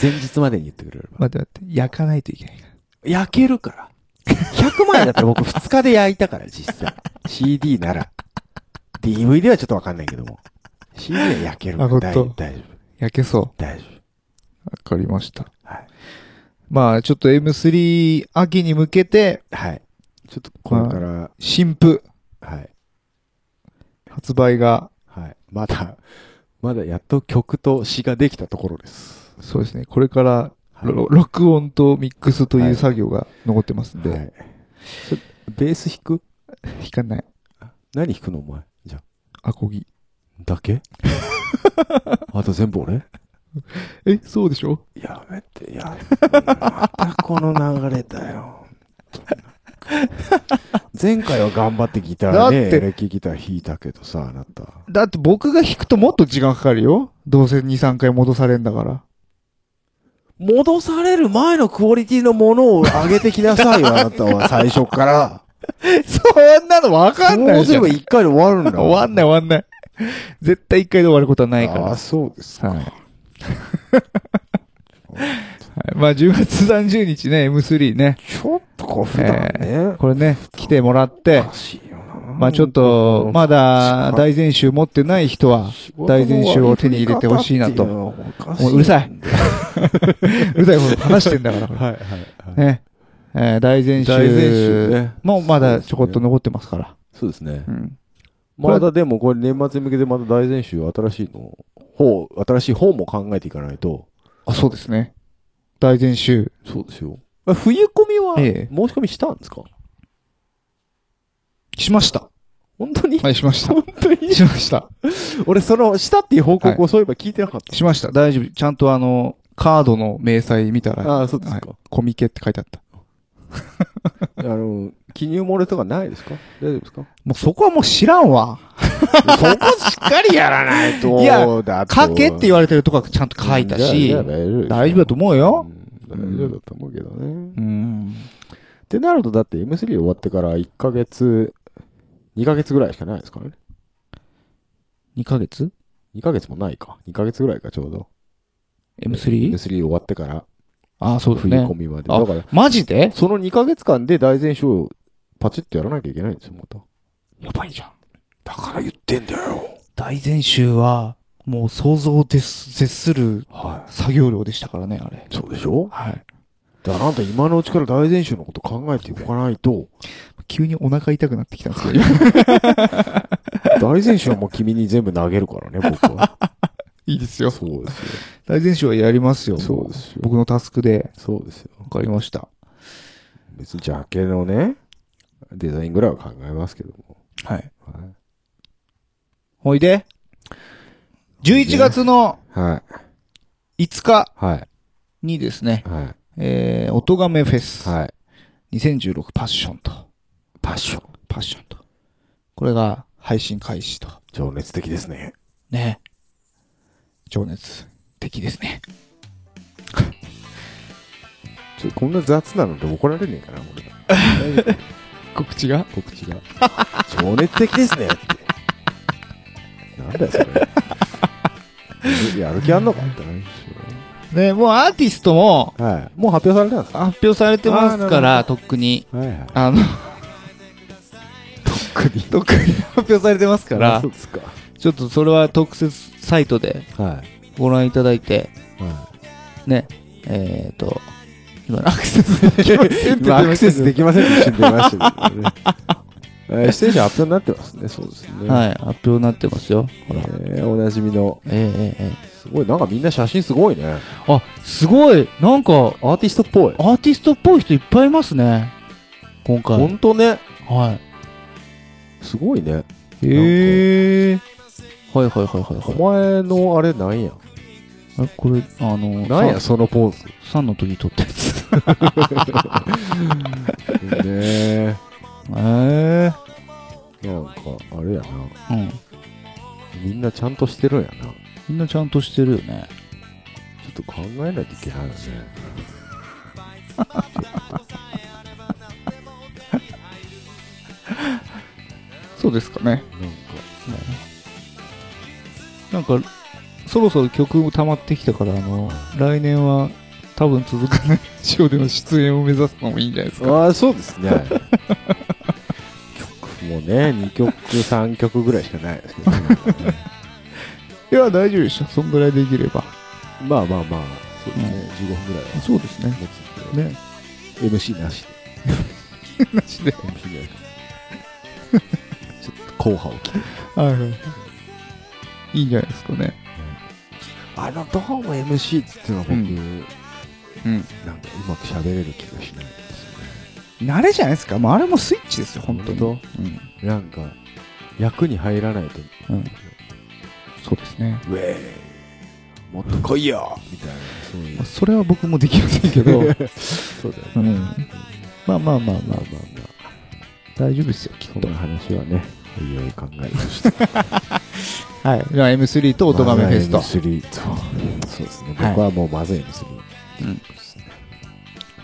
B: 前日までに言ってくれれば。
A: 待って待って、焼かないといけないから。
B: 焼けるから。100枚だったら僕2日で焼いたから、実際。CD なら。DVD はちょっとわかんないけども。CD は焼けるから。
A: あ本
B: 大
A: 当
B: 大丈夫。
A: 焼けそう。
B: 大丈
A: わかりました。
B: はい
A: まあ、ちょっと M3 秋に向けて、
B: 夫。はい。ちょっとこれから、
A: 新譜
B: はい。
A: 発売が、
B: はい。まだ、まだやっと曲と詩ができたところです。
A: そうですね、これから、
B: はい
A: ろ録音とミックスとい
B: はいう
A: 作業が残ってますんで、
B: はい。ちょベース弾く
A: 弾かない。
B: 何弾くのお前。じゃあ
A: アコギ。
B: だけ あと全部俺
A: え、そうでしょ
B: やめて、や、またこの流れだよ。 前回は頑張ってギター
A: だっ
B: ね、
A: て
B: エレキギター弾いたけどさ、あなた。
A: だって僕が弾くともっと時間かかるよ。どうせ2、3回戻されんだから。
B: 戻される前のクオリティのものを上げてきなさいよ、あなたは最初から。
A: そんなのわかんな
B: そう
A: い
B: す
A: じ
B: れ
A: ゃん。
B: ば
A: 終
B: 一回で終わるんだ。
A: わんない終わんない。絶対1回で終わることはないから。
B: ああ、そうですか。
A: はい。 はいまあ、10月30日ね、M3 ね、
B: ちょっとこう、普段ね。
A: これね、来てもらって
B: お、かしいよな
A: まあちょっと、まだ大全集持ってない人は、大全集を手に入れてほしいなと。も
B: おかし
A: ううるさ い。うるさいこと話してんだからこれ。
B: はいはいはい。
A: ね。えー大全
B: 大全集
A: 集
B: ね
A: もまだちょこっと残ってますから。
B: そうですね
A: う。ん。
B: まだでもこれ年末に向けてまた大全集新しいの、方、新しい方も考えていかないと。
A: あ、そうですね。大全集。
B: そうですよ。冬コミは
A: ええ
B: 申し込みしたんですか
A: しました。
B: 本当に
A: はい、しました。
B: 本当 に
A: しました。
B: 俺その、したっていう報告をそういえば聞いてなかった。
A: しました。大丈夫。ちゃんとあの、カードの明細見たら、
B: ああ、そうですか。
A: コミケって書いてあった。
B: あの、記入漏れとかないですか大丈夫ですか
A: もうそこはもう知らんわ。
B: そこしっかりやらないと。
A: いや
B: だ
A: 書けって言われてるとこはちゃんと書いたし
B: じゃあ、じゃあ大丈夫です
A: 大丈夫だと思うよ。
B: うん大丈夫だと思うけどね。
A: うん。
B: ってなると、だって M3 終わってから1ヶ月、2ヶ月ぐらいしかないですからね。
A: 2ヶ月
B: 2ヶ月もないか。2ヶ月ぐらいか、ちょうど。
A: ?M3?
B: M3 終わってから、
A: ああ、そうです
B: 冬
A: ね
B: 込。みまで。
A: あ
B: だから、
A: マジで
B: その2ヶ月間で大全勝をパチッとやらなきゃいけないんですよ、また。
A: やばいじゃん。
B: だから言ってんだよ。
A: 大全集は、もう想像を絶絶する
B: は
A: 作業量でしたからね、あれ。
B: い。そうでしょ
A: はい。
B: だからあなた今のうちから大全勝のこと考えておかないと、
A: 急にお腹痛くなってきたん ですけど。
B: 大全勝はもう君に全部投げるからね、僕は。
A: いいですよ。
B: そうですよ。
A: 大前週はやりますよ。
B: そうですよ
A: 僕のタスクで。
B: そうですよ。
A: わかりました。
B: 別にジャケのね、デザインぐらいは考えますけども。
A: はい。
B: はい
A: ほいで、11月の
B: はい。
A: 5日
B: はい。
A: にですね、
B: はい。
A: えー、音めフェス、
B: はい。
A: 2016パッションと、
B: パッション。
A: パッションと。これが配信開始と。
B: 情熱的ですね。
A: ね。情熱的ですね。
B: ちょこんな雑なので怒られねえかな、俺ら。
A: 告知が
B: 告知が。情熱的ですねって。なんだよ、それ。やる気あんのかって話ですよね
A: ね、もうアーティストも
B: はい。もう発表されたんですか
A: 発表されてますから、とっくに。
B: はいはい。
A: あの、 とっくに。 とっくに発表されてますから
B: そう、ですか。
A: ちょっとそれは特設サイトで
B: は
A: ご覧いただいて、
B: い。は
A: ね、えっ、ー、と、今アクセスできま
B: い
A: せんって
B: 今ア
A: 出
B: ク
A: ました
B: セスできませんって一瞬出ましたけどね。えー出演者発表になってますね、そうですね。
A: はい、発表になってますよ。ほら。え
B: えーおなじみの。
A: ええええ
B: すごい、なんかみんな写真すごいね。
A: えあ、すごいなんか、
B: アーティストっぽい。
A: アーティストっぽい人いっぱいいますね。今回。
B: ほんとね。
A: は
B: すごいね。
A: い。え。はいはいはいはい
B: お
A: はい。
B: 前のあれなんや。
A: あこれ、あの、
B: なんや、
A: さ
B: そのポーズ。
A: さんの時に撮ったや つ。
B: ね
A: ええ。
B: え。 なんか、あれやな。
A: うん。
B: みんなちゃんとしてるんやな。ちょ
A: みんなちゃんとしてるよね。
B: っと考えないといけないよね。
A: そうですかね。
B: なんか、
A: なんか、そろそろ曲も溜まってきたから、あの、来年は多分続かないショーでの出演を目指すのもいいんじゃないですか。
B: ああ、そうで すね。曲もね、2曲、3曲ぐらいしかないですけど、ね、
A: いや、大丈夫でしょ。そんぐらいできれば。
B: まあまあまあ、そうですね、15分ぐらいは
A: そうですね。
B: 持つんで、
A: ね。
B: MC なし
A: なしで
B: で、。MC なしで。ちょっと、硬派を着て。
A: はいはい。いいんじゃないですかね。
B: あの、どうも MC っていうのは僕、
A: うんうん。
B: なんかうまく喋れる気がしないんですよね。
A: 慣れじゃないですか。もうあれもスイッチですよ、本当に。
B: 本
A: うん。
B: なんか、役に入らないと、
A: うん。そうですね。
B: ウェーイもっと来いよみたいな、そういう
A: まあ。 それは僕もできませんけど、 うん。
B: そうだよね。
A: まあまあまあまあ
B: まあ、まあまあ。
A: 大丈夫ですよ、きっ
B: そ
A: と
B: んな。話はね、いろいろ考えました。
A: はい。じゃあ M3 と音亀フェスト。
B: M3 と。そうですね。
A: はい
B: 僕はもうまずい M3。
A: うん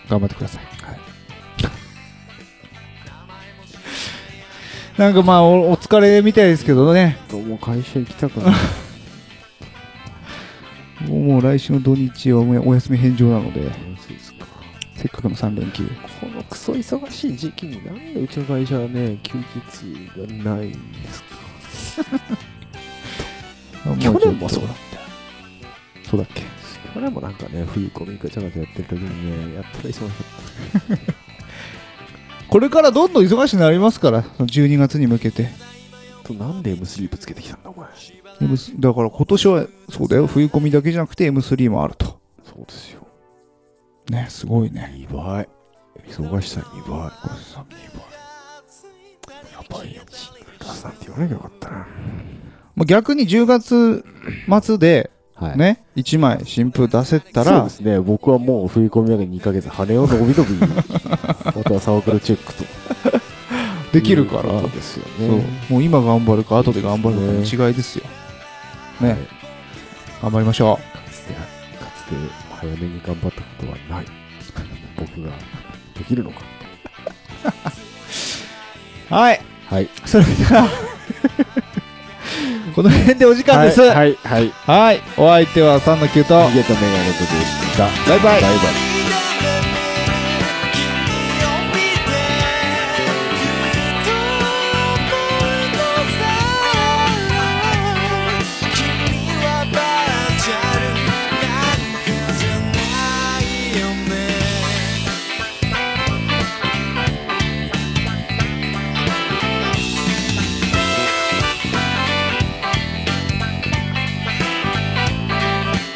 A: 頑張ってください。
B: はい。
A: なんかまあお、お疲れみたいですけどね。
B: どうも会社行きたくない。
A: もうもう来週の土日はおお休み返上なので、
B: そうですか。
A: せっかくの3連休。
B: このクソ忙しい時期になんでうちの会社はね、休日がないんですか。去年もそうだっ
A: そうだっけ
B: た。去年もなんかね、冬コミガチャガチャやってる時にね、やったら忙しかっ
A: これからどんどん忙しくなりますから、その12月に向けて。
B: た。となんで M3 ぶつけてきたんだ、お前。そ
A: M だから今年は、そうだよ、冬込みだけじゃなくて M3 もあると。
B: うですよ。
A: ね、すごいね。
B: 2倍。忙しさ2倍。2倍。やばいよ。出すなんて言わなきゃよかったな。
A: まあ、逆に10月末で、
B: は
A: ね、1枚新風出せた
B: そう
A: ら
B: で、すね。僕はもう振り込み上げ2ヶ月、羽を伸び 伸び、またはサークルチェックと。
A: できるから、
B: いうこ
A: そ
B: とですよ
A: う
B: ね。
A: もう今頑張るか、後で頑張るかの違いですよ。ね、頑張りましょう。
B: かつて、かつて早めに頑張ったことはない。僕ができるのか。
A: はい。
B: はい。
A: それでは、この辺でお時間です。はい。
B: はい、はい。はい
A: お相手は3の9と、
B: 逃げたメガネとでした。
A: バイバイ
B: バイ。バイ。
E: 「君はバーチャルなんかじゃない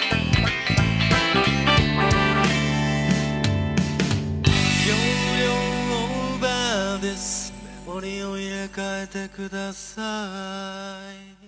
E: よね」です森を入れ替えてください